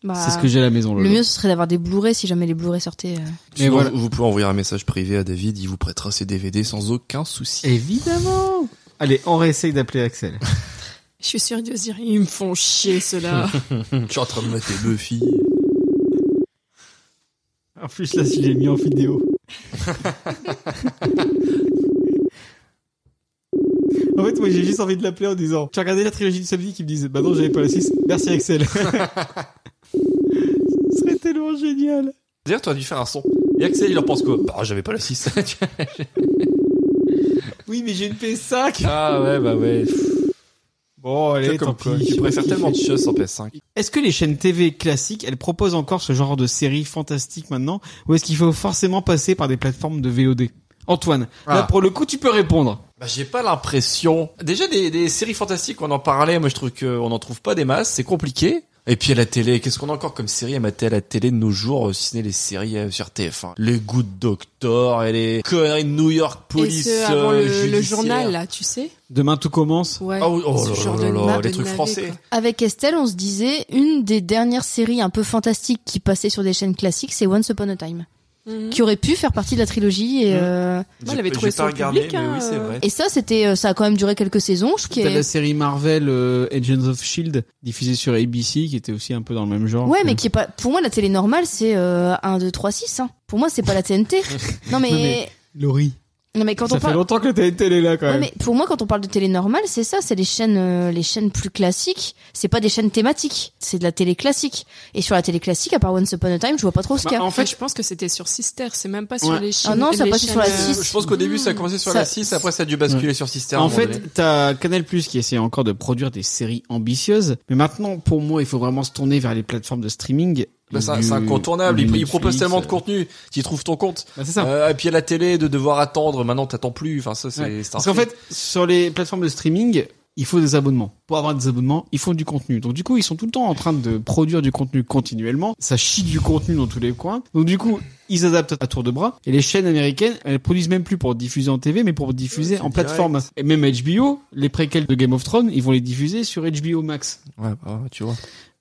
Speaker 5: Bah,
Speaker 2: C'est ce que j'ai à la maison.
Speaker 5: le
Speaker 2: Lolo.
Speaker 5: mieux, ce serait d'avoir des Blu-ray si jamais les Blu-ray sortaient. euh.
Speaker 2: Mais
Speaker 4: Sinon,
Speaker 2: voilà.
Speaker 4: vous- Vous pouvez envoyer un message privé à David, il vous prêtera ses DVD sans aucun souci.
Speaker 2: Évidemment. Allez, on réessaye d'appeler Axel.
Speaker 3: Je suis sûre de dire, ils me font chier, ceux-là.
Speaker 4: Tu es en train de mater Buffy.
Speaker 2: En plus là, si j'ai mis en vidéo. En fait, moi, j'ai juste envie de l'appeler en disant Tu as regardé la trilogie du samedi qui me disent Bah non, j'avais pas la 6. Merci, Axel. Ce serait tellement génial.
Speaker 4: D'ailleurs, tu as dû faire un son. Et Axel, il en pense quoi Bah, j'avais pas la 6.
Speaker 2: Oui, mais j'ai une PS5.
Speaker 4: ah ouais, bah ouais.
Speaker 2: Bon, allez, tant pis.
Speaker 4: tu préfères tellement de choses en PS5.
Speaker 2: Est-ce que les chaînes TV classiques, elles proposent encore ce genre de séries fantastiques maintenant Ou est-ce qu'il faut forcément passer par des plateformes de VOD Antoine, là
Speaker 4: Ah.
Speaker 2: pour le coup, tu peux répondre.
Speaker 4: Bah, j'ai pas l'impression. Déjà, des, des séries fantastiques, on en parlait. Moi, je trouve qu'on en trouve pas des masses. C'est compliqué. Et puis à la télé, qu'est-ce qu'on a encore comme série à mater à la télé de nos jours, euh, si ce n'est les séries euh, sur TF1 Les Good Doctor et les conneries de New York
Speaker 3: Et
Speaker 4: Police.
Speaker 3: ce, avant le,
Speaker 4: euh,
Speaker 3: le
Speaker 4: judiciaire.
Speaker 3: journal, là, tu sais
Speaker 2: Demain tout commence.
Speaker 3: Ouais.
Speaker 4: Ah oui, oh
Speaker 3: Ce
Speaker 4: là
Speaker 3: genre
Speaker 4: là
Speaker 3: de
Speaker 4: là,
Speaker 3: marre
Speaker 4: les
Speaker 3: de
Speaker 4: trucs
Speaker 3: navet,
Speaker 4: français.
Speaker 3: quoi.
Speaker 5: Avec Estelle, on se disait une des dernières séries un peu fantastiques qui passait sur des chaînes classiques, c'est Once Upon a Time,
Speaker 3: Mhm.
Speaker 5: qui aurait pu faire partie de la trilogie. Et,
Speaker 4: Mhm.
Speaker 5: euh,
Speaker 3: Moi,
Speaker 4: J'ai-
Speaker 3: j'avais
Speaker 4: j'ai
Speaker 3: trouvé
Speaker 4: pas
Speaker 3: ça au
Speaker 4: regardé,
Speaker 3: public,
Speaker 4: mais
Speaker 3: hein,
Speaker 4: oui, c'est
Speaker 3: euh.
Speaker 4: vrai.
Speaker 5: et ça, c'était, euh, ça a quand même duré quelques saisons. Je
Speaker 2: T'as la
Speaker 5: qui
Speaker 2: série Marvel euh, Agents of Shield diffusée sur ABC qui était aussi un peu dans le même genre.
Speaker 5: Ouais,
Speaker 2: que-
Speaker 5: mais qui est pas. Pour moi, la télé normale, c'est euh, 1, 2, 3, 6. Hein. Pour moi, c'est pas la TNT. non mais,
Speaker 2: Non, mais- Laurie.
Speaker 5: non mais quand
Speaker 2: Ça
Speaker 5: on
Speaker 2: fait
Speaker 5: parle.
Speaker 2: longtemps que la télé est là quand
Speaker 5: Ouais,
Speaker 2: même.
Speaker 5: mais pour moi, quand on parle de télé normale, c'est ça, c'est les chaînes, euh, les chaînes plus classiques. C'est pas des chaînes thématiques, c'est de la télé classique. Et sur la télé classique, à part Once Upon a Time, je vois pas trop ce
Speaker 2: Bah,
Speaker 5: qu'il y a.
Speaker 2: en
Speaker 3: En fait,
Speaker 2: fait,
Speaker 3: je pense que c'était sur Sister, c'est même pas
Speaker 2: Ouais.
Speaker 3: sur les chaînes.
Speaker 5: Ah non, ça
Speaker 3: les
Speaker 5: passait sur la
Speaker 3: chaînes, euh,
Speaker 5: six.
Speaker 4: Je pense qu'au début, ça a commencé sur
Speaker 5: Ça-
Speaker 4: la 6, après ça a dû basculer sur Sister. à un
Speaker 2: En
Speaker 4: moment donné.
Speaker 2: fait, t'as Canal Plus qui essaie encore de produire des séries ambitieuses, mais maintenant, pour moi, il faut vraiment se tourner vers les plateformes de streaming.
Speaker 4: Bah, c'est
Speaker 2: Du-
Speaker 4: c'est incontournable.
Speaker 2: du
Speaker 4: Ils, ils
Speaker 2: Netflix,
Speaker 4: proposent tellement
Speaker 2: euh,
Speaker 4: de contenu, tu y trouves ton compte.
Speaker 2: bah, c'est ça.
Speaker 4: Euh, et puis à la télé, de devoir attendre. Maintenant, t'attends plus. Enfin, ça, c'est.
Speaker 2: Ouais.
Speaker 4: c'est un
Speaker 2: Parce qu'en
Speaker 4: fait,
Speaker 2: fait, sur les plateformes de streaming, il faut des abonnements. Pour avoir des abonnements, il faut du contenu. Donc du coup, ils sont tout le temps en train de produire du contenu continuellement. Ça chie du contenu dans tous les coins. Donc du coup, ils adaptent à tour de bras. Et les chaînes américaines, elles produisent même plus pour diffuser en TV, mais pour diffuser
Speaker 4: Ouais, c'est
Speaker 2: en plateforme.
Speaker 4: direct.
Speaker 2: Et même HBO, les préquels de Game of Thrones, ils vont les diffuser sur HBO Max.
Speaker 4: ouais, bah, ouais, tu vois.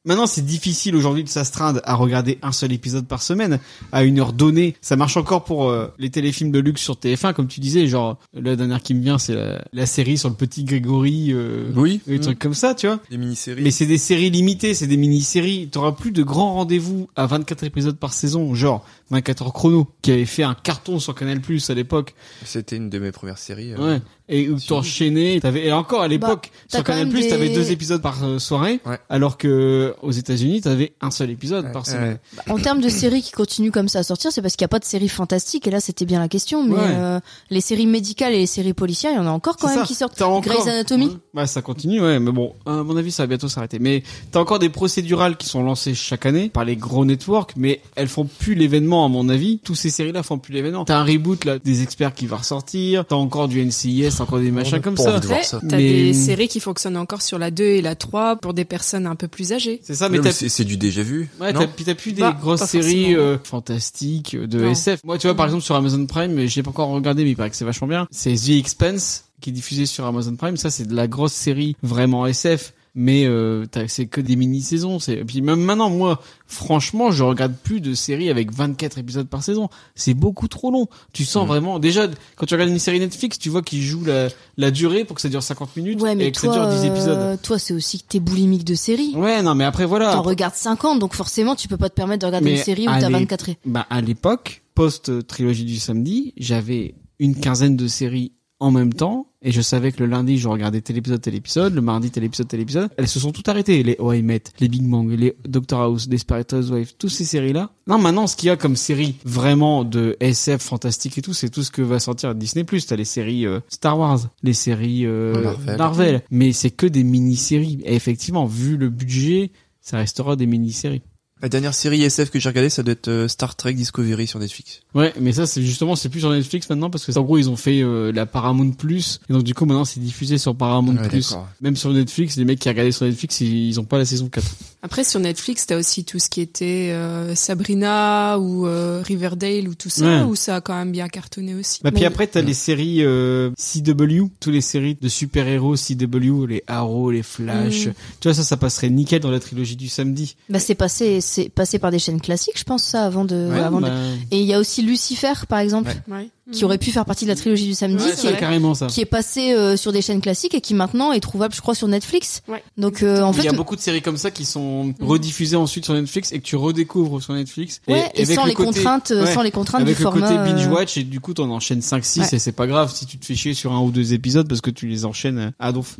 Speaker 2: Maintenant, c'est difficile aujourd'hui de s'astreindre à regarder un seul épisode par semaine à une heure donnée. Ça marche encore pour euh, les téléfilms de luxe sur TF1, comme tu disais. Genre, la dernière qui me vient, c'est la, la série sur le petit Grégory, euh,
Speaker 4: Oui.
Speaker 2: des trucs comme ça, tu vois.
Speaker 4: Des mini-séries.
Speaker 2: Mais c'est des séries limitées, c'est des mini-séries. T'auras plus de grands rendez-vous à 24 épisodes par saison. Genre, 24 heures chrono, qui avait fait un carton sur Canal Plus à l'époque.
Speaker 9: C'était une de mes premières séries. euh.
Speaker 2: Ouais. Et où
Speaker 9: si.
Speaker 2: t'enchaînais, t'avais, et encore à l'époque,
Speaker 5: Bah, t'as
Speaker 2: sur
Speaker 5: quand
Speaker 2: Canal
Speaker 5: même
Speaker 2: Plus,
Speaker 5: des-
Speaker 2: t'avais deux épisodes par euh, soirée,
Speaker 9: Ouais.
Speaker 2: alors que aux États-Unis, t'avais un seul épisode
Speaker 9: Ouais,
Speaker 2: par
Speaker 9: ouais.
Speaker 2: semaine.
Speaker 5: En termes de séries qui continuent comme ça à sortir, c'est parce qu'il n'y a pas de séries fantastiques. Et là, c'était bien la question. Mais
Speaker 2: Ouais.
Speaker 5: euh, les séries médicales et les séries policières, il y en a encore quand
Speaker 2: C'est
Speaker 5: même
Speaker 2: ça.
Speaker 5: qui sortent.
Speaker 2: T'as encore-
Speaker 5: Grey's Anatomy.
Speaker 2: Ouais. Bah, ça continue, ouais, mais bon, à mon avis, ça va bientôt s'arrêter. Mais t'as encore des procédurales qui sont lancées chaque année par les gros networks, mais elles font plus l'événement, à mon avis. Toutes ces séries-là font plus l'événement. T'as un reboot, là, des experts qui va ressortir, t'as encore du NCIS, encore des machins
Speaker 9: n'a
Speaker 2: comme
Speaker 9: pas
Speaker 2: ça.
Speaker 9: envie de voir
Speaker 3: Après,
Speaker 9: ça.
Speaker 3: t'as
Speaker 2: Mais-
Speaker 3: des séries qui fonctionnent encore sur la 2 et la 3 pour des personnes un peu plus âgées.
Speaker 2: C'est ça, Ah, mais
Speaker 9: Non, mais
Speaker 2: t'as
Speaker 9: C'est c'est du déjà vu.
Speaker 2: Ouais,
Speaker 9: non
Speaker 2: t'as, puis t'as plus des
Speaker 3: Bah,
Speaker 2: grosses
Speaker 3: pas
Speaker 2: séries
Speaker 3: forcément.
Speaker 2: euh, fantastiques euh, de
Speaker 3: Non.
Speaker 2: SF. Moi, tu vois, par exemple, sur Amazon Prime, j'ai pas encore regardé, mais il paraît que c'est vachement bien. C'est The Expanse qui est diffusé sur Amazon Prime. Ça, c'est de la grosse série vraiment SF. Mais euh, t'as- c'est que des mini-saisons. C'est... Et puis même maintenant, moi, franchement, je regarde plus de séries avec 24 épisodes par saison. C'est beaucoup trop long. Tu sens
Speaker 9: Mhm.
Speaker 2: vraiment... Déjà, quand tu regardes une série Netflix, tu vois qu'ils jouent la, la durée pour que ça dure 50 minutes
Speaker 5: Ouais, mais
Speaker 2: et que ça dure
Speaker 5: toi,
Speaker 2: 10 épisodes.
Speaker 5: euh, toi, c'est aussi que t'es boulimique de séries.
Speaker 2: Ouais, non, mais après, voilà.
Speaker 5: T'en
Speaker 2: Après-
Speaker 5: regardes 50, donc forcément, tu peux pas te permettre de regarder
Speaker 2: Mais
Speaker 5: une série où t'as
Speaker 2: allez.
Speaker 5: 24 et-
Speaker 2: bah, à l'époque, post-trilogie du samedi, j'avais une quinzaine de séries en même temps. Et je savais que le lundi, je regardais tel épisode, tel épisode. Le mardi, tel épisode, tel épisode. Elles se sont toutes arrêtées. Les Oh, I Met, les Big Bang, les Doctor House, Desperate Housewives, toutes ces séries-là. Non, maintenant, ce qu'il y a comme série vraiment de SF, fantastique et tout, c'est tout ce que va sortir Disney+. T'as les séries euh, Star Wars, les séries euh,
Speaker 9: Marvel.
Speaker 2: Marvel. Mais c'est que des mini-séries. Et effectivement, vu le budget, ça restera des mini-séries.
Speaker 9: La dernière série SF que j'ai regardée, ça doit être euh, Star Trek Discovery sur Netflix.
Speaker 2: Ouais, mais ça c'est justement c'est plus sur Netflix maintenant parce que en gros ils ont fait euh, la Paramount Plus et donc du coup maintenant c'est diffusé sur Paramount
Speaker 9: Ouais,
Speaker 2: Plus.
Speaker 9: d'accord.
Speaker 2: Même sur Netflix, les mecs qui regardaient sur Netflix, ils, ils ont pas la saison 4.
Speaker 3: Après, sur Netflix, t'as aussi tout ce qui était euh, Sabrina ou euh, Riverdale ou tout ça,
Speaker 2: Ouais.
Speaker 3: où ça a quand même bien cartonné aussi.
Speaker 2: Bah puis
Speaker 5: Mais-
Speaker 2: après t'as
Speaker 9: Ouais.
Speaker 2: les séries euh, CW, toutes les séries de super-héros CW, les Arrow, les Flash.
Speaker 3: Mm.
Speaker 2: Tu vois ça ça passerait nickel dans la trilogie du samedi.
Speaker 5: Bah, c'est passé, c'est passé par des chaînes classiques, je pense, ça, avant de,
Speaker 2: Ouais,
Speaker 5: avant de-
Speaker 2: bah,
Speaker 5: Et il y a aussi Lucifer, par exemple,
Speaker 3: Ouais.
Speaker 5: qui aurait pu faire partie de la trilogie du samedi,
Speaker 3: Ouais,
Speaker 5: qui,
Speaker 2: c'est
Speaker 5: est,
Speaker 3: vrai.
Speaker 2: carrément ça.
Speaker 5: qui est passé euh, sur des chaînes classiques et qui maintenant est trouvable, je crois, sur Netflix.
Speaker 3: Ouais.
Speaker 5: Donc, euh, en
Speaker 2: Il y
Speaker 5: fait, Mm.
Speaker 2: a beaucoup de séries comme ça qui sont rediffusées ensuite sur Netflix et que tu redécouvres sur Netflix.
Speaker 5: ouais, et,
Speaker 2: avec
Speaker 5: sans
Speaker 2: le
Speaker 5: les
Speaker 2: côté-
Speaker 5: contraintes, euh,
Speaker 2: ouais.
Speaker 5: sans les contraintes
Speaker 2: avec
Speaker 5: du
Speaker 2: le
Speaker 5: format.
Speaker 2: côté
Speaker 5: euh,
Speaker 2: binge watch et du coup t'en enchaînes 5 6
Speaker 5: ouais.
Speaker 2: et c'est pas grave si tu te fais chier sur un ou deux épisodes parce que tu les enchaînes euh, à donf.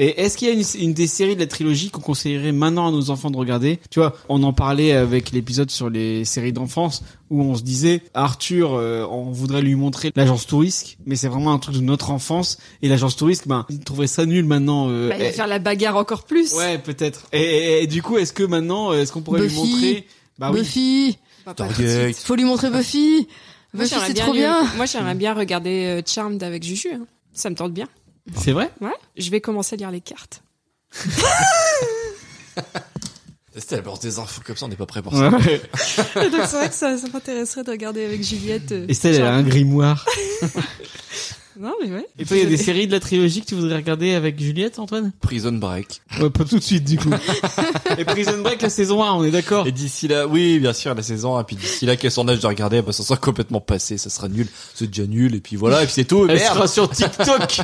Speaker 2: Et est-ce qu'il y a une, une des séries de la trilogie qu'on conseillerait maintenant à nos enfants de regarder Tu vois, on en parlait avec l'épisode sur les séries d'enfance où on se disait Arthur, euh, on voudrait lui montrer l'agence touriste, mais c'est vraiment un truc de notre enfance et l'agence touriste, ben il trouverait ça nul maintenant. euh,
Speaker 3: Bah, il va
Speaker 2: eh,
Speaker 3: faire la bagarre encore plus.
Speaker 2: ouais, peut-être. Et, et- et du coup, est-ce que maintenant, euh, est-ce qu'on pourrait lui
Speaker 5: Buffy.
Speaker 2: montrer Bah oui.
Speaker 5: Buffy,
Speaker 3: Bah, pas tout de
Speaker 9: Stargate.
Speaker 3: suite.
Speaker 5: faut lui montrer Buffy.
Speaker 3: Moi,
Speaker 5: Buffy,
Speaker 3: j'aimerais
Speaker 5: c'est
Speaker 3: bien
Speaker 5: trop
Speaker 3: lui-
Speaker 5: bien.
Speaker 3: Moi, j'aimerais bien regarder euh, Charmed avec Juju. hein. Ça me tente bien.
Speaker 2: C'est vrai.
Speaker 3: Ouais. Je vais commencer à lire les cartes.
Speaker 9: C'était la porte des infos comme ça, on n'est pas prêt pour ça.
Speaker 2: Ouais.
Speaker 3: Donc, c'est vrai que ça, ça m'intéresserait de regarder avec Juliette. euh,
Speaker 2: Estelle, elle a un
Speaker 3: Charmed.
Speaker 2: grimoire.
Speaker 3: Non, mais ouais.
Speaker 2: Et toi, il y a des séries de la trilogie que tu voudrais regarder avec Juliette, Antoine
Speaker 9: Prison Break.
Speaker 2: ouais, Pas tout de suite, du coup. Et Prison Break, la saison 1, on est d'accord
Speaker 9: Et d'ici là, oui, bien sûr, la saison 1, puis d'ici là, quel son âge de regarder, bah, ça sera complètement passé, ça sera nul, c'est déjà nul, et puis voilà, et puis c'est tout, et
Speaker 2: Elle
Speaker 9: merde.
Speaker 2: sera sur TikTok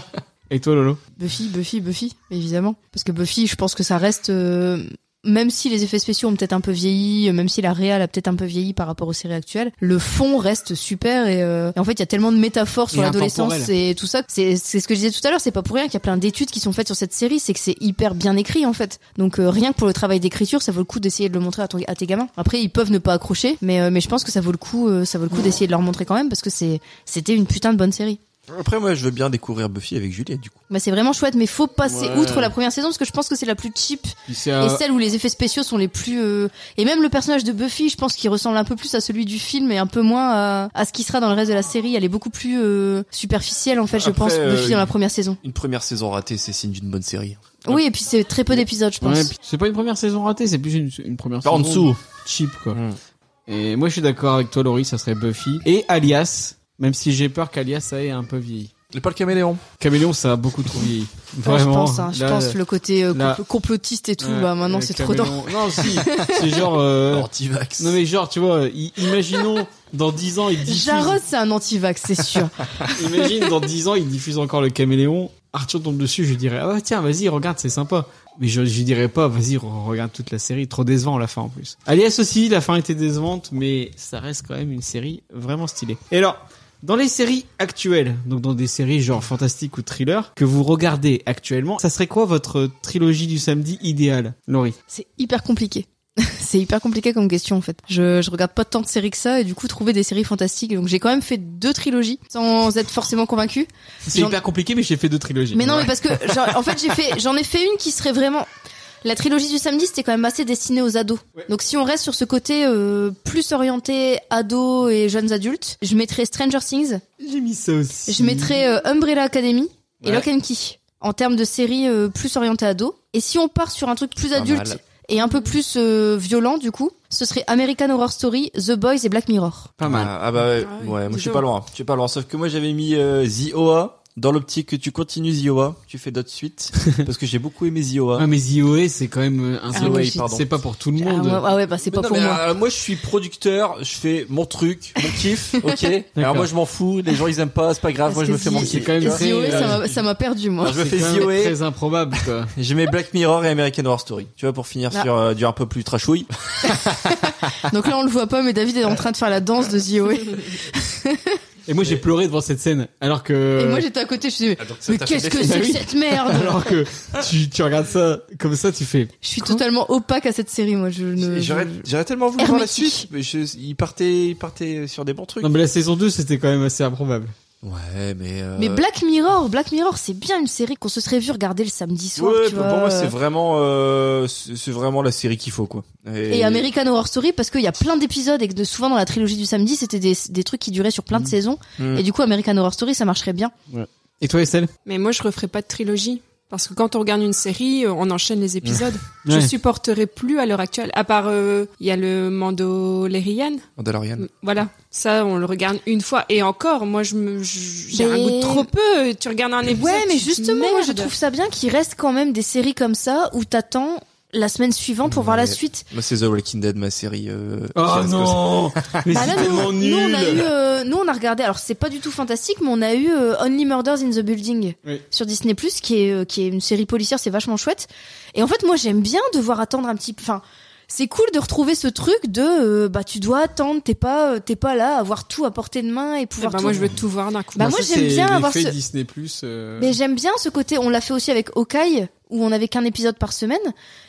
Speaker 2: Et toi, Lolo
Speaker 5: Buffy, Buffy, Buffy, évidemment. Parce que Buffy, je pense que ça reste, euh, même si les effets spéciaux ont peut-être un peu vieilli, euh, même si la réal a peut-être un peu vieilli par rapport aux séries actuelles, le fond reste super et, euh, et en fait, il y a tellement de métaphores sur
Speaker 2: Et
Speaker 5: l'adolescence
Speaker 2: intemporel.
Speaker 5: et tout ça. C'est c'est ce que je disais tout à l'heure, c'est pas pour rien qu'il y a plein d'études qui sont faites sur cette série, c'est que c'est hyper bien écrit en fait. Donc euh, rien que pour le travail d'écriture, ça vaut le coup d'essayer de le montrer à, ton- à tes gamins. Après, ils peuvent ne pas accrocher, mais euh, mais je pense que ça vaut le coup, euh, ça vaut le coup d'essayer de leur montrer quand même parce que c'est c'était une putain de bonne série.
Speaker 9: Après, moi, je veux bien découvrir Buffy avec Juliette, du coup.
Speaker 5: Bah c'est vraiment chouette, mais faut passer
Speaker 9: Ouais.
Speaker 5: outre la première saison parce que je pense que c'est la plus cheap
Speaker 2: Puis c'est,
Speaker 5: et
Speaker 2: euh,
Speaker 5: celle où les effets spéciaux sont les plus. euh, Et même le personnage de Buffy, je pense qu'il ressemble un peu plus à celui du film et un peu moins à, à ce qui sera dans le reste de la série. Elle est beaucoup plus euh, superficielle en fait, je
Speaker 9: Après,
Speaker 5: pense,
Speaker 9: euh,
Speaker 5: Buffy dans la première saison.
Speaker 9: Une première saison ratée, c'est signe d'une bonne série.
Speaker 5: Oui, et puis c'est très peu d'épisodes, je pense.
Speaker 2: ouais, puis c'est pas une première saison ratée, c'est plus une, une première
Speaker 9: Pas en
Speaker 2: saison
Speaker 9: dessous.
Speaker 2: cheap, quoi.
Speaker 9: Mm.
Speaker 2: Et moi, je suis d'accord avec toi, Laurie, ça serait Buffy. Et Alias, même si j'ai peur qu'Alias, ça ait un peu vieilli.
Speaker 9: Et pas le caméléon.
Speaker 2: Caméléon, ça a beaucoup trop vieilli.
Speaker 5: Enfin, je
Speaker 2: Vraiment.
Speaker 5: pense, hein, je
Speaker 2: Là,
Speaker 5: pense le côté euh,
Speaker 2: là-
Speaker 5: compl- complotiste et tout.
Speaker 2: ouais,
Speaker 5: bah maintenant
Speaker 2: le
Speaker 5: c'est trop tard.
Speaker 2: Caméléon- Non, si, c'est genre...
Speaker 9: Oh.
Speaker 2: euh,
Speaker 9: Antivax.
Speaker 2: Non mais genre tu vois, euh, i- imaginons dans 10 ans ils diffusent
Speaker 5: Jarod, c'est un anti-vax, c'est sûr.
Speaker 2: Imagine dans 10 ans ils diffusent encore le caméléon, Arthur tombe dessus, je lui dirais ah ouais, tiens vas-y regarde c'est sympa. Mais je, je dirais pas, vas-y, re- regarde toute la série, trop décevant la fin en plus. Alias aussi, la fin était décevante, mais ça reste quand même une série vraiment stylée. Et alors, dans les séries actuelles, donc dans des séries genre fantastique ou thriller, que vous regardez actuellement, ça serait quoi votre trilogie du samedi idéale, Laurie
Speaker 5: C'est hyper compliqué. c'est hyper compliqué comme question en fait. Je, je regarde pas tant de séries que ça et du coup trouver des séries fantastiques. Donc j'ai quand même fait deux trilogies sans être forcément convaincu.
Speaker 2: C'est
Speaker 5: J'en-
Speaker 2: hyper compliqué, mais j'ai fait deux trilogies.
Speaker 5: Mais non, mais parce que genre, en fait j'ai fait j'en ai fait une qui serait vraiment la trilogie du samedi, c'était quand même assez destiné aux ados.
Speaker 2: Ouais.
Speaker 5: Donc si on reste sur ce côté euh, plus orienté ados et jeunes adultes, je mettrais Stranger Things,
Speaker 2: j'ai mis ça aussi.
Speaker 5: je mettrais euh, Umbrella Academy et
Speaker 2: Ouais.
Speaker 5: Lock and Key en termes de séries euh, plus orientées ados. Et si on part sur un truc plus
Speaker 9: Pas
Speaker 5: adulte
Speaker 9: mal.
Speaker 5: et un peu plus euh, violent du coup, ce serait American Horror Story, The Boys et Black Mirror.
Speaker 2: pas mal.
Speaker 9: Ah, ah bah ouais,
Speaker 3: Ah
Speaker 9: ouais,
Speaker 3: oui,
Speaker 9: moi je suis
Speaker 3: toujours.
Speaker 9: pas loin. Je suis pas loin. Sauf que moi j'avais mis euh, The OA dans l'optique que tu continues The OA, tu fais d'autres suites parce que j'ai beaucoup aimé The OA.
Speaker 5: Hein
Speaker 2: Ah, mais ZOE, c'est quand même euh, un
Speaker 9: ouais,
Speaker 2: truc,
Speaker 9: pardon.
Speaker 2: C'est pas pour tout le
Speaker 5: Ah
Speaker 2: monde.
Speaker 5: ouais, ah ouais, bah c'est
Speaker 9: Mais
Speaker 5: pas
Speaker 9: non,
Speaker 5: pour
Speaker 9: mais,
Speaker 5: moi.
Speaker 9: euh, je suis producteur, je fais mon truc, mon kiff, ok.
Speaker 2: D'accord.
Speaker 9: Alors moi je m'en fous, les gens ils aiment pas, c'est pas grave, moi
Speaker 5: Parce
Speaker 9: je
Speaker 5: que
Speaker 9: me fais mon
Speaker 5: The-
Speaker 2: c'est
Speaker 9: kiff.
Speaker 2: quand même
Speaker 5: The
Speaker 2: très,
Speaker 5: OA,
Speaker 2: euh,
Speaker 5: ça m'a- ça m'a perdu moi.
Speaker 9: Alors, je me
Speaker 2: C'est
Speaker 9: fais
Speaker 2: quand même
Speaker 9: ZOE.
Speaker 2: Très improbable, quoi.
Speaker 9: J'ai mis Black Mirror et American Horror Story. Tu vois pour finir
Speaker 5: Ah.
Speaker 9: sur euh, du un peu plus trashouille.
Speaker 5: Donc là on le voit pas mais David est en train de faire la danse de Zoé.
Speaker 2: Et moi, j'ai pleuré devant cette scène, alors que.
Speaker 5: Et moi j'étais à côté, je me suis dit, mais qu'est-ce que c'est
Speaker 2: Ah
Speaker 5: que
Speaker 2: oui.
Speaker 5: cette merde
Speaker 2: alors que tu, tu regardes ça comme ça, tu fais.
Speaker 5: Je suis totalement opaque à cette série moi. Je ne.
Speaker 9: J'aurais
Speaker 5: je-
Speaker 9: j'aurais tellement voulu voir la
Speaker 5: Hermétique.
Speaker 9: suite, mais je- il partait il partait sur des bons trucs.
Speaker 2: Non, mais la saison 2, c'était quand même assez improbable.
Speaker 9: Ouais, mais euh,
Speaker 5: Mais Black Mirror, Black Mirror, c'est bien une série qu'on se serait vu regarder le samedi soir,
Speaker 9: ouais, bah,
Speaker 5: tu
Speaker 9: pour
Speaker 5: vois.
Speaker 9: moi c'est vraiment euh, c'est c'est vraiment la série qu'il faut quoi.
Speaker 5: Et American Horror Story parce qu'il y a plein d'épisodes et que de- souvent dans la trilogie du samedi c'était des, des trucs qui duraient sur plein de saisons
Speaker 9: Mm.
Speaker 5: et du coup American Horror Story ça marcherait bien.
Speaker 2: Et toi, Estelle
Speaker 3: Mais moi, je referais pas de trilogie. Parce que quand on regarde une série, euh, on enchaîne les épisodes.
Speaker 2: Ouais.
Speaker 3: Je supporterais plus à l'heure actuelle. À part, euh, il y a le Mandalorian.
Speaker 9: Mandalorian.
Speaker 3: Mm, Voilà. Ça, on le regarde une fois. Et encore, moi, je me, je- j'ai un
Speaker 5: Mais-
Speaker 3: goût de trop peu. Tu regardes un épisode.
Speaker 5: Ouais, mais
Speaker 3: tu te dis,
Speaker 5: justement, moi, je
Speaker 3: merde.
Speaker 5: trouve ça bien qu'il reste quand même des séries comme ça où t'attends la semaine suivante pour voir la
Speaker 9: Mm. Ouais.
Speaker 5: suite.
Speaker 9: Moi c'est The Walking Dead ma série euh, qui
Speaker 2: Oh
Speaker 9: reste comme ça.
Speaker 2: non Mais
Speaker 5: Bah là,
Speaker 2: c'est tellement
Speaker 5: nous, nous, on a eu,
Speaker 2: nul
Speaker 5: euh, nous, on a regardé. Alors, c'est pas du tout fantastique, mais on a eu euh, Only Murders in the Building
Speaker 2: Oui.
Speaker 5: sur Disney+, qui est euh, qui est une série policière, c'est vachement chouette. Et en fait, moi, j'aime bien devoir attendre un petit. peu- Enfin, c'est cool de retrouver ce truc de euh, bah tu dois attendre, t'es pas euh, t'es pas là, avoir tout à portée de main et
Speaker 3: Eh
Speaker 5: pouvoir.
Speaker 3: ben,
Speaker 5: tout...
Speaker 3: moi, je veux tout voir d'un coup.
Speaker 5: Bah, moi,
Speaker 2: Ça,
Speaker 5: j'aime
Speaker 2: c'est
Speaker 5: bien avoir
Speaker 2: l'effet
Speaker 5: ce-
Speaker 2: Disney Plus. euh,
Speaker 5: Mais j'aime bien ce côté, on l'a fait aussi avec Hawkeye, où on n'avait qu'un épisode par semaine.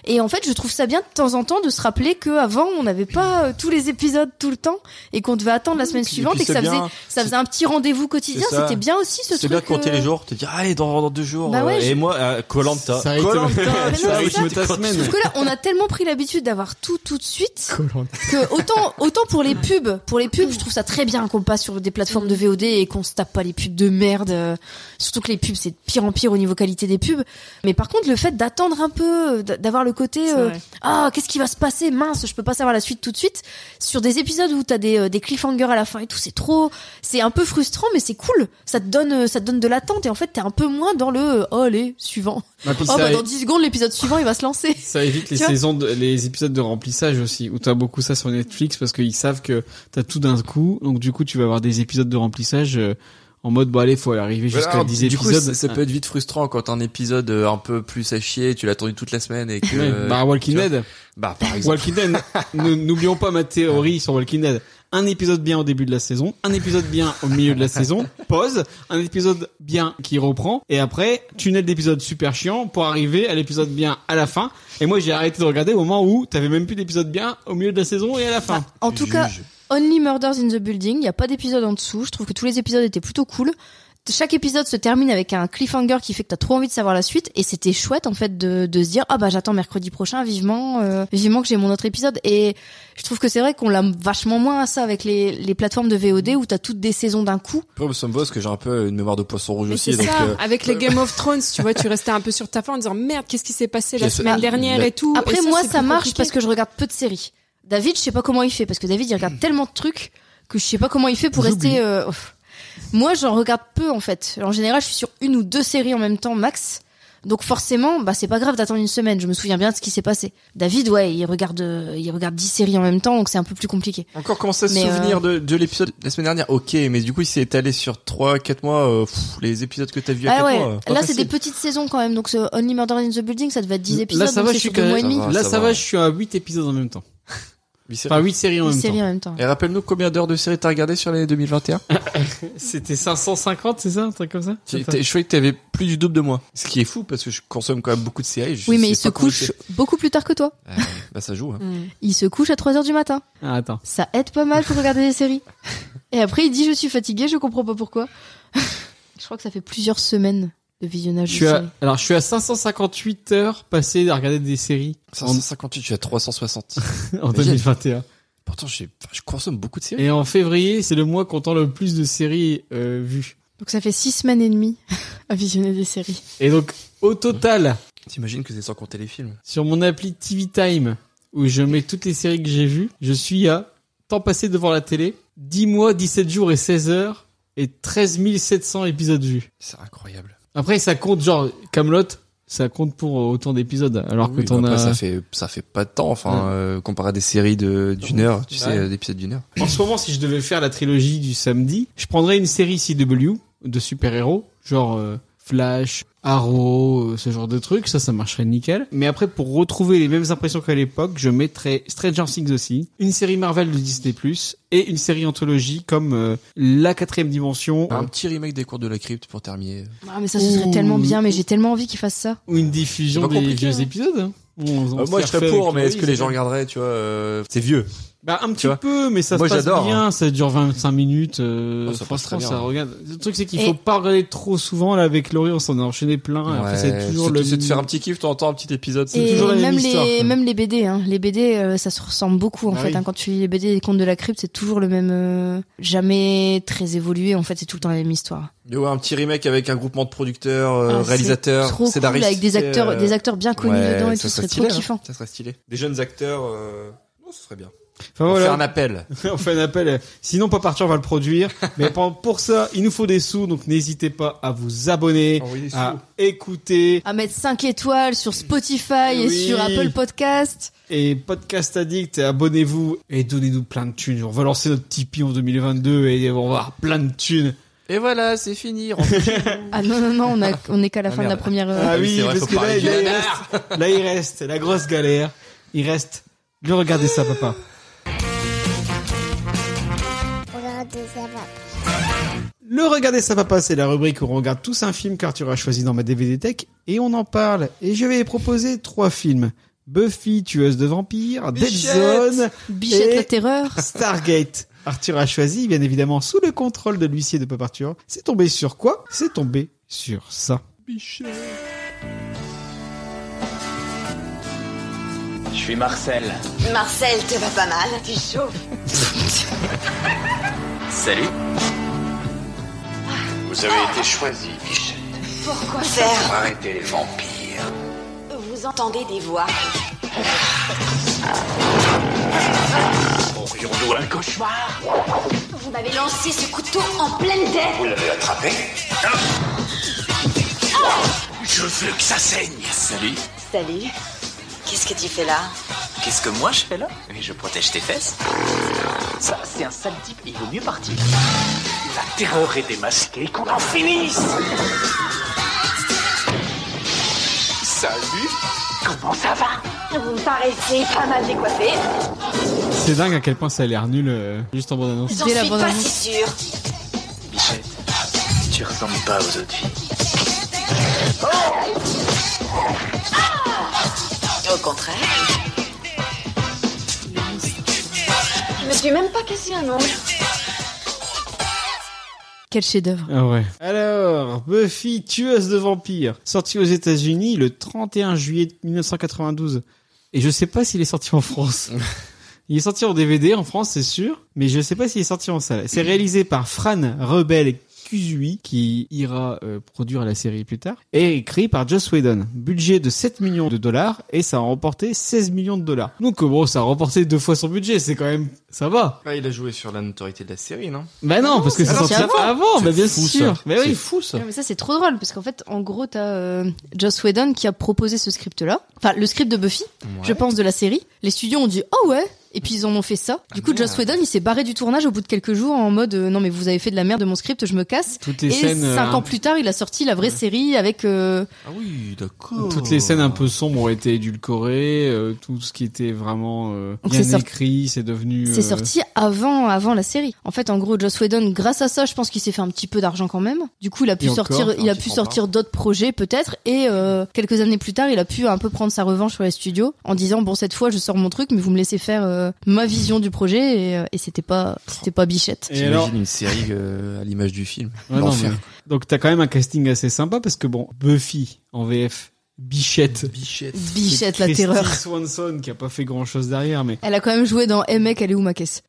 Speaker 5: Et en fait, je trouve ça bien de temps en temps de se rappeler qu'avant, on n'avait pas euh, tous les épisodes tout le temps, et qu'on devait attendre la semaine
Speaker 9: Mmh. puis
Speaker 5: suivante, et que
Speaker 9: c'est
Speaker 5: ça faisait,
Speaker 9: bien.
Speaker 5: ça faisait un petit rendez-vous quotidien.
Speaker 9: C'est ça.
Speaker 5: C'était bien aussi ce
Speaker 9: C'est
Speaker 5: truc.
Speaker 9: bien de compter
Speaker 5: euh,
Speaker 9: les jours, te dire allez dans, dans deux jours.
Speaker 5: Bah ouais,
Speaker 9: euh,
Speaker 5: je-
Speaker 9: Et moi Colanta.
Speaker 2: Ça a été-
Speaker 5: mais
Speaker 2: ça
Speaker 5: non,
Speaker 2: a
Speaker 5: mais
Speaker 2: été
Speaker 5: ça-
Speaker 2: de ta
Speaker 5: Sauf
Speaker 2: semaine.
Speaker 5: que là, on a tellement pris l'habitude d'avoir tout tout de suite
Speaker 2: Koh-Lanta.
Speaker 5: que autant autant pour les pubs, pour les pubs, je trouve ça très bien qu'on passe sur des plateformes de VOD et qu'on se tape pas les pubs de merde. euh, Surtout que les pubs c'est de pire en pire au niveau qualité des pubs. Mais par contre, le fait d'attendre un peu, euh, d'a- d'avoir le côté
Speaker 3: C'est
Speaker 5: euh,
Speaker 3: vrai.
Speaker 5: ah qu'est-ce qui va se passer mince, je peux pas savoir la suite tout de suite sur des épisodes où t'as des euh, des cliffhangers à la fin et tout, c'est trop, c'est un peu frustrant mais c'est cool. Ça te donne euh, ça te donne de l'attente et en fait t'es un peu moins dans le euh, oh allez suivant.
Speaker 2: Ah, puis
Speaker 5: Oh
Speaker 2: ça-
Speaker 5: bah dans 10 secondes l'épisode suivant il va se lancer.
Speaker 2: Ça évite les
Speaker 5: Tu vois
Speaker 2: saisons, de- les épisodes de remplissage aussi, où t'as beaucoup ça sur Netflix parce qu'ils savent que t'as tout d'un coup, donc du coup tu vas avoir des épisodes de remplissage euh, en mode bon allez faut arriver jusqu'à
Speaker 9: Voilà,
Speaker 2: 10
Speaker 9: du coup, ça,
Speaker 2: épisodes.
Speaker 9: ça
Speaker 5: euh.
Speaker 9: peut être vite frustrant quand un épisode euh, un peu plus à chier, tu l'as attendu toute la semaine et que.
Speaker 2: Ouais,
Speaker 9: euh,
Speaker 2: bah Walking
Speaker 9: tu vois.
Speaker 2: Dead,
Speaker 9: Bah, par exemple.
Speaker 2: Walking Dead, nous- n'oublions pas ma théorie sur Walking Dead. Un épisode bien au début de la saison, un épisode bien au milieu de la saison, pause, un épisode bien qui reprend, et après tunnel d'épisodes super chiant pour arriver à l'épisode bien à la fin. Et moi j'ai arrêté de regarder au moment où t'avais même plus d'épisodes bien au milieu de la saison et à la fin.
Speaker 5: En tout cas,
Speaker 9: Juge.
Speaker 5: Only Murders in the Building, il n'y a pas d'épisode en dessous, je trouve que tous les épisodes étaient plutôt cool. Chaque épisode se termine avec un cliffhanger qui fait que t'as trop envie de savoir la suite et c'était chouette en fait de, de se dire ah bah j'attends mercredi prochain vivement euh, vivement que j'ai mon autre épisode et je trouve que c'est vrai qu'on l'a vachement moins à ça avec les, les plateformes de VOD où t'as toutes des saisons d'un coup
Speaker 9: Après, ça me va parce que j'ai un peu une mémoire de poisson rouge
Speaker 3: Mais
Speaker 9: aussi,
Speaker 3: c'est
Speaker 9: donc.
Speaker 3: ça,
Speaker 9: euh,
Speaker 3: avec les Game of Thrones, tu vois, tu restais un peu sur ta fin en disant merde, qu'est-ce qui s'est passé la
Speaker 9: J'ai-
Speaker 3: semaine dernière
Speaker 9: la-
Speaker 3: et tout.
Speaker 5: Après,
Speaker 3: Et
Speaker 5: moi,
Speaker 3: c'est
Speaker 5: ça
Speaker 3: plus
Speaker 5: marche
Speaker 3: compliqué.
Speaker 5: parce que je regarde peu de séries. David, je sais pas comment il fait parce que David, il
Speaker 4: Hmm.
Speaker 5: regarde tellement de trucs que je sais pas comment il fait pour rester. euh, off. Moi, j'en regarde peu en fait. En général, je suis sur une ou deux séries en même temps max. Donc forcément, bah c'est pas grave d'attendre une semaine. Je me souviens bien de ce qui s'est passé. David, ouais, il regarde, euh, il regarde 10 séries en même temps, donc c'est un peu plus compliqué.
Speaker 4: Encore commencer à se
Speaker 5: Mais, euh,
Speaker 4: souvenir de, de l'épisode de la semaine dernière. Ok, mais du coup, il s'est étalé sur 3, 4 mois. euh, pff, les épisodes que t'as vus il y a
Speaker 5: Ah
Speaker 4: 4
Speaker 5: ouais.
Speaker 4: mois. euh, pas
Speaker 5: Là, c'est
Speaker 4: facile.
Speaker 5: des petites saisons quand même. Donc ce Only Murder in the Building, ça devait être 10 épisodes.
Speaker 2: Là, ça
Speaker 5: donc
Speaker 2: va,
Speaker 5: c'est
Speaker 2: je suis
Speaker 5: sur deux
Speaker 2: quand
Speaker 5: mois et demi.
Speaker 4: Ah,
Speaker 2: Là,
Speaker 4: ça
Speaker 2: ça
Speaker 4: va.
Speaker 2: va, je suis à 8 épisodes en même temps.
Speaker 4: Huit séries.
Speaker 2: Enfin, 8 séries en
Speaker 5: Une
Speaker 2: même
Speaker 5: série
Speaker 2: temps.
Speaker 5: en même temps.
Speaker 4: Et rappelle-nous combien d'heures de série t'as regardé sur l'année 2021
Speaker 2: C'était 550, c'est ça Un truc comme ça
Speaker 4: Tu- t'es- Je croyais que t'avais plus du double de moi. Ce qui est fou parce que je consomme quand même beaucoup de séries. je
Speaker 5: Oui, mais
Speaker 4: sais
Speaker 5: il se
Speaker 4: pas comment
Speaker 5: couche beaucoup plus tard que toi.
Speaker 4: je fais. Euh, bah ça joue. Hein.
Speaker 3: Hmm.
Speaker 5: Il se couche à 3 heures du matin.
Speaker 2: Ah, attends.
Speaker 5: Ça aide pas mal pour regarder des séries. Et après, il dit je suis fatigué, je comprends pas pourquoi. je crois que ça fait plusieurs semaines de visionnage.
Speaker 2: Je
Speaker 5: de
Speaker 2: suis à,
Speaker 5: séries.
Speaker 2: alors, je suis à 558 heures passées à regarder des séries en,
Speaker 4: 558, je suis à 360.
Speaker 2: en 2021.
Speaker 4: Pourtant, j'ai- enfin, je consomme beaucoup de séries.
Speaker 2: Et en février, c'est le mois comptant le plus de séries euh, vues.
Speaker 5: Donc ça fait 6 semaines et demie à visionner des séries.
Speaker 2: Et donc, au total,
Speaker 4: T'imagines que c'est sans compter les films.
Speaker 2: sur mon appli TV Time, où je mets toutes les séries que j'ai vues, je suis à temps passé devant la télé, 10 mois, 17 jours et 16 heures, et 13 700 épisodes vus.
Speaker 4: C'est incroyable.
Speaker 2: Après, ça compte, genre, Camelot, ça compte pour euh, autant d'épisodes, alors que
Speaker 4: Oui,
Speaker 2: t'en
Speaker 4: bah après,
Speaker 2: as...
Speaker 4: ça fait ça fait pas de temps. Enfin,
Speaker 2: Ouais.
Speaker 4: euh, comparé à des séries de d'une heure, tu
Speaker 2: Ouais.
Speaker 4: sais, euh, d'épisodes d'une heure.
Speaker 2: En ce moment, si je devais faire la trilogie du samedi, je prendrais une série CW de super-héros, genre euh, Flash, Arrow, euh, ce genre de trucs. Ça, ça marcherait nickel. Mais après, pour retrouver les mêmes impressions qu'à l'époque, je mettrais Stranger Things aussi, une série Marvel de Disney+, et une série anthologie comme euh, La Quatrième Dimension
Speaker 4: Un petit remake des cours de la crypte pour terminer.
Speaker 5: Ah, mais ça ce serait
Speaker 2: Ouh.
Speaker 5: tellement bien, mais j'ai tellement envie qu'il fasse ça.
Speaker 2: ou une
Speaker 4: C'est
Speaker 2: diffusion
Speaker 4: pas
Speaker 2: des
Speaker 4: compliqué,
Speaker 2: vieux
Speaker 4: hein.
Speaker 2: épisodes. hein. On- on
Speaker 4: Euh, moi,
Speaker 2: s'est
Speaker 4: je serais
Speaker 2: refait
Speaker 4: pour,
Speaker 2: avec
Speaker 4: mais est-ce que
Speaker 2: Loïs,
Speaker 4: les
Speaker 2: hein.
Speaker 4: gens regarderaient, tu vois euh, C'est vieux.
Speaker 2: Bah un petit
Speaker 4: vois
Speaker 2: peu, mais ça
Speaker 4: Moi,
Speaker 2: se passe
Speaker 4: j'adore, hein.
Speaker 2: bien. Ça dure 25 minutes. euh,
Speaker 4: Oh, ça passe
Speaker 2: franchement,
Speaker 4: très bien,
Speaker 2: ça
Speaker 4: hein.
Speaker 2: regarde. Le truc c'est qu'il
Speaker 5: Et-
Speaker 2: faut pas regarder trop souvent. Là avec Laurie, on s'en a enchaîné plein. et après, c'est toujours le.
Speaker 4: c'est de faire un petit kiff, t'entends un petit épisode.
Speaker 2: C'est
Speaker 5: Et
Speaker 2: toujours la même
Speaker 5: même
Speaker 2: histoire,
Speaker 5: les,
Speaker 2: quoi.
Speaker 5: même les BD, hein. les BD, euh, ça se ressemble beaucoup en
Speaker 2: Bah
Speaker 5: fait.
Speaker 2: oui.
Speaker 5: hein. Quand tu lis les BD des contes de la crypte, c'est toujours le même, euh, jamais très évolué. En fait, c'est tout le temps la même histoire.
Speaker 4: Ouais, un petit remake avec un groupement de producteurs,
Speaker 5: Ah,
Speaker 4: euh,
Speaker 5: c'est
Speaker 4: réalisateurs,
Speaker 5: trop cool
Speaker 4: scénaristes,
Speaker 5: avec des acteurs,
Speaker 4: euh,
Speaker 5: des acteurs bien connus
Speaker 4: ouais,
Speaker 5: dedans et
Speaker 4: ça
Speaker 5: tout, ce
Speaker 4: serait
Speaker 5: serait trop
Speaker 4: stylé, hein.
Speaker 5: kiffant.
Speaker 4: Ça serait stylé. Des jeunes acteurs. Euh... Non, ce serait bien.
Speaker 2: Enfin
Speaker 4: On
Speaker 2: voilà.
Speaker 4: fait un appel.
Speaker 2: on fait un appel. euh, Sinon, pas partir, on va le produire. Mais pour- pour ça, il nous faut des sous. Donc n'hésitez pas à vous abonner, à écouter
Speaker 5: À mettre 5 étoiles sur Spotify et
Speaker 2: Oui.
Speaker 5: sur Apple Podcast.
Speaker 2: et podcast addict. et Abonnez-vous et donnez-nous plein de thunes. On va lancer notre Tipeee en 2022 et on va avoir plein de thunes.
Speaker 4: Et voilà, c'est fini.
Speaker 5: Ah non, non, non, on, a, on est qu'à la
Speaker 4: Ah,
Speaker 5: fin de la
Speaker 4: merde.
Speaker 5: première. euh,
Speaker 2: Ah
Speaker 4: oui,
Speaker 2: oui,
Speaker 4: c'est vrai,
Speaker 2: parce
Speaker 4: faut
Speaker 2: que là,
Speaker 4: parler du
Speaker 2: là, il reste, là, il reste la grosse galère. Il reste le regarder ça, papa. Le regarder ça, papa, c'est la rubrique où on regarde tous un film qu'Arthur a choisi dans ma DVD Tech et on en parle. Et je vais proposer trois films. Buffy, tueuse de vampires, Dead
Speaker 4: Bichette.
Speaker 2: Zone,
Speaker 5: Bichette
Speaker 2: Ah. Et-
Speaker 5: la terreur.
Speaker 2: Stargate. Arthur a choisi, bien évidemment, sous le contrôle de l'huissier de Pop Arthur. C'est tombé sur quoi C'est tombé sur ça.
Speaker 10: Je suis Marcel.
Speaker 11: Marcel, te va pas mal, tu chauffes.
Speaker 10: Salut.
Speaker 7: Vous avez été choisi, Michel.
Speaker 11: Pourquoi faire
Speaker 7: Arrêtez les vampires.
Speaker 11: Vous entendez des voix.
Speaker 7: Aurions-nous un cauchemar
Speaker 11: Vous m'avez lancé ce couteau en pleine tête.
Speaker 7: Vous l'avez attrapé Je veux que ça saigne. Salut.
Speaker 11: Salut. Qu'est-ce que tu fais là
Speaker 10: Qu'est-ce que moi je fais là Mais je protège tes fesses. Ça, c'est un sale type, il vaut mieux partir. La terreur est démasquée, qu'on en finisse Salut Comment ça va
Speaker 11: Vous me paraissez pas mal décoiffé.
Speaker 2: C'est dingue à quel point ça a l'air nul euh, juste en bande annonce.
Speaker 11: J'en
Speaker 5: Dès la
Speaker 11: suis pas
Speaker 5: bande-annonce.
Speaker 11: si sûre.
Speaker 10: Bichette, tu ressembles pas aux autres filles.
Speaker 11: Oh Au contraire. Je me suis même pas cassé un ongle.
Speaker 5: Quel chef-d'œuvre.
Speaker 2: Ah ouais. Alors, Buffy, tueuse de vampires, sorti aux États-Unis le 31 juillet 1992. Et je sais pas s'il est sorti en France. Il est sorti en DVD en France, c'est sûr, mais je sais pas s'il est sorti en salle. C'est réalisé par Fran Rebel Excuse-lui, qui ira euh, produire la série plus tard, est écrit par Joss Whedon. Budget de 7 millions de dollars et ça a remporté 16 millions de dollars. Donc euh, bon, ça a remporté deux fois son budget, c'est quand même... Ça va
Speaker 4: Ah, il a joué sur la notoriété de la série, non
Speaker 2: Bah non, parce que
Speaker 5: c'est
Speaker 2: c'est sorti
Speaker 5: sorti
Speaker 2: avant, bah bien sûr Mais
Speaker 4: C'est
Speaker 2: oui
Speaker 4: fou ça.
Speaker 5: Ouais, mais ça c'est trop drôle parce qu'en fait en gros t'as euh, Joss Whedon qui a proposé ce script là, enfin le script de Buffy, je pense de la série. Les studios ont dit oh ouais et puis ils en ont fait ça. Du
Speaker 2: Ah
Speaker 5: coup Joss Whedon il s'est barré du tournage au bout de quelques jours en mode euh, non mais vous avez fait de la merde de mon script je me casse.
Speaker 2: Toutes
Speaker 5: Et
Speaker 2: les scènes... euh,
Speaker 5: cinq ans plus tard il a sorti la vraie série avec euh,
Speaker 4: Ah oui, d'accord.
Speaker 2: Toutes les scènes un peu sombres ont été édulcorées, euh, tout ce qui était vraiment euh,
Speaker 5: Donc
Speaker 2: bien
Speaker 5: c'est sorti-
Speaker 2: écrit, c'est devenu...
Speaker 5: c'est
Speaker 2: euh,
Speaker 5: sorti avant avant la série. En fait en gros Joss Whedon grâce à ça je pense qu'il s'est fait un petit peu d'argent quand même. Du coup il a pu
Speaker 2: Et encore,
Speaker 5: sortir il a
Speaker 4: tu
Speaker 5: pu
Speaker 4: prends
Speaker 5: sortir d'autres projets peut-être et euh, quelques années plus tard il a pu un peu prendre sa revanche sur les studios en disant bon cette fois je sors mon truc mais vous me laissez faire euh, ma vision du projet et, euh, et c'était pas c'était pas bichette.
Speaker 2: Et alors,
Speaker 4: une série euh, à l'image du film.
Speaker 2: Ouais, non,
Speaker 4: L'enfer.
Speaker 2: mais- Donc t'as quand même un casting assez sympa parce que bon, Buffy en VF, Bichette.
Speaker 4: Bichette.
Speaker 5: Bichette la
Speaker 2: Christy
Speaker 5: terreur.
Speaker 2: Swanson qui a pas fait grand chose derrière, mais
Speaker 5: Elle a quand même joué dans Hey mec elle est où ma caisse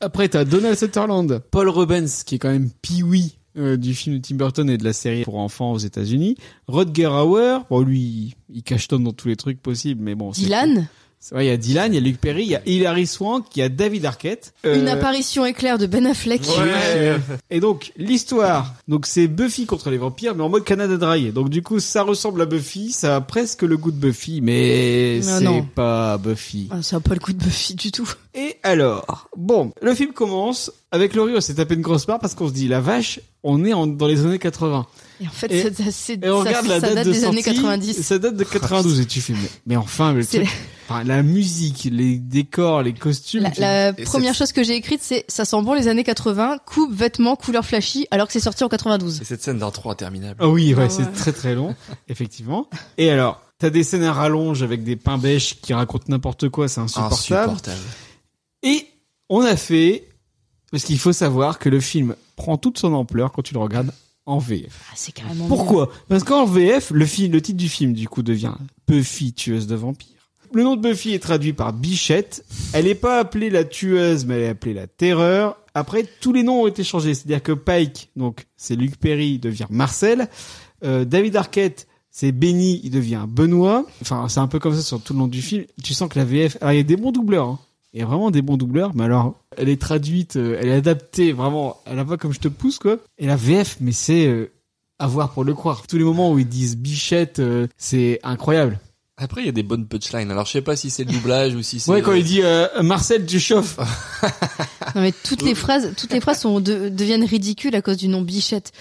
Speaker 2: après t'as Donald Sutherland, Paul Rubens qui est quand même Pee-wee euh, du film de Tim Burton et de la série pour enfants aux États-Unis, Rodger Hauer, bon lui il cache Tom dans tous les trucs possibles, mais bon. c'est-
Speaker 5: Dylan
Speaker 2: C'est vrai, il y a Dylan, il y a Luke Perry, il y a Hilary Swank, il y a David Arquette. Euh,
Speaker 5: une apparition éclair de Ben Affleck.
Speaker 4: Ouais.
Speaker 2: Et donc, l'histoire, donc c'est Buffy contre les vampires, mais en mode Canada Dry. Donc du coup, ça ressemble à Buffy, ça a presque le goût de Buffy, mais
Speaker 5: Mais
Speaker 2: c'est
Speaker 5: non.
Speaker 2: pas Buffy.
Speaker 5: Ah, ça a pas le coup de Buffy du tout.
Speaker 2: Et alors, bon, le film commence avec Laurie, on s'est tapé une grosse barre parce qu'on se dit, la vache, on est en- dans les années 80.
Speaker 5: Et en fait,
Speaker 2: Et-
Speaker 5: ça, ça- c'est-
Speaker 2: Et on
Speaker 5: ça-
Speaker 2: regarde la
Speaker 5: ça
Speaker 2: date,
Speaker 5: date
Speaker 2: de
Speaker 5: des années
Speaker 2: sortie,
Speaker 5: 90.
Speaker 2: Ça date de 92 et tu filmes. Mais enfin, le
Speaker 5: C'est-
Speaker 2: truc, enfin, la musique, les décors, les costumes.
Speaker 5: La,
Speaker 2: tu-
Speaker 5: la
Speaker 4: Et
Speaker 5: première
Speaker 4: c'est-
Speaker 5: chose que j'ai écrite, c'est ça sent bon les années 80, coupe, vêtements, couleur flashy, alors que c'est sorti en 92.
Speaker 4: Et cette scène d'intro interminable.
Speaker 2: Ah oui, ouais,
Speaker 3: Ah ouais.
Speaker 2: c'est très très long, effectivement. Et alors, t'as des scènes à rallonge avec des pains bêches qui racontent n'importe quoi, c'est insupportable.
Speaker 4: Insupportable.
Speaker 2: Et on a fait, parce qu'il faut savoir que le film prend toute son ampleur quand tu le regardes en VF.
Speaker 5: Ah, c'est carrément.
Speaker 2: Pourquoi Parce qu'en VF, le, film, le titre du film, du coup, devient Buffy, tueuse de vampires. Le nom de Buffy est traduit par Bichette. Elle n'est pas appelée la tueuse, mais elle est appelée la terreur. Après, tous les noms ont été changés. C'est-à-dire que Pike, donc, c'est Luc Perry, devient Marcel. Euh, David Arquette, c'est Benny, il devient Benoît. Enfin, c'est un peu comme ça sur tout le long du film. Tu sens que la VF, alors il y a des bons doubleurs. hein. Il y a vraiment des bons doubleurs, mais alors elle est traduite, euh, elle est adaptée vraiment à la voix comme je te pousse quoi. Et la VF, mais c'est euh, à voir pour le croire. Tous les moments où ils disent Bichette, euh, c'est incroyable.
Speaker 4: Après, il y a des bonnes punchlines. Alors, je sais pas si c'est le doublage ou si c'est. Ah,
Speaker 2: Ouais, quand il dit euh, Marcel, tu chauffes.
Speaker 5: Non mais toutes les phrases, toutes les phrases sont de- deviennent ridicules à cause du nom Bichette.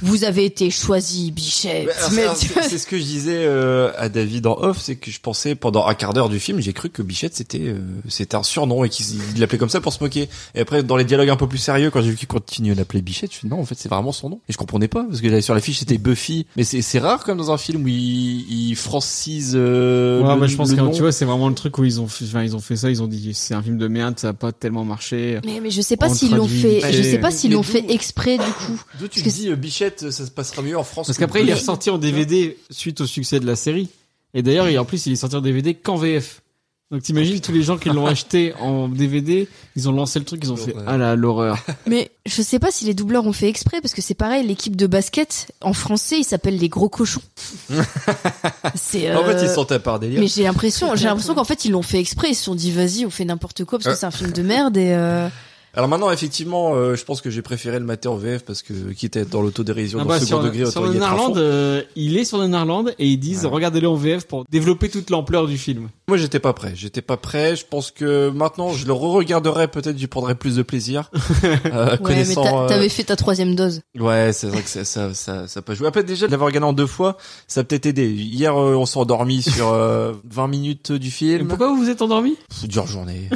Speaker 5: Vous avez été choisi Bichette.
Speaker 4: Mais alors,
Speaker 5: Mais
Speaker 4: c'est-
Speaker 5: tu-
Speaker 4: c'est- c'est ce que je disais euh, à David en off, c'est que je pensais pendant un quart d'heure du film, j'ai cru que Bichette c'était euh, c'était un surnom et qu'il il l'appelait comme ça pour se moquer. Et après dans les dialogues un peu plus sérieux, quand j'ai vu qu'il continuait à l'appeler Bichette, je suis non en fait c'est vraiment son nom. Et je comprenais pas parce que là, sur la fiche c'était Buffy, mais c'est c'est rare quand même dans un film où il, il francise. euh,
Speaker 2: ouais,
Speaker 4: le-
Speaker 2: moi je pense
Speaker 4: le
Speaker 2: que
Speaker 4: nom.
Speaker 2: tu vois, c'est vraiment le truc où ils ont, fait, enfin, ils ont fait ça, ils ont dit c'est un film de merde, ça a pas tellement marché.
Speaker 5: mais, mais je sais pas
Speaker 2: On
Speaker 5: s'ils l'ont
Speaker 2: traduit
Speaker 5: fait,
Speaker 2: vite
Speaker 5: je
Speaker 2: fait.
Speaker 5: sais pas s'ils
Speaker 4: Mais
Speaker 5: l'ont
Speaker 4: d'où-
Speaker 5: fait exprès du coup.
Speaker 4: D'où tu
Speaker 5: Parce
Speaker 4: me
Speaker 5: que
Speaker 4: dis euh, Bichette, ça se passera mieux en France.
Speaker 2: Parce
Speaker 4: que-
Speaker 2: qu'après, il est ressorti en DVD suite au succès de la série. Et d'ailleurs, il- en plus, il est sorti en DVD qu'en VF. Donc t'imagines tous les gens qui l'ont acheté en DVD, ils ont lancé le truc, ils ont fait
Speaker 4: L'horreur.
Speaker 2: ah là l'horreur.
Speaker 5: Mais je sais pas si les doubleurs ont fait exprès parce que c'est pareil, l'équipe de basket en français, ils s'appellent les gros cochons. c'est
Speaker 4: En fait, ils
Speaker 5: euh,
Speaker 4: sont à part délire.
Speaker 5: Mais j'ai l'impression, j'ai l'impression qu'en fait ils l'ont fait exprès. Ils se sont dit vas-y, on fait n'importe quoi parce que c'est un film de merde et. euh,
Speaker 4: Alors maintenant, effectivement, euh, je pense que j'ai préféré le mater en VF parce que euh, quitte à être dans l'autodérision
Speaker 2: Ah
Speaker 4: dans
Speaker 2: bah,
Speaker 4: le second
Speaker 2: sur
Speaker 4: degré,
Speaker 2: sur
Speaker 4: autant y être à fond.
Speaker 2: Narland, euh, il est sur Narland et ils disent regardez-le en VF pour développer toute l'ampleur du film.
Speaker 4: Moi, j'étais pas prêt. J'étais pas prêt. Je pense que maintenant, je le re-regarderai. Peut-être, j'y prendrai plus de plaisir. euh,
Speaker 5: Ouais, mais
Speaker 4: connaissant.
Speaker 5: t'a-
Speaker 4: euh,
Speaker 5: t'avais fait ta troisième dose.
Speaker 4: Ouais, c'est vrai que ça, ça, ça, ça peut jouer. Après, déjà, de l'avoir regardé en deux fois, ça a peut-être aidé. Hier, euh, on s'est endormi sur euh, 20 minutes du
Speaker 2: Et
Speaker 4: film.
Speaker 2: pourquoi vous vous êtes endormi
Speaker 4: Pff, dure journée.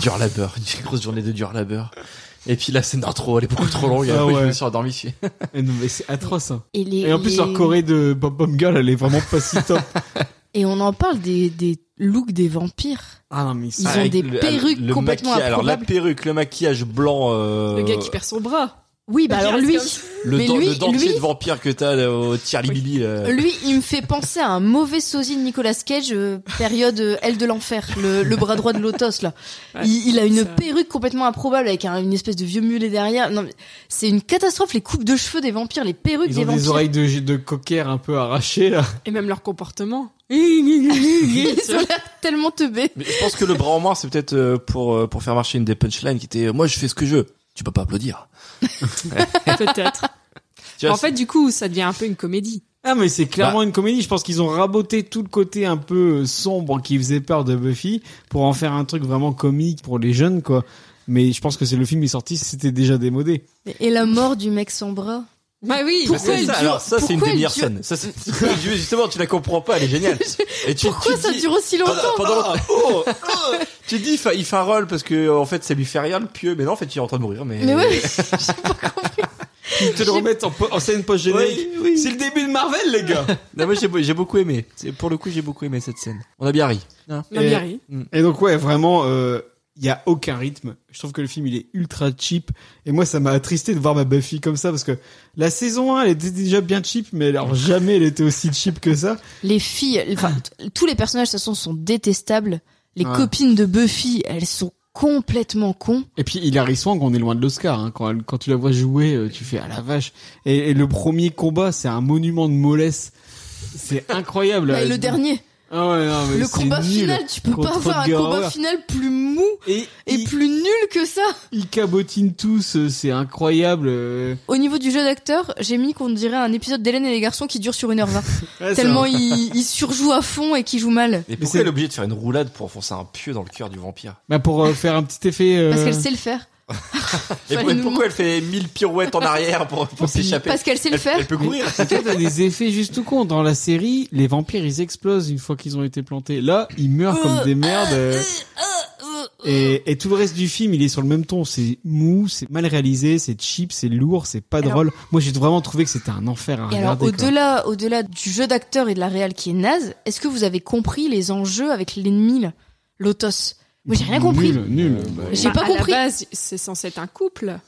Speaker 4: dure labeur. Une grosse journée de dur labeur. Et puis la scène d'intro, elle est beaucoup trop longue. Et
Speaker 2: Ah
Speaker 4: après, je
Speaker 2: ouais.
Speaker 4: me suis endormi. Je suis-
Speaker 2: Eh non, mais c'est atroce. hein.
Speaker 5: Et, les,
Speaker 2: Et en plus,
Speaker 5: les-
Speaker 2: leur Corée de Bob Bomb Girl, elle est vraiment pas si top.
Speaker 5: Et on en parle des, des looks des vampires.
Speaker 2: ah non, mais
Speaker 5: Ils ont
Speaker 4: Avec
Speaker 5: des
Speaker 4: le-
Speaker 5: perruques
Speaker 4: le
Speaker 5: complètement
Speaker 4: maquillage- Alors la
Speaker 5: improbables.
Speaker 4: perruque, le maquillage blanc. euh,
Speaker 3: Le gars qui perd son bras.
Speaker 5: Oui, bah alors lui,
Speaker 4: Le,
Speaker 5: Mais
Speaker 4: dan-
Speaker 5: lui-
Speaker 4: le dentier
Speaker 5: lui-
Speaker 4: de vampire que t'as là, au euh, Thierry Billy. là.
Speaker 5: lui, il me fait penser à un mauvais sosie de Nicolas Cage, euh, période euh, aile de l'enfer, le, le bras droit de Lotos là.
Speaker 3: Ouais,
Speaker 5: il, il a une
Speaker 3: ça-
Speaker 5: perruque complètement improbable avec un- une espèce de vieux mulet derrière. Non, mais c'est une catastrophe les coupes de cheveux des vampires, les perruques
Speaker 2: Ils
Speaker 5: des
Speaker 2: ont
Speaker 5: vampires.
Speaker 2: des oreilles de, de cocker un peu arrachées là.
Speaker 3: Et même leur comportement.
Speaker 5: Ils ont l'air tellement teubés.
Speaker 4: Mais je pense que le bras en moins, c'est peut-être euh, pour, euh, pour faire marcher une des punchlines qui était euh, Moi, je fais ce que je veux. Tu peux pas applaudir.
Speaker 3: Peut-être.
Speaker 4: Tu vois,
Speaker 3: en fait, du coup, ça devient un peu une comédie.
Speaker 2: Ah mais c'est clairement une comédie. Je pense qu'ils ont raboté tout le côté un peu euh, sombre qui faisait peur de Buffy pour en faire un truc vraiment comique pour les jeunes quoi. Mais je pense que c'est le film est sorti, c'était déjà démodé.
Speaker 5: Et la mort du mec sans bras.
Speaker 3: Bah oui.
Speaker 4: c'est-
Speaker 5: pourquoi
Speaker 4: c'est
Speaker 5: elle
Speaker 4: ça,
Speaker 5: dure-
Speaker 4: alors ça c'est une
Speaker 5: pourquoi
Speaker 4: Demi
Speaker 5: elle dure-
Speaker 4: Harrison. Ça, c'est- justement tu la comprends pas, elle est géniale. Et tu,
Speaker 5: Pourquoi
Speaker 4: tu
Speaker 5: ça
Speaker 4: dis-
Speaker 5: dure aussi longtemps
Speaker 4: pendant, pendant longtemps, oh, oh, tu dis fa- il farole parce que en fait ça lui fait rien le pieux, mais non en fait il est en train de mourir. Mais,
Speaker 5: Mais ouais,
Speaker 2: Ils te le remettent en, po- en scène post générique.
Speaker 4: Oui, oui.
Speaker 2: C'est le début de Marvel les gars.
Speaker 4: Non, moi j'ai j'ai beaucoup aimé. C'est- Pour le coup j'ai beaucoup aimé cette scène. On a bien ri.
Speaker 3: Non,
Speaker 2: Et-
Speaker 3: bien ri.
Speaker 2: Et donc ouais, vraiment, il euh, y a aucun rythme. Je trouve que le film il est ultra cheap. Et moi, ça m'a attristé de voir ma Buffy comme ça parce que la saison 1 elle était déjà bien cheap, mais alors jamais elle était aussi cheap que ça.
Speaker 5: les filles, enfin, t- tous les personnages de toute façon sont détestables. Les
Speaker 2: Ouais.
Speaker 5: copines de Buffy, elles sont complètement cons.
Speaker 2: Et puis Hilary Swank, on est loin de l'Oscar. Hein. Quand, elle- quand tu la vois jouer, euh, tu fais à la vache. Et, et le premier combat, c'est un monument de mollesse. C'est incroyable.
Speaker 5: Bah, et le dernier,
Speaker 2: Ah ouais, non, mais
Speaker 5: le
Speaker 2: c'est
Speaker 5: combat
Speaker 2: nul.
Speaker 5: final, tu peux
Speaker 2: Contre
Speaker 5: pas avoir un
Speaker 2: Edgar
Speaker 5: combat
Speaker 2: Hoover.
Speaker 5: final plus mou
Speaker 2: Et,
Speaker 5: et
Speaker 2: ils,
Speaker 5: plus nul que ça.
Speaker 2: ils cabotinent tous, euh, c'est incroyable. euh.
Speaker 5: Au niveau du jeu d'acteur, j'ai mis qu'on dirait un épisode d'Hélène et les garçons qui dure sur 1h20.
Speaker 2: Ouais, c'est
Speaker 5: Tellement ils ils surjouent à fond et qu'ils jouent mal.
Speaker 4: Et
Speaker 2: c'est-
Speaker 4: pourquoi elle est obligée de faire une roulade pour enfoncer un pieu dans le cœur du vampire
Speaker 2: Bah pour euh, faire un petit effet. euh,
Speaker 5: Parce qu'elle sait le faire.
Speaker 4: Et
Speaker 5: Fallait
Speaker 4: pour-
Speaker 5: nous-
Speaker 4: pourquoi elle fait mille pirouettes en arrière pour, pour s'échapper
Speaker 5: Parce qu'elle sait le
Speaker 4: elle,
Speaker 5: faire.
Speaker 4: elle peut courir.
Speaker 2: Tu vois, t'as des effets juste cons. Dans la série, les vampires, ils explosent une fois qu'ils ont été plantés. Là, ils meurent comme des merdes. euh, Et, et tout le reste du film, il est sur le même ton. C'est mou, c'est mal réalisé, c'est cheap, c'est lourd, c'est pas
Speaker 5: Alors-
Speaker 2: drôle. Moi, j'ai vraiment trouvé que c'était un enfer à
Speaker 5: Et alors,
Speaker 2: regarder. quoi.
Speaker 5: au-delà, au-delà du jeu d'acteur et de la réal qui est naze, est-ce que vous avez compris les enjeux avec l'ennemi, là Lotos Moi, j'ai rien compris.
Speaker 2: Nul, nul.
Speaker 4: Euh, bah,
Speaker 5: J'ai
Speaker 3: Enfin,
Speaker 5: pas
Speaker 3: Bah, à la
Speaker 5: compris.
Speaker 3: base, c'est censé être un couple.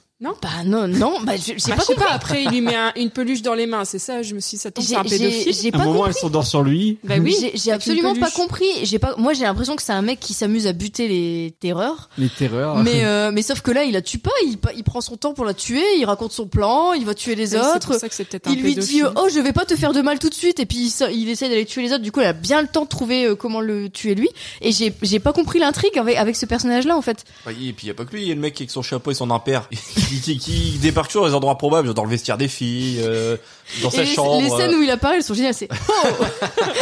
Speaker 5: Bah non, non, bah je- j'ai
Speaker 3: Bah,
Speaker 5: pas
Speaker 3: je sais
Speaker 5: compris.
Speaker 3: pas, après, il lui met un- une peluche dans les mains, c'est ça, je me suis dit, ça tombe, c'est
Speaker 5: J'ai-
Speaker 3: un
Speaker 5: J'ai
Speaker 3: pédophile.
Speaker 5: j'ai
Speaker 2: à un
Speaker 5: pas
Speaker 2: moment,
Speaker 5: compris.
Speaker 2: elle s'endort sur lui.
Speaker 3: Bah oui.
Speaker 5: J'ai- j'ai
Speaker 3: avec une
Speaker 5: absolument pas
Speaker 3: peluche.
Speaker 5: compris. J'ai pas. Moi, j'ai l'impression que c'est un mec qui s'amuse à buter les terreurs.
Speaker 2: Les terreurs.
Speaker 5: Mais, euh, mais sauf que là, il la tue pas, il, pa- il prend son temps pour la tuer, il raconte son plan, il va tuer les
Speaker 3: Oui, C'est
Speaker 5: autres.
Speaker 3: pour ça que c'est peut-être un
Speaker 5: Il lui dit
Speaker 3: pédophile.
Speaker 5: euh, Oh, je vais pas te faire de mal tout de suite, et puis il, sa- il essaie d'aller tuer les autres. Du coup, elle a bien le temps de trouver euh, comment le tuer lui. Et j'ai j'ai pas compris l'intrigue avec, avec ce personnage-là en fait.
Speaker 4: Et puis il y a pas que lui, il y a le mec avec son chapeau et son impair qui, qui, qui débarque toujours dans les endroits probables, genre dans le vestiaire des filles, euh, dans
Speaker 5: et
Speaker 4: sa
Speaker 5: les,
Speaker 4: chambre.
Speaker 5: les
Speaker 2: euh.
Speaker 5: scènes où il apparaît, elles sont géniales. C'est
Speaker 4: euh,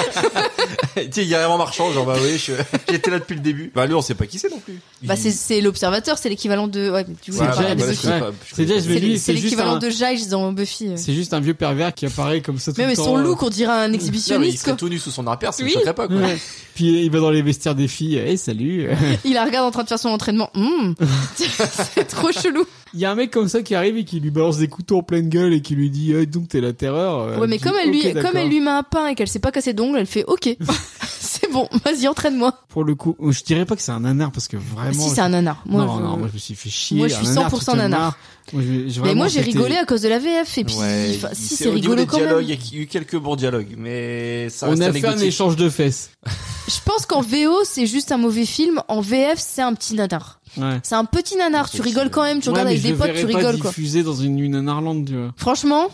Speaker 4: Tu sais, il y a un marchand, genre bah oui, je- j'étais là depuis le début. Bah lui, on sait pas qui c'est non plus.
Speaker 5: bah,
Speaker 4: Il-
Speaker 5: c'est- c'est l'observateur, c'est l'équivalent de. Ouais, mais tu vois,
Speaker 4: Ouais,
Speaker 5: on parle
Speaker 4: bah,
Speaker 5: à des
Speaker 4: bah,
Speaker 5: autres.
Speaker 4: je connais pas, je
Speaker 2: C'est
Speaker 4: connais
Speaker 2: James,
Speaker 4: pas.
Speaker 2: mais
Speaker 5: C'est
Speaker 2: lui,
Speaker 5: c'est
Speaker 2: c'est juste
Speaker 5: l'équivalent
Speaker 2: un,
Speaker 5: de Giles dans Buffy. euh.
Speaker 2: c'est juste un vieux pervers qui apparaît comme ça tout
Speaker 5: Mais,
Speaker 2: le
Speaker 5: mais
Speaker 2: temps. euh,
Speaker 5: son look, on dirait un
Speaker 4: Non, mais il
Speaker 5: exhibitionniste
Speaker 4: serait
Speaker 5: quoi.
Speaker 4: tout nu sous son impair, ça ne
Speaker 3: Oui.
Speaker 4: choquerait pas quoi.
Speaker 2: Ouais. Puis il va dans les vestiaires des filles. Eh, salut.
Speaker 5: Il la regarde en train de faire son entraînement. Hmm. c'est trop chelou.
Speaker 2: Il y a un mec comme ça qui arrive et qui lui balance des couteaux en pleine gueule et qui lui dit Eh, donc t'es la terreur. Euh,
Speaker 5: Ouais, mais
Speaker 2: je
Speaker 5: comme
Speaker 2: dis,
Speaker 5: elle lui,
Speaker 2: Ok,
Speaker 5: comme
Speaker 2: d'accord.
Speaker 5: elle lui met un pain et qu'elle s'est pas cassée d'ongle, elle fait OK. c'est bon, vas-y, entraîne-moi.
Speaker 2: Pour le coup, je dirais pas que c'est un nanar parce que vraiment.
Speaker 5: Ah, si c'est un nanar. Moi,
Speaker 2: non,
Speaker 5: je-
Speaker 2: non, moi je me suis fait chier.
Speaker 5: Moi, je suis
Speaker 2: un nanar,
Speaker 5: 100%
Speaker 2: tu te
Speaker 5: nanar.
Speaker 2: marres. Moi, je- je-
Speaker 5: mais
Speaker 2: vraiment,
Speaker 5: moi j'ai
Speaker 2: c'était-
Speaker 5: rigolé à cause de la VF et puis
Speaker 4: Ouais,
Speaker 5: enfin,
Speaker 4: il-
Speaker 5: si
Speaker 4: il-
Speaker 5: c'est
Speaker 4: au niveau
Speaker 5: rigolo
Speaker 4: des
Speaker 5: quand
Speaker 4: dialogues,
Speaker 5: même.
Speaker 4: Il y a eu quelques bons dialogues, mais ça
Speaker 2: On
Speaker 4: reste
Speaker 2: a fait un
Speaker 4: anecdotique.
Speaker 2: échange de fesses.
Speaker 5: Je pense qu'en VO c'est juste un mauvais film, en VF c'est un petit nanar.
Speaker 2: Ouais.
Speaker 5: C'est un petit nanar, tu rigoles quand même, tu regardes
Speaker 2: Ouais, mais
Speaker 5: avec
Speaker 2: je
Speaker 5: des
Speaker 2: le
Speaker 5: potes,
Speaker 2: verrais
Speaker 5: tu
Speaker 2: pas
Speaker 5: rigoles quoi.
Speaker 2: diffusé dans une nuit nanarlande, tu vois.
Speaker 5: Franchement,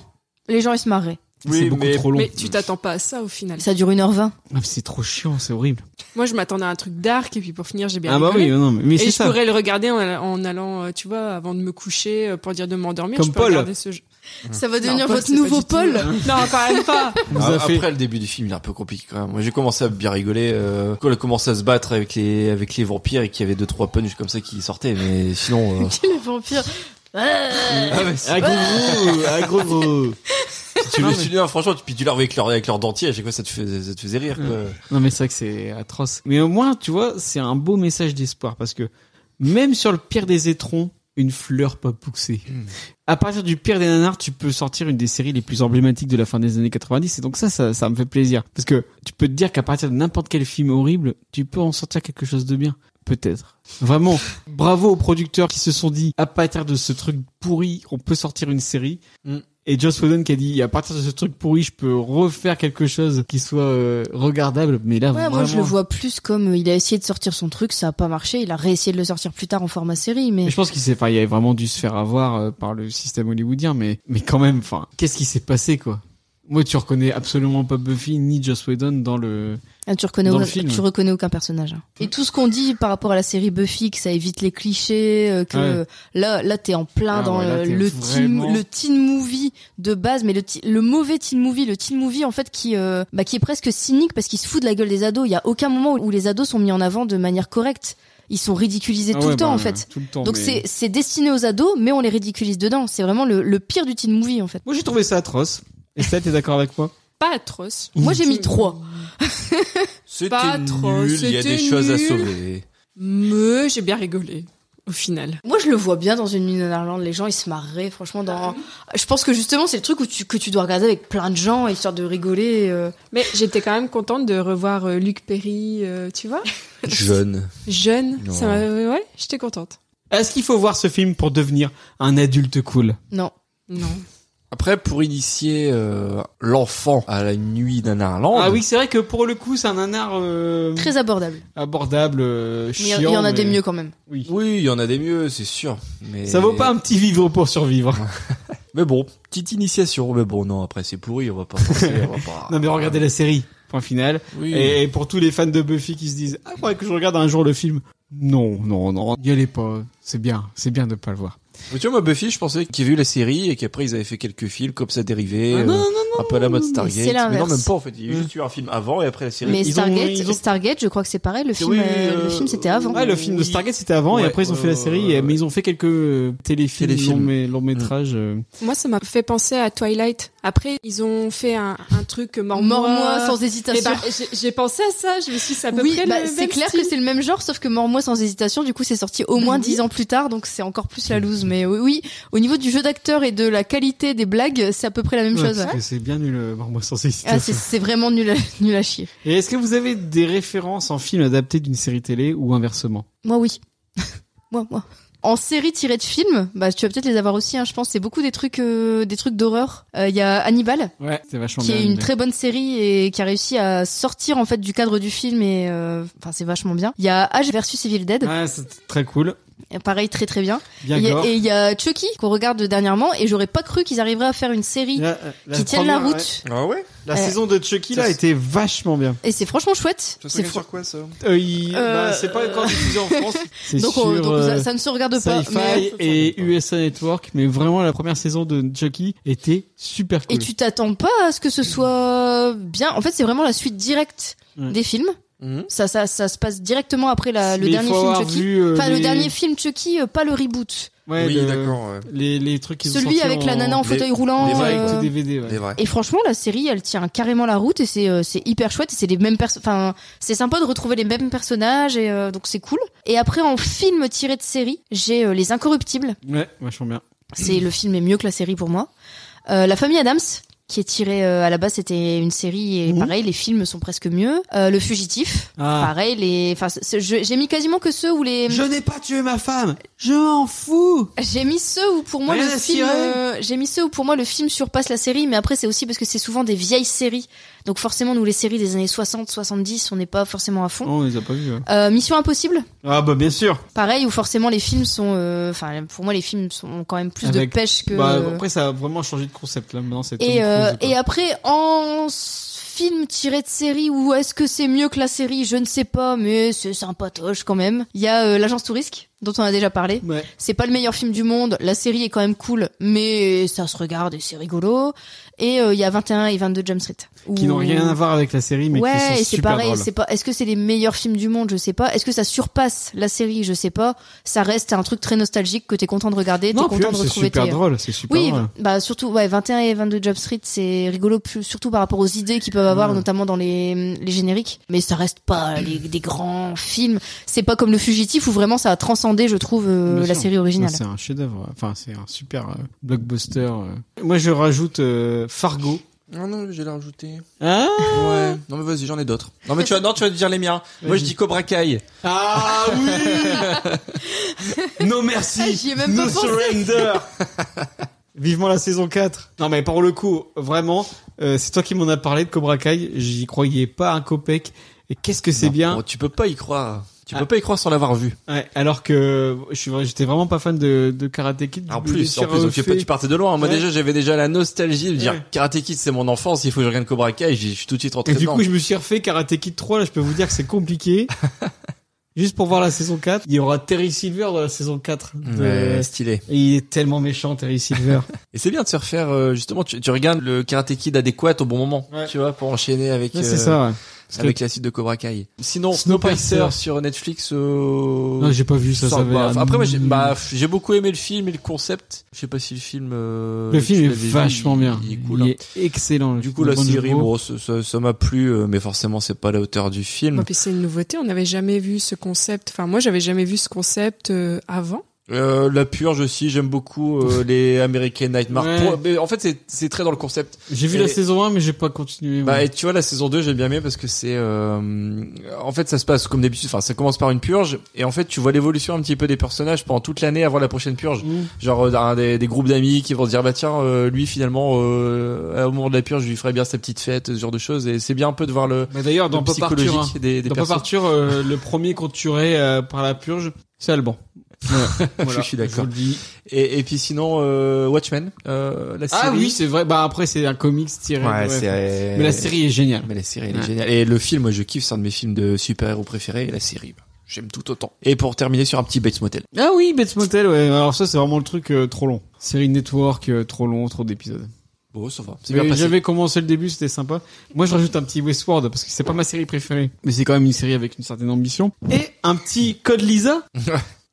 Speaker 5: les gens ils se marraient.
Speaker 2: c'est
Speaker 4: Oui,
Speaker 2: beaucoup
Speaker 4: mais-
Speaker 2: trop long.
Speaker 3: Mais tu t'attends pas à ça au final.
Speaker 5: oh. Ça dure 1h20.
Speaker 2: Ah, mais c'est trop chiant, c'est horrible.
Speaker 3: Moi, je m'attendais à un truc dark, et puis pour finir, j'ai bien
Speaker 2: Ah bah oui,
Speaker 3: rigolé.
Speaker 2: non, mais, mais c'est
Speaker 3: Et je
Speaker 2: ça.
Speaker 3: pourrais le regarder en, en allant, euh, tu vois, avant de me coucher, euh, pour dire de m'endormir.
Speaker 2: Comme
Speaker 3: je peux
Speaker 2: Paul.
Speaker 3: regarder ce jeu.
Speaker 5: Ça va
Speaker 3: Non,
Speaker 5: devenir
Speaker 3: Paul,
Speaker 5: votre
Speaker 3: c'est pas
Speaker 5: nouveau
Speaker 3: du tout- euh,
Speaker 5: Paul.
Speaker 3: Non, quand même pas.
Speaker 2: Vous
Speaker 4: Ah,
Speaker 2: a fait-
Speaker 4: Après le début du film, il est un peu compliqué quand même. Moi, j'ai commencé à bien rigoler euh, quand elle a commencé à se battre avec les avec les vampires et qu'il y avait deux trois punches comme ça qui sortaient, mais sinon. euh,
Speaker 5: Les vampires. Ouais.
Speaker 4: ah, mais c'est-
Speaker 2: Ah, gros, gros, ah, gros, gros.
Speaker 4: tu
Speaker 2: Non,
Speaker 4: les
Speaker 2: mais-
Speaker 4: tu les-
Speaker 9: hein,
Speaker 4: non, franchement, tu- puis tu leur avec leur avec leur dentier, à chaque fois ça te faisait ça te faisait rire quoi.
Speaker 2: Non, mais c'est vrai que c'est atroce. Mais au moins, tu vois, c'est un beau message d'espoir parce que même sur le pire des étrons, une fleur peut pousser. À partir du pire des nanars, tu peux sortir une des séries les plus emblématiques de la fin des années 90. Et donc ça, ça, ça me fait plaisir. Parce que tu peux te dire qu'à partir de n'importe quel film horrible, tu peux en sortir quelque chose de bien. Peut-être. Vraiment, bravo aux producteurs qui se sont dit, à partir de ce truc pourri, on peut sortir une série.
Speaker 9: Mm.
Speaker 2: Et Joss Whedon qui a dit, à partir de ce truc pourri, je peux refaire quelque chose qui soit euh, regardable. Mais là,
Speaker 5: Ouais,
Speaker 2: vraiment...
Speaker 5: moi je le vois plus comme euh, il a essayé de sortir son truc, ça a pas marché, il a réessayé de le sortir plus tard en format série, mais
Speaker 2: Mais je pense qu'il s'est, enfin, il avait vraiment dû se faire avoir euh, par le système hollywoodien, mais, mais quand même, enfin, qu'est-ce qui s'est passé, quoi? Moi, tu reconnais absolument pas Buffy ni Joss Whedon dans le,
Speaker 5: Ah, tu, reconnais
Speaker 2: Dans le
Speaker 5: aucun-
Speaker 2: film.
Speaker 5: tu reconnais aucun personnage. hein. Et tout ce qu'on dit par rapport à la série Buffy, que ça évite les clichés, euh, que là, là t'es en plein
Speaker 2: Ah
Speaker 5: dans
Speaker 2: ouais, là,
Speaker 5: euh,
Speaker 2: t'es
Speaker 5: le,
Speaker 2: vraiment-
Speaker 5: teen, le teen movie de base, mais le, ti- le mauvais teen movie, le teen movie en fait qui, euh, bah, qui est presque cynique parce qu'il se fout de la gueule des ados. Il y a aucun moment où les ados sont mis en avant de manière correcte. Ils sont ridiculisés
Speaker 2: Ah
Speaker 5: tout
Speaker 2: ouais,
Speaker 5: le temps
Speaker 2: bah,
Speaker 5: en fait.
Speaker 2: Tout le temps.
Speaker 5: Donc
Speaker 2: mais-
Speaker 5: c'est c'est destiné aux ados, mais on les ridiculise dedans. C'est vraiment le, le pire du teen movie en fait.
Speaker 2: Moi, j'ai trouvé ça atroce. Estelle, t'es d'accord avec moi?
Speaker 3: Pas atroce. Mmh.
Speaker 5: Moi j'ai mis trois.
Speaker 3: Pas
Speaker 9: C'était
Speaker 3: trop,
Speaker 9: nul, il y a
Speaker 3: c'était
Speaker 9: des choses à
Speaker 3: nul.
Speaker 9: sauver.
Speaker 3: Mais j'ai bien rigolé, au final.
Speaker 5: Moi, je le vois bien dans une mine en Irlande. Les gens, ils se marreraient, franchement. Dans... Je pense que justement, c'est le truc où tu, que tu dois regarder avec plein de gens, histoire de rigoler. euh.
Speaker 3: Mais j'étais quand même contente de revoir euh, Luc Perry, euh, tu vois
Speaker 9: Jeune.
Speaker 3: Jeune,
Speaker 9: Non.
Speaker 3: ça m'a... euh, Ouais, j'étais contente.
Speaker 2: Est-ce qu'il faut voir ce film pour devenir un adulte cool?
Speaker 5: Non.
Speaker 3: Non.
Speaker 9: Après, pour initier euh, l'enfant à la nuit d'un Irlande.
Speaker 2: Ah oui, c'est vrai que pour le coup, c'est un nanar euh,
Speaker 5: Très abordable.
Speaker 2: abordable, euh,
Speaker 5: Mais il
Speaker 2: chiant.
Speaker 5: y en a
Speaker 2: mais-
Speaker 5: des mieux quand même.
Speaker 2: Oui.
Speaker 9: Oui, il y en a des mieux, c'est sûr. Mais...
Speaker 2: Ça vaut pas un petit vivre pour survivre.
Speaker 9: Mais bon, petite initiation. Mais bon, non, après c'est pourri, on va pas penser, on va pas. Ah,
Speaker 2: Non mais regardez la série. Point final.
Speaker 9: Oui.
Speaker 2: Et, et pour tous les fans de Buffy qui se disent ah faudrait que je regarde un jour le film. Non non non, n'y allez pas. C'est bien, c'est bien de pas le voir.
Speaker 9: Mais tu vois, moi, Buffy, je pensais qu'il y avait eu la série et qu'après ils avaient fait quelques films comme ça dérivés. euh, un peu à la mode Stargate.
Speaker 5: c'est l'inverse.
Speaker 9: Mais non, même pas en fait. Il y a juste eu un film avant et après la série.
Speaker 5: Mais
Speaker 2: ils ont-
Speaker 5: Stargate,
Speaker 2: ils ont-
Speaker 5: Stargate, je crois que c'est pareil. Le film,
Speaker 9: oui,
Speaker 5: euh, le
Speaker 9: euh,
Speaker 5: film c'était avant.
Speaker 2: Ouais, le film de
Speaker 9: Oui.
Speaker 2: Stargate c'était avant et
Speaker 9: Ouais,
Speaker 2: après ils ont
Speaker 9: ouais,
Speaker 2: fait la
Speaker 9: ouais,
Speaker 2: série
Speaker 9: ouais,
Speaker 2: et-
Speaker 9: ouais.
Speaker 2: mais ils ont fait quelques euh, téléfilms,
Speaker 9: Téléfilms.
Speaker 2: longs, mé- longs métrages. euh.
Speaker 3: Moi, ça m'a fait penser à Twilight. Après, ils ont fait un, un truc mort-moi.
Speaker 5: Mors-moi sans
Speaker 3: Eh
Speaker 5: hésitation.
Speaker 3: ben, j'ai- J'ai pensé à ça, je me suis dit, c'est à peu
Speaker 5: oui,
Speaker 3: près
Speaker 5: bah,
Speaker 3: le
Speaker 5: c'est
Speaker 3: même
Speaker 5: clair
Speaker 3: style.
Speaker 5: que c'est le même genre, sauf que Mors-moi sans hésitation, du coup, c'est sorti au moins
Speaker 3: oui.
Speaker 5: dix ans plus tard, donc c'est encore plus la loose. Mais oui, oui, au niveau du jeu d'acteur et de la qualité des blagues, c'est à peu près la même
Speaker 2: Ouais,
Speaker 5: chose.
Speaker 2: parce
Speaker 5: ouais.
Speaker 2: que c'est bien nul, euh, moi sans hésitation.
Speaker 5: Ah, c'est- c'est vraiment nul à, nul à chier.
Speaker 2: Et est-ce que vous avez des références en film adapté d'une série télé ou inversement
Speaker 5: Moi, oui. moi, moi. En série tirée de film, bah, tu vas peut-être les avoir aussi. Hein, je pense c'est beaucoup des trucs, euh, des trucs d'horreur. Euh, Il y a Hannibal,
Speaker 2: Ouais, c'est vachement
Speaker 5: qui
Speaker 2: bien.
Speaker 5: est une
Speaker 2: animé.
Speaker 5: très bonne série et qui a réussi à sortir en fait du cadre du film et, euh, enfin, c'est vachement bien. Il y a H versus Evil Dead,
Speaker 2: Ouais, c'est très cool.
Speaker 5: et pareil, très très bien.
Speaker 2: Bien
Speaker 5: Et il y a-
Speaker 2: gore.
Speaker 5: et il y a Chucky qu'on regarde dernièrement et j'aurais pas cru qu'ils arriveraient à faire une série
Speaker 2: La- euh, la
Speaker 5: qui tienne la
Speaker 2: première,
Speaker 5: route.
Speaker 2: ouais.
Speaker 9: Ah ouais
Speaker 2: La
Speaker 5: Euh,
Speaker 2: saison de Chucky là
Speaker 9: ça,
Speaker 2: était vachement bien.
Speaker 5: Et c'est franchement chouette.
Speaker 9: Ça
Speaker 5: C'est fou.
Speaker 9: quoi ça
Speaker 2: Euh, il-
Speaker 5: Euh,
Speaker 2: bah, c'est pas encore diffusé en France. C'est
Speaker 5: Donc,
Speaker 2: sur
Speaker 5: on- donc,
Speaker 2: euh,
Speaker 5: ça, ça ne se regarde pas.
Speaker 2: Sci-Fi
Speaker 5: mais-
Speaker 2: et USA Network, mais vraiment la première saison de Chucky était super cool.
Speaker 5: Et tu t'attends pas à ce que ce soit bien. En fait, c'est vraiment la suite directe
Speaker 2: Ouais.
Speaker 5: des films.
Speaker 9: Mhm.
Speaker 5: Ça, ça, ça se passe directement après la, le
Speaker 2: Mais
Speaker 5: dernier
Speaker 2: faut
Speaker 5: film
Speaker 2: avoir
Speaker 5: Chucky.
Speaker 2: vu, euh,
Speaker 5: Enfin, le
Speaker 2: les-
Speaker 5: dernier film Chucky, euh, pas le reboot.
Speaker 2: Ouais,
Speaker 9: Oui,
Speaker 2: le-
Speaker 9: d'accord. ouais.
Speaker 2: Les, les trucs qui
Speaker 5: Celui avec la nana en
Speaker 9: les-
Speaker 5: fauteuil roulant.
Speaker 9: les vrais,
Speaker 5: euh,
Speaker 9: quoi.
Speaker 2: DVD. ouais.
Speaker 9: C'est vrai.
Speaker 5: Et franchement, la série, elle tient carrément la route et c'est euh, c'est hyper chouette. et C'est les mêmes perso- Enfin, c'est sympa de retrouver les mêmes personnages et euh, donc c'est cool. Et après, en film tiré de série, j'ai euh, Les Incorruptibles.
Speaker 2: Ouais, vachement bien.
Speaker 5: C'est le film est mieux que la série pour moi. Euh, la famille Adams qui est tirée euh, à la base c'était une série et
Speaker 2: Mhm.
Speaker 5: pareil les films sont presque mieux. Euh, le fugitif
Speaker 2: Ah.
Speaker 5: pareil les enfin c'est- c'est- je- j'ai mis quasiment que ceux où les
Speaker 2: Je n'ai pas tué ma femme. Je m'en fous.
Speaker 5: j'ai mis ceux où pour moi
Speaker 2: Rien
Speaker 5: le
Speaker 2: à
Speaker 5: film
Speaker 2: cirer.
Speaker 5: euh, j'ai mis ceux où pour moi le film surpasse la série mais après c'est aussi parce que c'est souvent des vieilles séries. Donc forcément nous les séries des années 60 70 on n'est pas forcément à fond.
Speaker 2: Non, Oh, on les a pas vus. ouais.
Speaker 5: Euh, Mission impossible
Speaker 2: Ah bah bien sûr.
Speaker 5: pareil où forcément les films sont euh, enfin pour moi les films sont ont quand même plus
Speaker 2: Avec-
Speaker 5: de pêche que
Speaker 2: Bah, après ça a vraiment changé de concept là. Maintenant c'est Tom
Speaker 5: Et, euh,
Speaker 2: Cruise, quoi.
Speaker 5: et après, en s- film tiré de série, ou est-ce que c'est mieux que la série Je ne sais pas, mais c'est sympatoche quand même. Il y a euh, l'agence Tourisque, dont on a déjà parlé.
Speaker 2: Ouais.
Speaker 5: C'est pas le meilleur film du monde, la série est quand même cool, mais ça se regarde et c'est rigolo. Et euh, il y a 21 et 22 Jump Street.
Speaker 2: qui n'ont rien à voir avec la série, mais qui
Speaker 5: Ouais,
Speaker 2: sont
Speaker 5: et c'est
Speaker 2: super
Speaker 5: pareil,
Speaker 2: drôles.
Speaker 5: c'est pas est-ce que c'est les meilleurs films du monde, je sais pas. Est-ce que ça surpasse la série, je sais pas. Ça reste un truc très nostalgique que t'es content de regarder, t'es
Speaker 2: non, puis même,
Speaker 5: content de
Speaker 2: c'est
Speaker 5: retrouver
Speaker 2: super
Speaker 5: tes
Speaker 2: drôle, c'est super
Speaker 5: oui,
Speaker 2: drôle.
Speaker 5: bah surtout ouais, 21 et 22 Job Street, c'est rigolo plus, surtout par rapport aux idées qu'ils peuvent avoir
Speaker 2: Ouais.
Speaker 5: notamment dans les, les génériques, mais ça reste pas les- des grands films, c'est pas comme le fugitif où vraiment ça a transcendé je trouve euh,
Speaker 2: Bien
Speaker 5: la
Speaker 2: sûr.
Speaker 5: série originale.
Speaker 2: Non, C'est un chef-d'œuvre. Enfin, c'est un super euh, blockbuster. euh. Moi, je rajoute euh, Fargo.
Speaker 4: Non, Ah non, j'ai l'ai rajouté.
Speaker 2: Hein
Speaker 4: Ouais. Non, mais vas-y, j'en ai d'autres. Non, mais tu vas, non, tu vas dire les miens. Moi, je dis Cobra Kai.
Speaker 2: Ah oui No merci
Speaker 5: Ah, J'y ai même
Speaker 2: No
Speaker 5: pas pensé.
Speaker 2: surrender Vivement la saison 4 Non mais pour le coup, vraiment, euh, c'est toi qui m'en as parlé de Cobra Kai, j'y croyais pas un copec. Et qu'est-ce que c'est
Speaker 4: Non,
Speaker 2: bien
Speaker 4: bon, tu peux pas y croire. Tu
Speaker 2: Ah.
Speaker 4: peux pas y croire sans l'avoir vu.
Speaker 2: Ouais, Alors que je suis vrai- j'étais vraiment pas fan de, de Karate Kid.
Speaker 4: En
Speaker 2: de- de
Speaker 4: plus, en plus, donc tu,
Speaker 2: refait.
Speaker 4: tu partais de loin. Moi,
Speaker 2: Ouais.
Speaker 4: déjà, j'avais déjà la nostalgie de dire
Speaker 2: Ouais.
Speaker 4: Karate Kid, c'est mon enfance. Il faut que je regarde Cobra Kai. J'y- Je suis tout de suite rentré
Speaker 2: Et du
Speaker 4: dedans.
Speaker 2: coup, je me suis refait Karate Kid 3, là je peux vous dire que c'est compliqué. Juste pour voir la saison 4, il y aura Terry Silver dans la saison 4. de-
Speaker 4: Ouais, stylé.
Speaker 2: Et il est tellement méchant, Terry Silver.
Speaker 4: Et c'est bien de se refaire. euh, justement, tu, tu regardes le Karate Kid adéquat au bon moment.
Speaker 2: Ouais.
Speaker 4: Tu vois, pour enchaîner avec.
Speaker 2: Ouais,
Speaker 4: euh,
Speaker 2: c'est ça. ouais. Parce que-
Speaker 4: Avec la suite de Cobra Kai. Sinon,
Speaker 2: Snowpiercer.
Speaker 4: Snowpiercer sur Netflix. euh,
Speaker 2: Non, j'ai pas vu ça.
Speaker 4: sans-
Speaker 2: ça avait
Speaker 4: bah,
Speaker 2: l'air
Speaker 4: après, moi, j'ai
Speaker 2: nul.
Speaker 4: bah, j'ai beaucoup aimé le film et le concept. Je sais pas si le film. euh,
Speaker 2: le
Speaker 4: tu
Speaker 2: film est
Speaker 4: l'avais vu,
Speaker 2: vachement
Speaker 4: il-
Speaker 2: bien.
Speaker 4: Il est cool. hein.
Speaker 2: excellent. le
Speaker 4: Du
Speaker 2: film
Speaker 4: coup,
Speaker 2: de
Speaker 4: la
Speaker 2: Bong
Speaker 4: série,
Speaker 2: Joon-ho.
Speaker 4: bon, ça- ça ça m'a plu, euh, mais forcément, c'est pas à la hauteur du
Speaker 2: Mmh.
Speaker 4: film.
Speaker 3: Ouais, puis c'est une nouveauté, on n'avait jamais vu ce concept. Enfin, moi, j'avais jamais vu ce concept euh, avant.
Speaker 4: Euh, la purge aussi, j'aime beaucoup euh, les American Nightmare.
Speaker 2: Ouais.
Speaker 4: Pour- mais en fait, c'est- c'est très dans le concept.
Speaker 2: J'ai vu
Speaker 4: Et-
Speaker 2: la saison 1, mais j'ai pas continué.
Speaker 4: Bah,
Speaker 2: ouais.
Speaker 4: et tu vois, la saison 2, j'ai bien aimé parce que c'est... euh, en fait, ça se passe comme d'habitude. Enfin, ça commence par une purge. Et en fait, tu vois l'évolution un petit peu des personnages pendant toute l'année avant la prochaine purge.
Speaker 2: Mmh.
Speaker 4: Genre, euh, un des, des groupes d'amis qui vont se dire, bah tiens, euh, lui, finalement, euh, au moment de la purge, je lui ferais bien sa petite fête, ce genre de choses. Et c'est bien un peu de voir le...
Speaker 2: Mais d'ailleurs, dans
Speaker 4: le
Speaker 2: Pop
Speaker 4: psychologique
Speaker 2: Arthur, hein,
Speaker 4: des, des
Speaker 2: dans Pop
Speaker 4: personnes.
Speaker 2: Arthur, euh, le premier qu'on tuerait euh, par la purge, c'est Alban. Ouais, voilà,
Speaker 4: suis d'accord.
Speaker 2: je vous le dis.
Speaker 4: Et, et puis sinon, euh, Watchmen, euh, la série.
Speaker 2: Ah oui, c'est vrai. Bah après, c'est un comics tiré.
Speaker 4: Ouais,
Speaker 2: ouais.
Speaker 4: c'est... euh,
Speaker 2: Mais la série est géniale.
Speaker 4: Mais la série, elle est
Speaker 2: Ouais.
Speaker 4: géniale. Et le film, moi, je kiffe, c'est un de mes films de super-héros préférés. Et la série, bah, j'aime tout autant. Et pour terminer sur un petit Bates Motel.
Speaker 2: Ah oui, Bates Motel. Ouais. Alors ça, c'est vraiment le truc euh, trop long. Série Network, euh, trop long, trop d'épisodes.
Speaker 4: Bon, ça va. C'est bien
Speaker 2: Mais
Speaker 4: passé.
Speaker 2: J'avais commencé le début, c'était sympa. Moi, je rajoute un petit Westworld parce que c'est pas ma série préférée, mais c'est quand même une série avec une certaine ambition. Et un petit Code Lisa.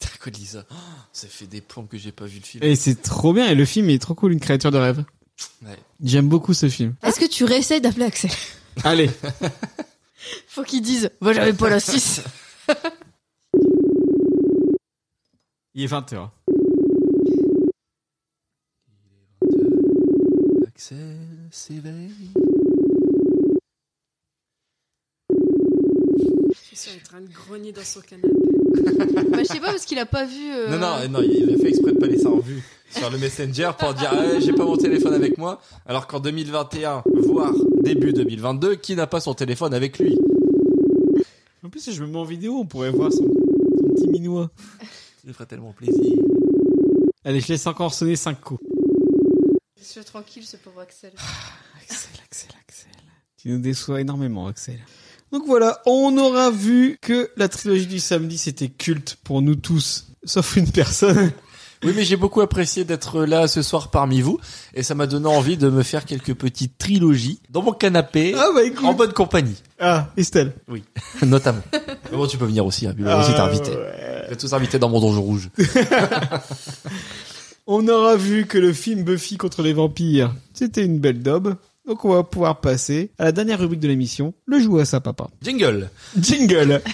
Speaker 4: T'as quoi, Lisa Oh, Ça fait des plombs que j'ai pas vu le film.
Speaker 2: Et c'est trop bien. Et le film est trop cool, une créature de rêve.
Speaker 4: Ouais.
Speaker 2: J'aime beaucoup ce film.
Speaker 5: Est-ce que tu réessayes d'appeler Axel
Speaker 2: Allez,
Speaker 5: Faut qu'ils disent Moi j'avais pas la 6
Speaker 2: il est 20h.
Speaker 4: Euh, Axel s'éveille.
Speaker 3: Je suis en train de grogner dans son canapé.
Speaker 5: Bah je sais pas parce qu'il a pas vu. euh,
Speaker 4: Non, non, non, il a fait exprès de pas laisser en vue sur le Messenger pour dire Ah, j'ai pas mon téléphone avec moi. Alors qu'en 2021, voire début 2022, qui n'a pas son téléphone avec lui
Speaker 2: En plus, si je me mets en vidéo, on pourrait voir son, son petit minois.
Speaker 4: Ça ferait tellement plaisir.
Speaker 2: Allez, je laisse encore sonner 5 coups.
Speaker 5: Je suis tranquille ce pauvre Axel.
Speaker 2: Ah, Axel, Axel, Axel. Tu nous déçois énormément, Axel. Donc voilà, on aura vu que la trilogie du samedi, c'était culte pour nous tous, sauf une personne.
Speaker 4: Oui, mais j'ai beaucoup apprécié d'être là ce soir parmi vous et ça m'a donné envie de me faire quelques petites trilogies dans mon canapé
Speaker 2: Ah bah écoute.
Speaker 4: en bonne compagnie,
Speaker 2: Ah, Estelle.
Speaker 4: notamment. Mais bon, tu peux venir aussi, hein, Bulba,
Speaker 2: Ah,
Speaker 4: aussi t'es invité.
Speaker 2: Euh,
Speaker 4: Vous êtes tous invités dans mon donjon rouge.
Speaker 2: On aura vu que le film Buffy contre les vampires, c'était une belle daube. Donc on va pouvoir passer à la dernière rubrique de l'émission, le jouet à sa papa.
Speaker 4: Jingle
Speaker 2: Jingle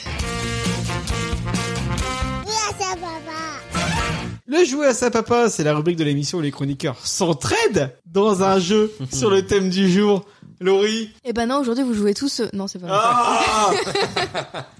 Speaker 2: Le jouet à sa papa, c'est la rubrique de l'émission où les chroniqueurs s'entraident dans un jeu sur le thème du jour. Laurie
Speaker 5: Eh ben non, aujourd'hui vous jouez tous. euh, Non, c'est pas vrai.
Speaker 2: Ah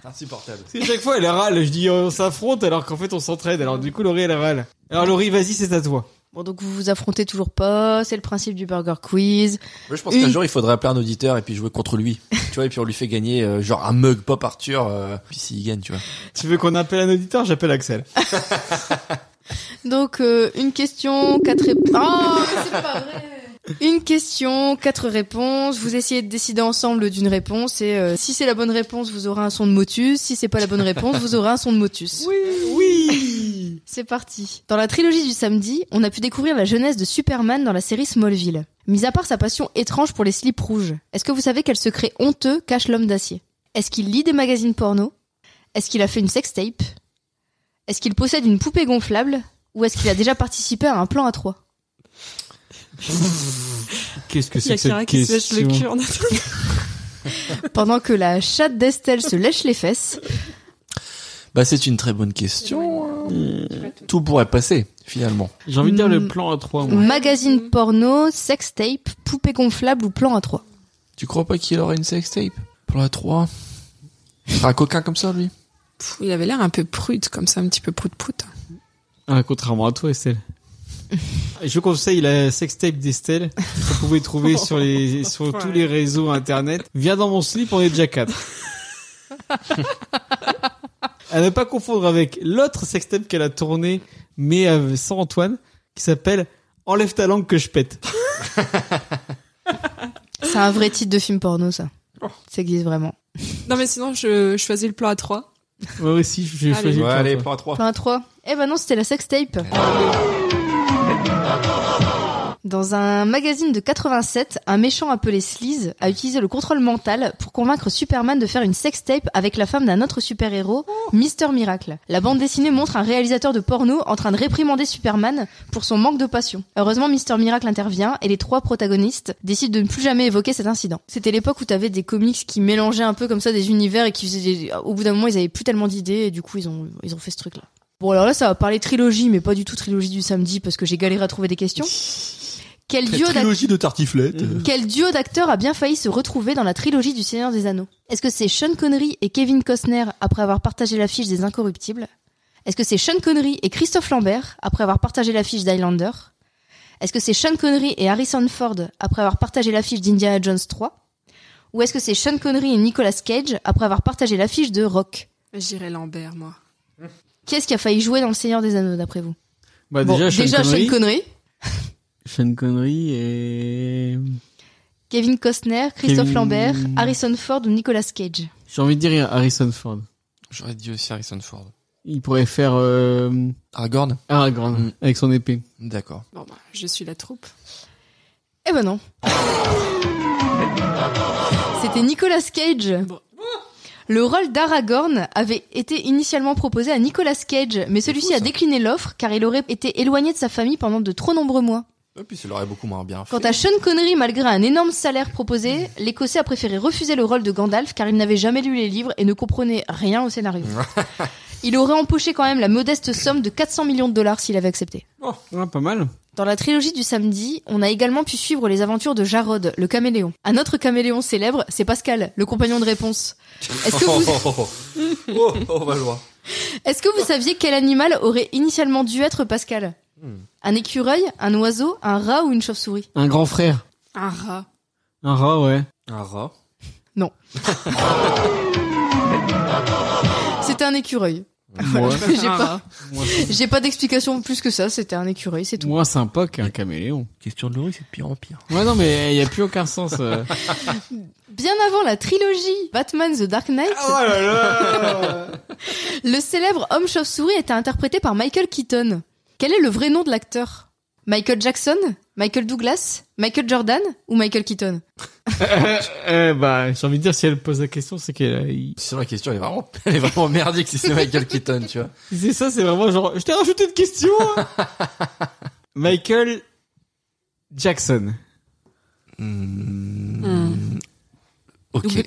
Speaker 4: Insupportable.
Speaker 2: C'est chaque fois, elle râle. Je dis, on s'affronte alors qu'en fait, on s'entraide. Alors du coup, Laurie, elle râle. Alors Laurie, vas-y, c'est à toi.
Speaker 5: Bon, donc vous vous affrontez toujours pas, c'est le principe du burger quiz.
Speaker 4: Moi, je pense
Speaker 5: Une-
Speaker 4: qu'un jour, il faudrait appeler un auditeur et puis jouer contre lui. tu vois, et puis on lui fait gagner euh, genre un mug Pop Arthur. euh, puis s'il gagne, tu vois.
Speaker 2: Tu veux qu'on appelle un auditeur J'appelle Axel.
Speaker 5: Donc euh, une question, quatre réponses. Oh, mais c'est pas vrai Une question, quatre réponses. Vous essayez de décider ensemble d'une réponse et euh, si c'est la bonne réponse, vous aurez un son de motus. Si c'est pas la bonne réponse, vous aurez un son de motus.
Speaker 2: Oui, oui
Speaker 5: C'est parti. Dans la trilogie du samedi, on a pu découvrir la jeunesse de Superman dans la série Smallville. Mis à part sa passion étrange pour les slips rouges, est-ce que vous savez quel secret honteux cache l'homme d'acier Est-ce qu'il lit des magazines porno Est-ce qu'il a fait une sextape Est-ce qu'il possède une poupée gonflable Ou est-ce qu'il a déjà participé à un plan à trois
Speaker 2: Qu'est-ce que
Speaker 3: Il y
Speaker 2: c'est que cette
Speaker 3: a Kira qui se lèche
Speaker 2: question
Speaker 3: le cul en attendant.
Speaker 5: Pendant que la chatte d'Estelle se lèche les fesses,
Speaker 4: Bah, c'est une très bonne question.
Speaker 9: hein. tout pourrait passer finalement.
Speaker 2: J'ai envie de dire le
Speaker 5: Hmm.
Speaker 2: plan A3. moi.
Speaker 5: Magazine porno, sextape, poupée gonflable ou plan A3.
Speaker 9: Tu crois pas qu'il aurait une sextape Plan A3 Un coquin comme ça lui
Speaker 3: Pff, il avait l'air un peu prude, comme ça, un petit peu prout-prout.
Speaker 2: Ah, contrairement à toi, Estelle. Je conseille la sextape d'Estelle que vous pouvez trouver sur les sur tous les réseaux internet. Viens dans mon slip, on est déjà quatre. à ne pas confondre avec l'autre sextape qu'elle a tournée, mais euh, sans Antoine, qui s'appelle Enlève ta langue que je pète.
Speaker 5: C'est un vrai titre de film porno, ça. Ça existe vraiment.
Speaker 3: Non, mais sinon, je, je choisis le plan A3.
Speaker 2: Moi aussi, j'ai
Speaker 3: Allez.
Speaker 2: choisi.
Speaker 9: Ouais,
Speaker 2: le plan,
Speaker 9: allez,
Speaker 2: toi.
Speaker 9: plan A3.
Speaker 5: Plan 3. Eh ben non, c'était la sextape. Dans un magazine de 87, un méchant appelé Sleaze a utilisé le contrôle mental pour convaincre Superman de faire une sextape avec la femme d'un autre super-héros, Mister Miracle. La bande dessinée montre un réalisateur de porno en train de réprimander Superman pour son manque de passion. Heureusement, Mister Miracle intervient et les trois protagonistes décident de ne plus jamais évoquer cet incident. C'était l'époque où t'avais des comics qui mélangeaient un peu comme ça des univers et qui faisaient des- Au bout d'un moment, ils avaient plus tellement d'idées et du coup, ils ont, ils ont fait ce truc-là. Bon, alors là, ça va parler trilogie, mais pas du tout trilogie du samedi parce que j'ai galéré à trouver des questions. Quel duo d'acteurs
Speaker 9: de tartiflette.
Speaker 5: quel duo d'acteurs a bien failli se retrouver dans la trilogie du Seigneur des Anneaux Est-ce que c'est Sean Connery et Kevin Costner après avoir partagé l'affiche des Incorruptibles Est-ce que c'est Sean Connery et Christophe Lambert après avoir partagé l'affiche d'Highlander Est-ce que c'est Sean Connery et Harrison Ford après avoir partagé l'affiche d'Indiana Jones 3 Ou est-ce que c'est Sean Connery et Nicolas Cage après avoir partagé l'affiche de Rock
Speaker 3: J'irai Lambert, moi.
Speaker 5: Qu'est-ce qui a failli jouer dans le Seigneur des Anneaux d'après vous
Speaker 2: Bah,
Speaker 5: Bon,
Speaker 2: déjà, Sean Connery.
Speaker 5: Sean Connery,
Speaker 2: Sean Connery et
Speaker 5: Kevin Costner, Christophe
Speaker 2: Kevin-
Speaker 5: Lambert, Harrison Ford ou Nicolas Cage
Speaker 2: j'ai envie de dire Harrison Ford.
Speaker 9: J'aurais dit aussi Harrison Ford.
Speaker 2: Il pourrait faire euh,
Speaker 9: Aragorn
Speaker 2: Aragorn
Speaker 9: Mm.
Speaker 2: avec son épée.
Speaker 9: D'accord.
Speaker 3: Bon, bah, je suis la troupe.
Speaker 5: Eh ben non. C'était Nicolas Cage. Le rôle d'Aragorn avait été initialement proposé à Nicolas Cage, mais celui-ci a décliné l'offre car il aurait été éloigné de sa famille pendant de trop nombreux mois.
Speaker 9: Et puis ça l'aurait beaucoup moins bien fait.
Speaker 5: Quant à Sean Connery, malgré un énorme salaire proposé, l'Écossais a préféré refuser le rôle de Gandalf car il n'avait jamais lu les livres et ne comprenait rien au scénario. Il aurait empoché quand même la modeste somme de 400 millions de dollars s'il avait accepté.
Speaker 2: Ah, pas mal.
Speaker 5: Dans la trilogie du samedi, on a également pu suivre les aventures de Jarod, le caméléon. Un autre caméléon célèbre, c'est Pascal, le compagnon de réponse. Est-ce que vous,
Speaker 9: Oh, oh, oh. Oh, oh, Valois.
Speaker 5: est-ce que vous saviez quel animal aurait initialement dû être Pascal Un écureuil, un oiseau, un rat ou une chauve-souris
Speaker 2: Un grand frère.
Speaker 3: Un rat.
Speaker 2: Un rat, Ah, ouais.
Speaker 9: Un rat.
Speaker 5: C'était un écureuil.
Speaker 2: Moi,
Speaker 5: J'ai
Speaker 3: Un
Speaker 5: pas,
Speaker 3: rat.
Speaker 5: j'ai pas d'explication plus que ça, c'était un écureuil, c'est tout.
Speaker 2: moins sympa qu'un caméléon.
Speaker 9: Question de l'eau, c'est de pire en pire.
Speaker 2: Ouais, non, mais il n'y a plus aucun sens. euh.
Speaker 5: Bien avant la trilogie Batman The Dark Knight, le célèbre homme chauve-souris était interprété par Michael Keaton. Quel est le vrai nom de l'acteur Michael Jackson Michael Douglas Michael Jordan Ou Michael Keaton
Speaker 2: Euh, bah, j'ai envie de dire, si elle pose la question, c'est qu'elle. euh, il-
Speaker 9: Sinon la question elle est vraiment, elle est vraiment merdique si c'est Michael Keaton, tu vois.
Speaker 2: C'est ça, c'est vraiment genre. Je t'ai rajouté une question hein. Michael Jackson. Mmh.
Speaker 3: Hmm.
Speaker 9: Ok.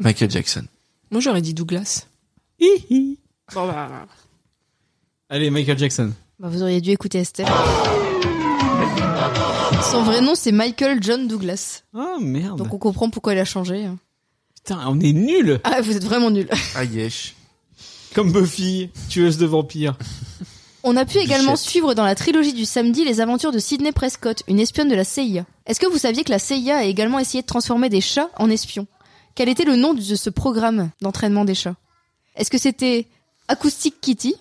Speaker 9: Michael Jackson.
Speaker 3: Moi, j'aurais dit Douglas.
Speaker 2: Hi, hi.
Speaker 3: Bon, bah,
Speaker 2: Allez, Michael Jackson.
Speaker 5: bah, Vous auriez dû écouter Estelle. Son vrai nom c'est Michael John Douglas.
Speaker 2: Ah, merde.
Speaker 5: Donc on comprend pourquoi il a changé. hein.
Speaker 2: Putain, on est nuls
Speaker 5: Ah vous êtes vraiment nuls.
Speaker 9: Ayesh.
Speaker 2: Comme Buffy, tueuse de vampires.
Speaker 5: On a pu également
Speaker 9: Bichette.
Speaker 5: suivre dans la trilogie du samedi les aventures de Sidney Prescott, une espionne de la CIA. Est-ce que vous saviez que la CIA a également essayé de transformer des chats en espions Quel était le nom de ce programme d'entraînement des chats Est-ce que c'était Acoustic Kitty,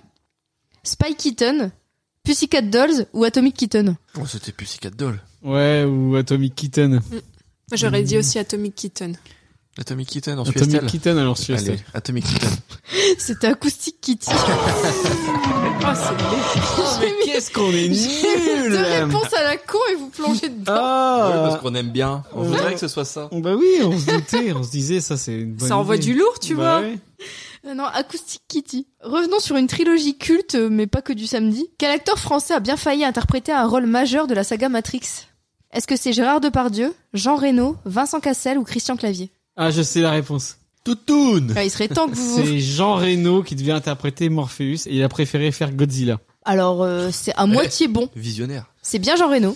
Speaker 5: Spy Kitten, Pussycat Dolls ou Atomic Kitten
Speaker 9: Oh, c'était Pussycat Doll.
Speaker 2: Ouais, ou Atomic Kitten.
Speaker 3: moi, j'aurais dit aussi Atomic Kitten.
Speaker 9: Atomic Kitten, ensuite
Speaker 2: Atomic
Speaker 9: Estelle.
Speaker 2: Kitten, alors, si
Speaker 9: Allez, Atomic Kitten.
Speaker 5: C'était Acoustic Kitty.
Speaker 3: Oh,
Speaker 2: Ah,
Speaker 3: c'est laid.
Speaker 2: Mais qu'est-ce qu'on est
Speaker 5: J'ai
Speaker 2: nuls
Speaker 5: deux réponses à la con et vous plongez dedans.
Speaker 9: Oui,
Speaker 2: Ah
Speaker 9: parce qu'on aime bien. On
Speaker 2: Ouais.
Speaker 9: voudrait que ce soit ça.
Speaker 2: Bah oui, on se doutait, on se disait, ça c'est une bonne
Speaker 3: Ça envoie
Speaker 2: idée.
Speaker 3: du lourd, tu
Speaker 2: Bah
Speaker 3: vois.
Speaker 2: ouais.
Speaker 5: Euh, non, Acoustic Kitty. Revenons sur une trilogie culte, euh, mais pas que du samedi. Quel acteur français a bien failli interpréter un rôle majeur de la saga Matrix Est-ce que c'est Gérard Depardieu, Jean Reno, Vincent Cassel ou Christian Clavier
Speaker 2: Ah, je sais la réponse.
Speaker 4: Toutoun
Speaker 5: Alors, il serait temps que vous.
Speaker 2: C'est Jean Reno qui devait interpréter Morpheus et il a préféré faire Godzilla.
Speaker 5: Alors, euh, c'est à moitié bon.
Speaker 4: Visionnaire.
Speaker 5: C'est bien Jean Reno.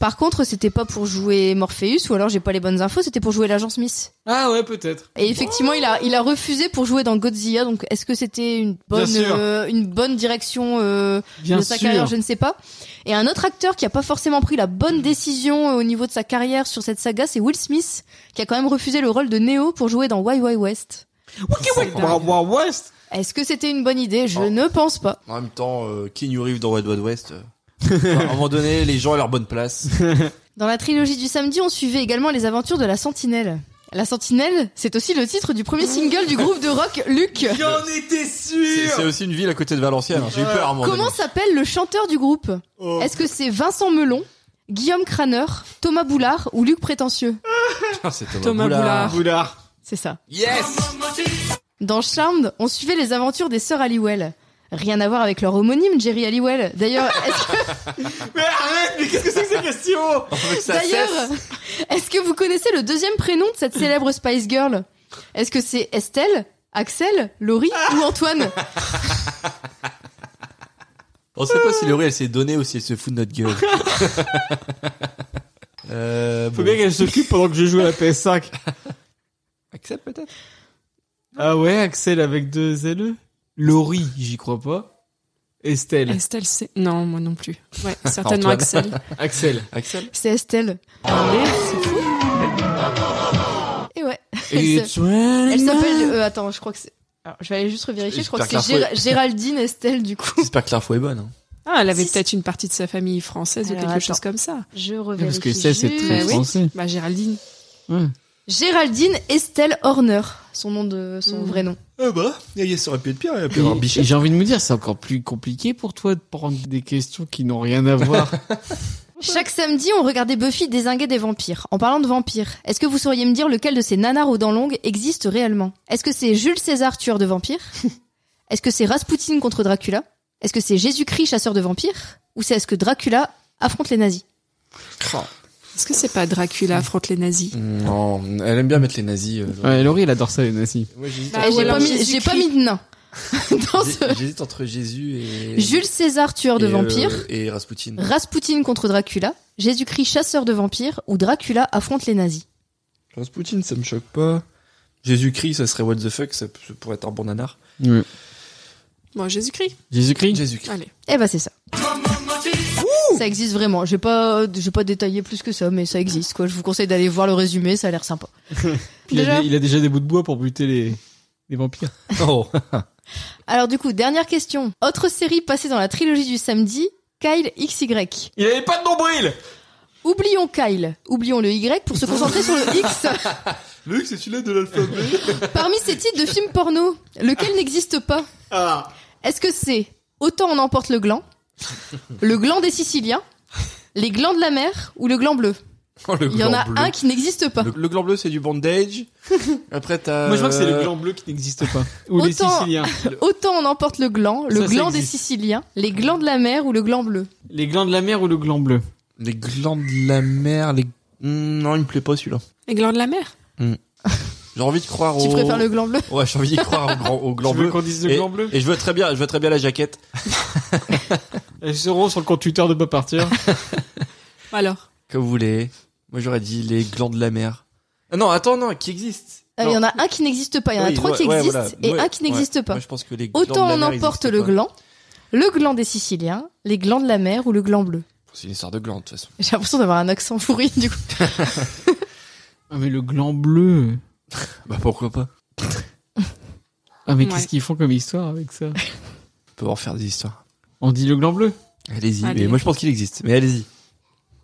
Speaker 5: Par contre, c'était pas pour jouer Morpheus, ou alors j'ai pas les bonnes infos, c'était pour jouer l'agent Smith.
Speaker 2: Ah ouais, peut-être.
Speaker 5: Et effectivement, il a, il a refusé pour jouer dans Godzilla. Donc, est-ce que c'était une bonne,
Speaker 2: Bien sûr.
Speaker 5: euh, une bonne direction euh,
Speaker 2: Bien
Speaker 5: de sa
Speaker 2: sûr. Hmm.
Speaker 5: carrière Je ne sais pas. Et un autre acteur qui a pas forcément pris la bonne décision euh, au niveau de sa carrière sur cette saga, c'est Will Smith, qui a quand même refusé le rôle de Neo pour jouer dans Why Why West.
Speaker 2: Wild Wild West.
Speaker 5: Est-ce que c'était une bonne idée Je
Speaker 4: Oh.
Speaker 5: ne pense pas.
Speaker 4: En même temps, euh, qui nous arrive dans Wild Wild West euh, À un moment donné, les gens à leur bonne place.
Speaker 5: Dans la trilogie du samedi, on suivait également les aventures de la Sentinelle. La Sentinelle, c'est aussi le titre du premier single du groupe de rock Luc.
Speaker 2: J'en étais
Speaker 4: C'est c'est
Speaker 2: sûr.
Speaker 4: aussi une ville à côté de Valenciennes. hein. J'ai eu peur à un moment
Speaker 5: Comment
Speaker 4: donné.
Speaker 5: s'appelle le chanteur du groupe
Speaker 2: Oh.
Speaker 5: Est-ce que c'est Vincent Melon, Guillaume Craner, Thomas Boulard ou Luc Prétentieux
Speaker 4: Putain, c'est Thomas,
Speaker 3: Thomas Boulard.
Speaker 2: Boulard.
Speaker 5: C'est ça.
Speaker 4: Yes
Speaker 5: Dans Charmed, on suivait les aventures des sœurs Halliwell. Rien à voir avec leur homonyme Jerry Halliwell. D'ailleurs, est-ce que,
Speaker 2: Mais Eh, arrête, mais qu'est-ce que c'est que ces questions
Speaker 4: On veut que ça
Speaker 5: d'ailleurs,
Speaker 4: cesse.
Speaker 5: est-ce que vous connaissez le deuxième prénom de cette célèbre Spice Girl Est-ce que c'est Estelle, Axel, Laurie
Speaker 4: Ah.
Speaker 5: ou Antoine
Speaker 4: On sait pas si Laurie elle s'est donnée ou si elle se fout de notre gueule. euh,
Speaker 2: Faut
Speaker 4: bon.
Speaker 2: bien qu'elle s'occupe pendant que je joue à la PS5.
Speaker 4: Axel peut-être
Speaker 2: Ah ouais, Axel avec deux LE. Laurie, j'y crois pas. Estelle.
Speaker 3: Estelle, c'est. Non, moi non plus. Ouais, certainement
Speaker 4: Antoine.
Speaker 3: Axel.
Speaker 2: Axel.
Speaker 4: Axel
Speaker 5: C'est Estelle.
Speaker 3: Allez, c'est fou.
Speaker 5: Et ouais. Elle
Speaker 2: It's
Speaker 5: se- elle s'appelle. euh, attends, je crois que c'est. alors, je vais aller juste revérifier. Je crois que c'est
Speaker 4: J'espère que la
Speaker 5: Géra- Géraldine Estelle du coup.
Speaker 4: J'espère que l'info est bonne. hein.
Speaker 3: Ah, elle avait
Speaker 5: Si,
Speaker 3: peut-être une partie de sa famille française ou
Speaker 5: Alors,
Speaker 3: quelque
Speaker 5: attends.
Speaker 3: chose comme ça.
Speaker 5: Je
Speaker 2: Parce
Speaker 5: revérifie.
Speaker 2: que ça, c'est
Speaker 5: juste.
Speaker 2: très
Speaker 3: Bah oui.
Speaker 2: français.
Speaker 3: Bah, Géraldine.
Speaker 5: Géraldine Estelle Horner, son nom de son
Speaker 3: Mm.
Speaker 5: vrai nom.
Speaker 4: Eh bah, il y a sur un pied de pierre, il y a
Speaker 2: Et- et J'ai envie de me dire, c'est encore plus compliqué pour toi de prendre des questions qui n'ont rien à voir.
Speaker 5: Chaque samedi, on regardait Buffy désinguer des vampires. En parlant de vampires, est-ce que vous sauriez me dire lequel de ces nanars aux dents longues existe réellement Est-ce que c'est Jules César tueur de vampires Est-ce que c'est Raspoutine contre Dracula Est-ce que c'est Jésus-Christ chasseur de vampires Ou c'est est-ce que Dracula affronte les nazis
Speaker 3: Est-ce que c'est pas Dracula affronte les nazis
Speaker 4: Non, elle aime bien mettre les nazis. euh, dans-
Speaker 2: ouais, Laurie, elle adore ça, les nazis.
Speaker 4: Moi, j'hésite
Speaker 3: Bah,
Speaker 5: Eh,
Speaker 4: entre-
Speaker 5: J'ai
Speaker 3: ou
Speaker 5: pas,
Speaker 3: alors
Speaker 5: mis- j'ai
Speaker 3: Jésus-Christ.
Speaker 5: pas mis de nain dans ce-
Speaker 4: J'ai- J'hésite entre Jésus et.
Speaker 5: Jules César tueur de
Speaker 4: et, euh,
Speaker 5: vampires
Speaker 4: Et Rasputin.
Speaker 5: Raspoutine contre Dracula, Jésus-Christ chasseur de vampires ou Dracula affronte les nazis.
Speaker 4: Rasputin, ça me choque pas. Jésus-Christ, ça serait what the fuck, ça ça pourrait être un bon nanar.
Speaker 3: Bon, Jésus-Christ.
Speaker 2: Jésus-Christ
Speaker 4: Jésus-Christ.
Speaker 3: Allez.
Speaker 5: Eh ben c'est ça. Ça existe vraiment. J'ai pas, j'ai pas détaillé plus que ça, mais ça existe quoi. Je vous conseille d'aller voir le résumé, ça a l'air sympa.
Speaker 2: il,
Speaker 5: Déjà-
Speaker 2: a, des- il a déjà des bouts de bois pour buter les, les vampires.
Speaker 4: Oh.
Speaker 5: Alors du coup, dernière question. Autre série passée dans la trilogie du samedi, Kyle XY.
Speaker 2: Il avait pas de nombril
Speaker 5: Oublions Kyle, oublions le Y pour se concentrer sur le X.
Speaker 4: Luc, c'est celui-là de l'alphabet.
Speaker 5: Parmi ces titres de films porno, lequel n'existe pas
Speaker 2: Ah
Speaker 5: Est-ce que c'est Autant on emporte le gland, le gland des Siciliens, les glands de la mer ou le gland bleu
Speaker 4: Oh, le
Speaker 5: Il y en
Speaker 4: gland
Speaker 5: a
Speaker 4: bleu.
Speaker 5: un qui n'existe pas.
Speaker 4: Le, le gland bleu, c'est du bandage. Après, t'as.
Speaker 2: Moi, je crois que c'est le
Speaker 4: euh,
Speaker 2: gland bleu qui n'existe pas. Ou les
Speaker 5: Autant-
Speaker 2: Siciliens.
Speaker 5: Autant on emporte le gland, le
Speaker 2: Ça, ça
Speaker 5: gland des
Speaker 2: existe.
Speaker 5: Siciliens, les glands de la mer ou le gland bleu.
Speaker 2: Les glands de la mer ou le gland bleu
Speaker 4: Les glands de la mer, les. Hmm, Non, il me plaît pas celui-là.
Speaker 3: Les glands de la mer.
Speaker 4: J'ai envie de croire
Speaker 5: Tu
Speaker 4: au.
Speaker 5: préfères le gland bleu
Speaker 4: Ouais, j'ai envie d'y croire au, grand, au gland
Speaker 2: Tu veux
Speaker 4: bleu.
Speaker 2: qu'on dise le
Speaker 4: et,
Speaker 2: gland bleu
Speaker 4: et je veux très bien, je veux très bien la jaquette.
Speaker 2: Elles seront sur le compte Twitter de Pas Partir.
Speaker 3: Alors.
Speaker 4: Comme vous voulez. Moi, j'aurais dit les glands de la mer. Ah non, attends, non, qui existe
Speaker 5: Ah, Il y en a un qui n'existe pas, il y en a
Speaker 4: Oui,
Speaker 5: trois qui
Speaker 4: ouais, ouais,
Speaker 5: existent
Speaker 4: voilà.
Speaker 5: et
Speaker 4: Ouais,
Speaker 5: un qui n'existe
Speaker 4: ouais.
Speaker 5: pas.
Speaker 4: Moi, je pense que les glands
Speaker 5: Autant
Speaker 4: de la
Speaker 5: on
Speaker 4: mer
Speaker 5: emporte
Speaker 4: existent
Speaker 5: le
Speaker 4: pas.
Speaker 5: gland, le gland des Siciliens, les glands de la mer ou le gland bleu.
Speaker 4: C'est une histoire de gland, de toute façon.
Speaker 5: J'ai l'impression d'avoir un accent fourri du coup.
Speaker 2: Ah, mais le gland bleu.
Speaker 4: Bah, pourquoi pas On
Speaker 2: Ah, mais
Speaker 3: Ouais.
Speaker 2: qu'est-ce qu'ils font comme histoire avec ça
Speaker 4: peut en faire des histoires.
Speaker 2: On dit le gland bleu
Speaker 4: Allez-y.
Speaker 3: Allez.
Speaker 4: Mais moi, je pense qu'il existe. Mais allez-y.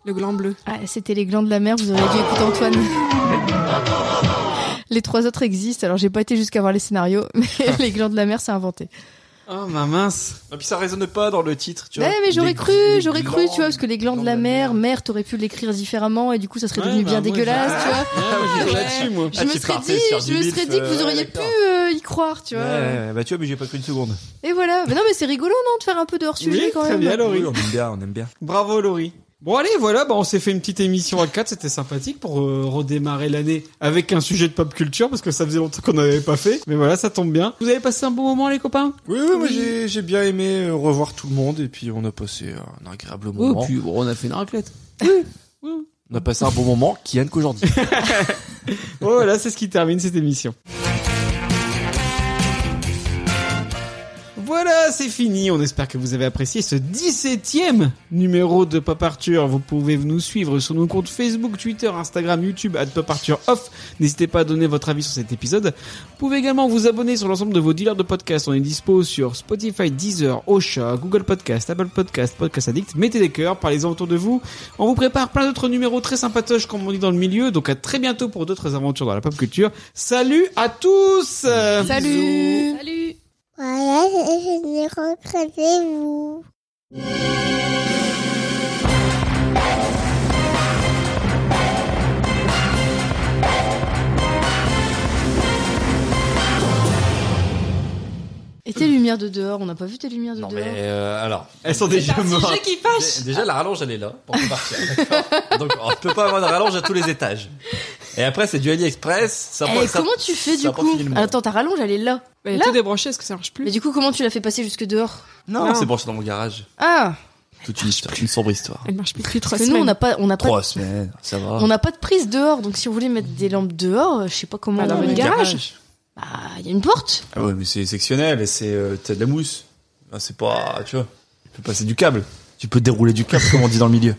Speaker 3: Le gland bleu.
Speaker 5: Ah, c'était les glands de la mer, vous auriez dû écouter Antoine. Les trois autres existent, alors j'ai pas été jusqu'à voir les scénarios, mais
Speaker 4: Ah.
Speaker 5: les glands de la mer c'est inventé.
Speaker 2: Oh, ma mince
Speaker 4: Et puis, ça résonne pas dans le titre, tu
Speaker 5: Ouais,
Speaker 4: vois.
Speaker 5: mais j'aurais
Speaker 4: Des-
Speaker 5: cru,
Speaker 4: des
Speaker 5: j'aurais cru,
Speaker 4: glands.
Speaker 5: tu vois, parce que les glands de la mer, mer, t'aurais pu l'écrire différemment et du coup ça serait
Speaker 2: Ouais,
Speaker 5: devenu
Speaker 2: bah,
Speaker 5: bien
Speaker 2: moi,
Speaker 5: dégueulasse,
Speaker 2: j'ai-
Speaker 5: tu vois.
Speaker 2: Ah,
Speaker 5: Ouais.
Speaker 2: ouais, là-dessus, moi.
Speaker 5: Je
Speaker 4: Ah,
Speaker 5: me
Speaker 4: tu
Speaker 5: serais
Speaker 4: partais
Speaker 5: dit,
Speaker 4: sur
Speaker 5: je
Speaker 4: du
Speaker 5: me
Speaker 4: bif,
Speaker 5: serais dit que vous
Speaker 4: euh,
Speaker 5: auriez pu
Speaker 4: d'accord.
Speaker 5: euh, y croire, tu
Speaker 4: Ouais,
Speaker 5: vois.
Speaker 4: ouais, bah, tu vois, mais j'ai pas cru une seconde.
Speaker 5: Et voilà. Mais non, mais c'est rigolo, non, de faire un peu de hors sujet
Speaker 2: Oui,
Speaker 5: quand
Speaker 2: très
Speaker 5: même.
Speaker 2: bien, Laurie.
Speaker 4: Oui, on aime bien, on aime bien.
Speaker 2: Bravo, Laurie. Bon allez, voilà, bah, on s'est fait une petite émission à 4, c'était sympathique pour euh, redémarrer l'année avec un sujet de pop culture parce que ça faisait longtemps qu'on n'avait pas fait. Mais voilà, ça tombe bien. Vous avez passé un bon moment les copains
Speaker 4: Oui, oui, moi j'ai j'ai bien aimé euh, revoir tout le monde et puis on a passé euh, un agréable moment.
Speaker 2: Oh, on a fait une raclette.
Speaker 4: On a passé un bon moment qui aime qu'aujourd'hui.
Speaker 2: Oh, voilà, c'est ce qui termine cette émission. Voilà, c'est fini. On espère que vous avez apprécié ce 17e numéro de Pop Arthur. Vous pouvez nous suivre sur nos comptes Facebook, Twitter, Instagram, YouTube, at Pop Arthur Off. N'hésitez pas à donner votre avis sur cet épisode. Vous pouvez également vous abonner sur l'ensemble de vos dealers de podcasts. On est dispo sur Spotify, Deezer, Ocha, Google Podcast, Apple Podcast, Podcast Addict. Mettez des cœurs, parlez-en autour de vous. On vous prépare plein d'autres numéros très sympatoches, comme on dit dans le milieu. Donc à très bientôt pour d'autres aventures dans la pop culture. Salut à tous!
Speaker 3: Salut Salut
Speaker 12: Voilà, je dis recréez-vous.
Speaker 5: Et tes lumières de dehors, on n'a pas vu tes lumières de
Speaker 4: non
Speaker 5: dehors.
Speaker 4: mais euh, alors,
Speaker 2: Elles sont déjà mortes.
Speaker 3: Sujet qui fâche
Speaker 4: dé- déjà la rallonge elle est là pour partir. d'accord Donc on ne peut pas avoir de rallonge à tous les étages. Et après c'est du AliExpress. Ça
Speaker 5: Eh,
Speaker 4: prend- ça-
Speaker 5: comment tu fais
Speaker 4: ça
Speaker 5: du
Speaker 4: prend
Speaker 5: coup
Speaker 4: fini le monde.
Speaker 5: Attends, ta rallonge, elle est là.
Speaker 3: Mais
Speaker 5: Là
Speaker 3: tout débranché, est-ce que ça marche
Speaker 5: Mais
Speaker 3: plus
Speaker 5: du coup, comment tu l'as fait passer jusque dehors
Speaker 4: Non,
Speaker 5: Non.
Speaker 4: c'est branché dans mon garage.
Speaker 5: Ah
Speaker 4: Toute une histoire, une sombre histoire.
Speaker 3: Elle marche plus depuis trois
Speaker 5: Parce que nous,
Speaker 3: semaines.
Speaker 5: on n'a pas, on n'a pas,
Speaker 4: Trois semaines, ça va.
Speaker 5: on n'a pas de prise dehors. Donc si on voulait mettre des lampes dehors, euh, je sais pas comment.
Speaker 3: Ah, dans
Speaker 5: on-
Speaker 3: le
Speaker 5: il
Speaker 3: garage.
Speaker 5: Bah, il y a une porte.
Speaker 4: Ah ouais, mais c'est sectionnel et c'est euh, t'as de la mousse. Ah, c'est pas, tu vois, tu peux passer du câble. Tu peux dérouler du câble comme on dit dans le milieu.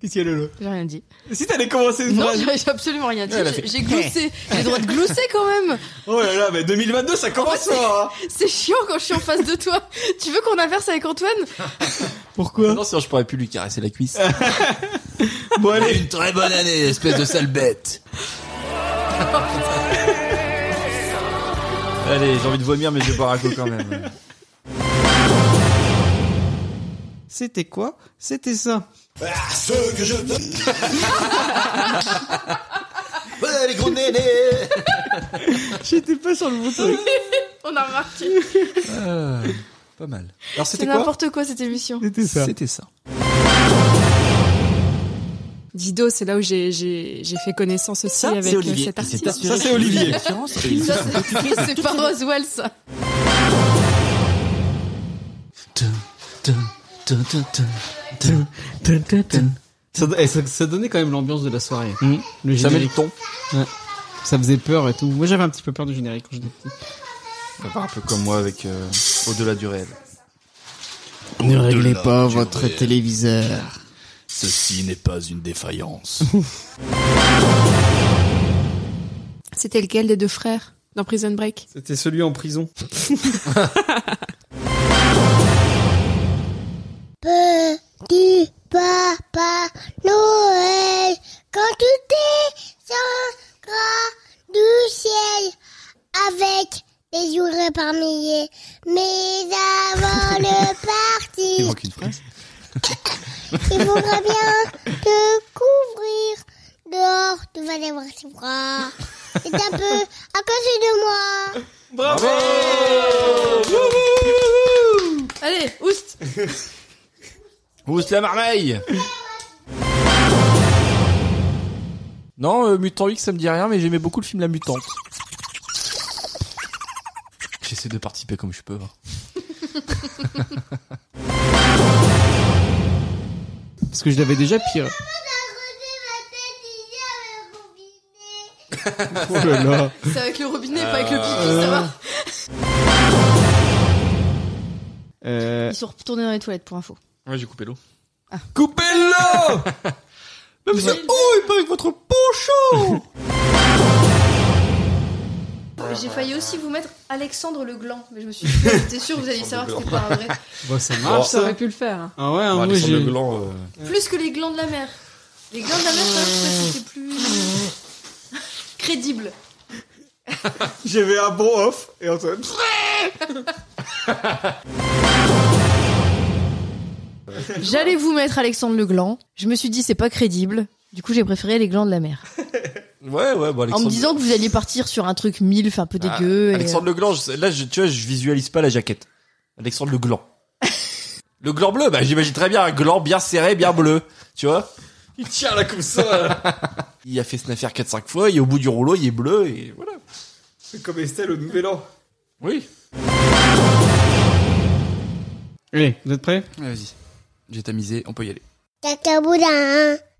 Speaker 2: Qu'est-ce qu'il y a, Lolo
Speaker 5: J'ai rien dit.
Speaker 2: Si t'allais commencer une
Speaker 5: Non,
Speaker 2: phrase.
Speaker 5: j'ai j'ai absolument rien dit.
Speaker 4: Elle a
Speaker 5: J'ai-
Speaker 4: fait-
Speaker 5: J'ai gloussé. J'ai le droit de glousser quand même.
Speaker 2: Oh là là, mais 2022, ça commence fort, hein
Speaker 5: C'est chiant quand je suis en face de toi. Tu veux qu'on inverse avec Antoine
Speaker 2: Pourquoi
Speaker 4: Non, sinon je pourrais plus lui caresser la cuisse.
Speaker 2: Bon, allez.
Speaker 4: Une très bonne année, espèce de sale bête. Allez, j'ai envie de vomir, mais je vais boire un coup quand même.
Speaker 2: C'était quoi C'était ça.
Speaker 4: les gros
Speaker 2: J'étais pas sur le bon truc.
Speaker 5: On a remarqué.
Speaker 4: Pas mal. Alors
Speaker 5: C'est
Speaker 4: c'était quoi
Speaker 5: n'importe quoi cette émission.
Speaker 2: C'était ça.
Speaker 4: C'était ça.
Speaker 3: Dido, c'est là où j'ai, j'ai, j'ai fait connaissance aussi
Speaker 4: Ça,
Speaker 3: avec
Speaker 4: c'est
Speaker 3: euh,
Speaker 4: Olivier.
Speaker 3: cet
Speaker 4: Et c'est
Speaker 3: artiste.
Speaker 4: pas-
Speaker 2: Ça, c'est Olivier.
Speaker 5: Ça, c'est ça, c'est pas Roswell, ça.
Speaker 2: Ça, eh, ça- ça donnait quand même l'ambiance de la soirée.
Speaker 4: Mhm.
Speaker 2: Le
Speaker 4: Ça met le
Speaker 2: générique,
Speaker 4: ton.
Speaker 2: Mmh. ça faisait peur et tout. Moi, j'avais un petit peu peur du générique quand j'étais petit.
Speaker 4: Un peu comme moi avec euh, Au-delà du réel.
Speaker 2: Ne réglez pas
Speaker 13: du votre réel.
Speaker 2: téléviseur.
Speaker 13: Ceci n'est pas une défaillance.
Speaker 3: C'était lequel des deux frères dans Prison Break
Speaker 2: C'était celui en prison.
Speaker 12: Petit papa Noël, quand tu descendras du ciel avec des jouets par milliers, mais avant de
Speaker 4: Il
Speaker 12: partir,
Speaker 4: manque une phrase.
Speaker 12: il faudra bien te couvrir dehors, tu vas les voir tes bras. C'est un peu à cause de moi.
Speaker 2: Bravo
Speaker 5: Allez, oust
Speaker 4: Où c'est la marmeille Non, euh, Mutant X, ça me dit rien, mais j'aimais beaucoup le film La Mutante. J'essaie de participer comme je peux. hein.
Speaker 2: Parce que je l'avais déjà pire. Oh là là.
Speaker 5: C'est avec le robinet, pas avec le pipi, ça va.
Speaker 2: Euh,
Speaker 5: Ils sont retournés dans les toilettes pour info.
Speaker 4: Ouais, j'ai coupé l'eau.
Speaker 2: Coupez-le
Speaker 4: Oh, et pas avec votre poche hein.
Speaker 5: J'ai failli aussi vous mettre Alexandre le gland, mais je me suis dit, j'étais sûre que vous alliez savoir que c'était pas un vrai.
Speaker 2: Bah, ça marche,
Speaker 3: Ça
Speaker 2: ça.
Speaker 3: aurait pu le faire. hein.
Speaker 2: Ah ouais, hein,
Speaker 4: Ah,
Speaker 2: moi,
Speaker 4: Alexandre
Speaker 2: j'ai...
Speaker 4: Le Gland, euh,
Speaker 5: Plus que les glands de la mer. Les glands de la mer, ça, je sais pas si c'était plus crédible.
Speaker 2: J'avais un bon off et Antoine...
Speaker 5: J'allais vous mettre Alexandre le gland. Je me suis dit, c'est pas crédible. Du coup, j'ai préféré les glands de la mer.
Speaker 4: Ouais, ouais, bon,
Speaker 5: En
Speaker 4: Alexandre.
Speaker 5: me disant que vous alliez partir sur un truc milf un peu
Speaker 4: Ah,
Speaker 5: dégueu. et- euh,
Speaker 4: Alexandre Le Gland, je- là, je- tu vois, je visualise pas la jaquette. Alexandre Le Gland. Le gland bleu, bah j'imagine très bien un gland bien serré, bien bleu, tu vois.
Speaker 2: Il tient là comme ça.
Speaker 4: Il a fait cette affaire 4-5 fois, et au bout du rouleau, il est bleu, et voilà.
Speaker 2: C'est comme Estelle au Nouvel An.
Speaker 4: Oui.
Speaker 2: Allez, vous êtes prêts
Speaker 4: Vas-y. J'ai tamisé, on peut y aller.
Speaker 12: Caca boudin, hein.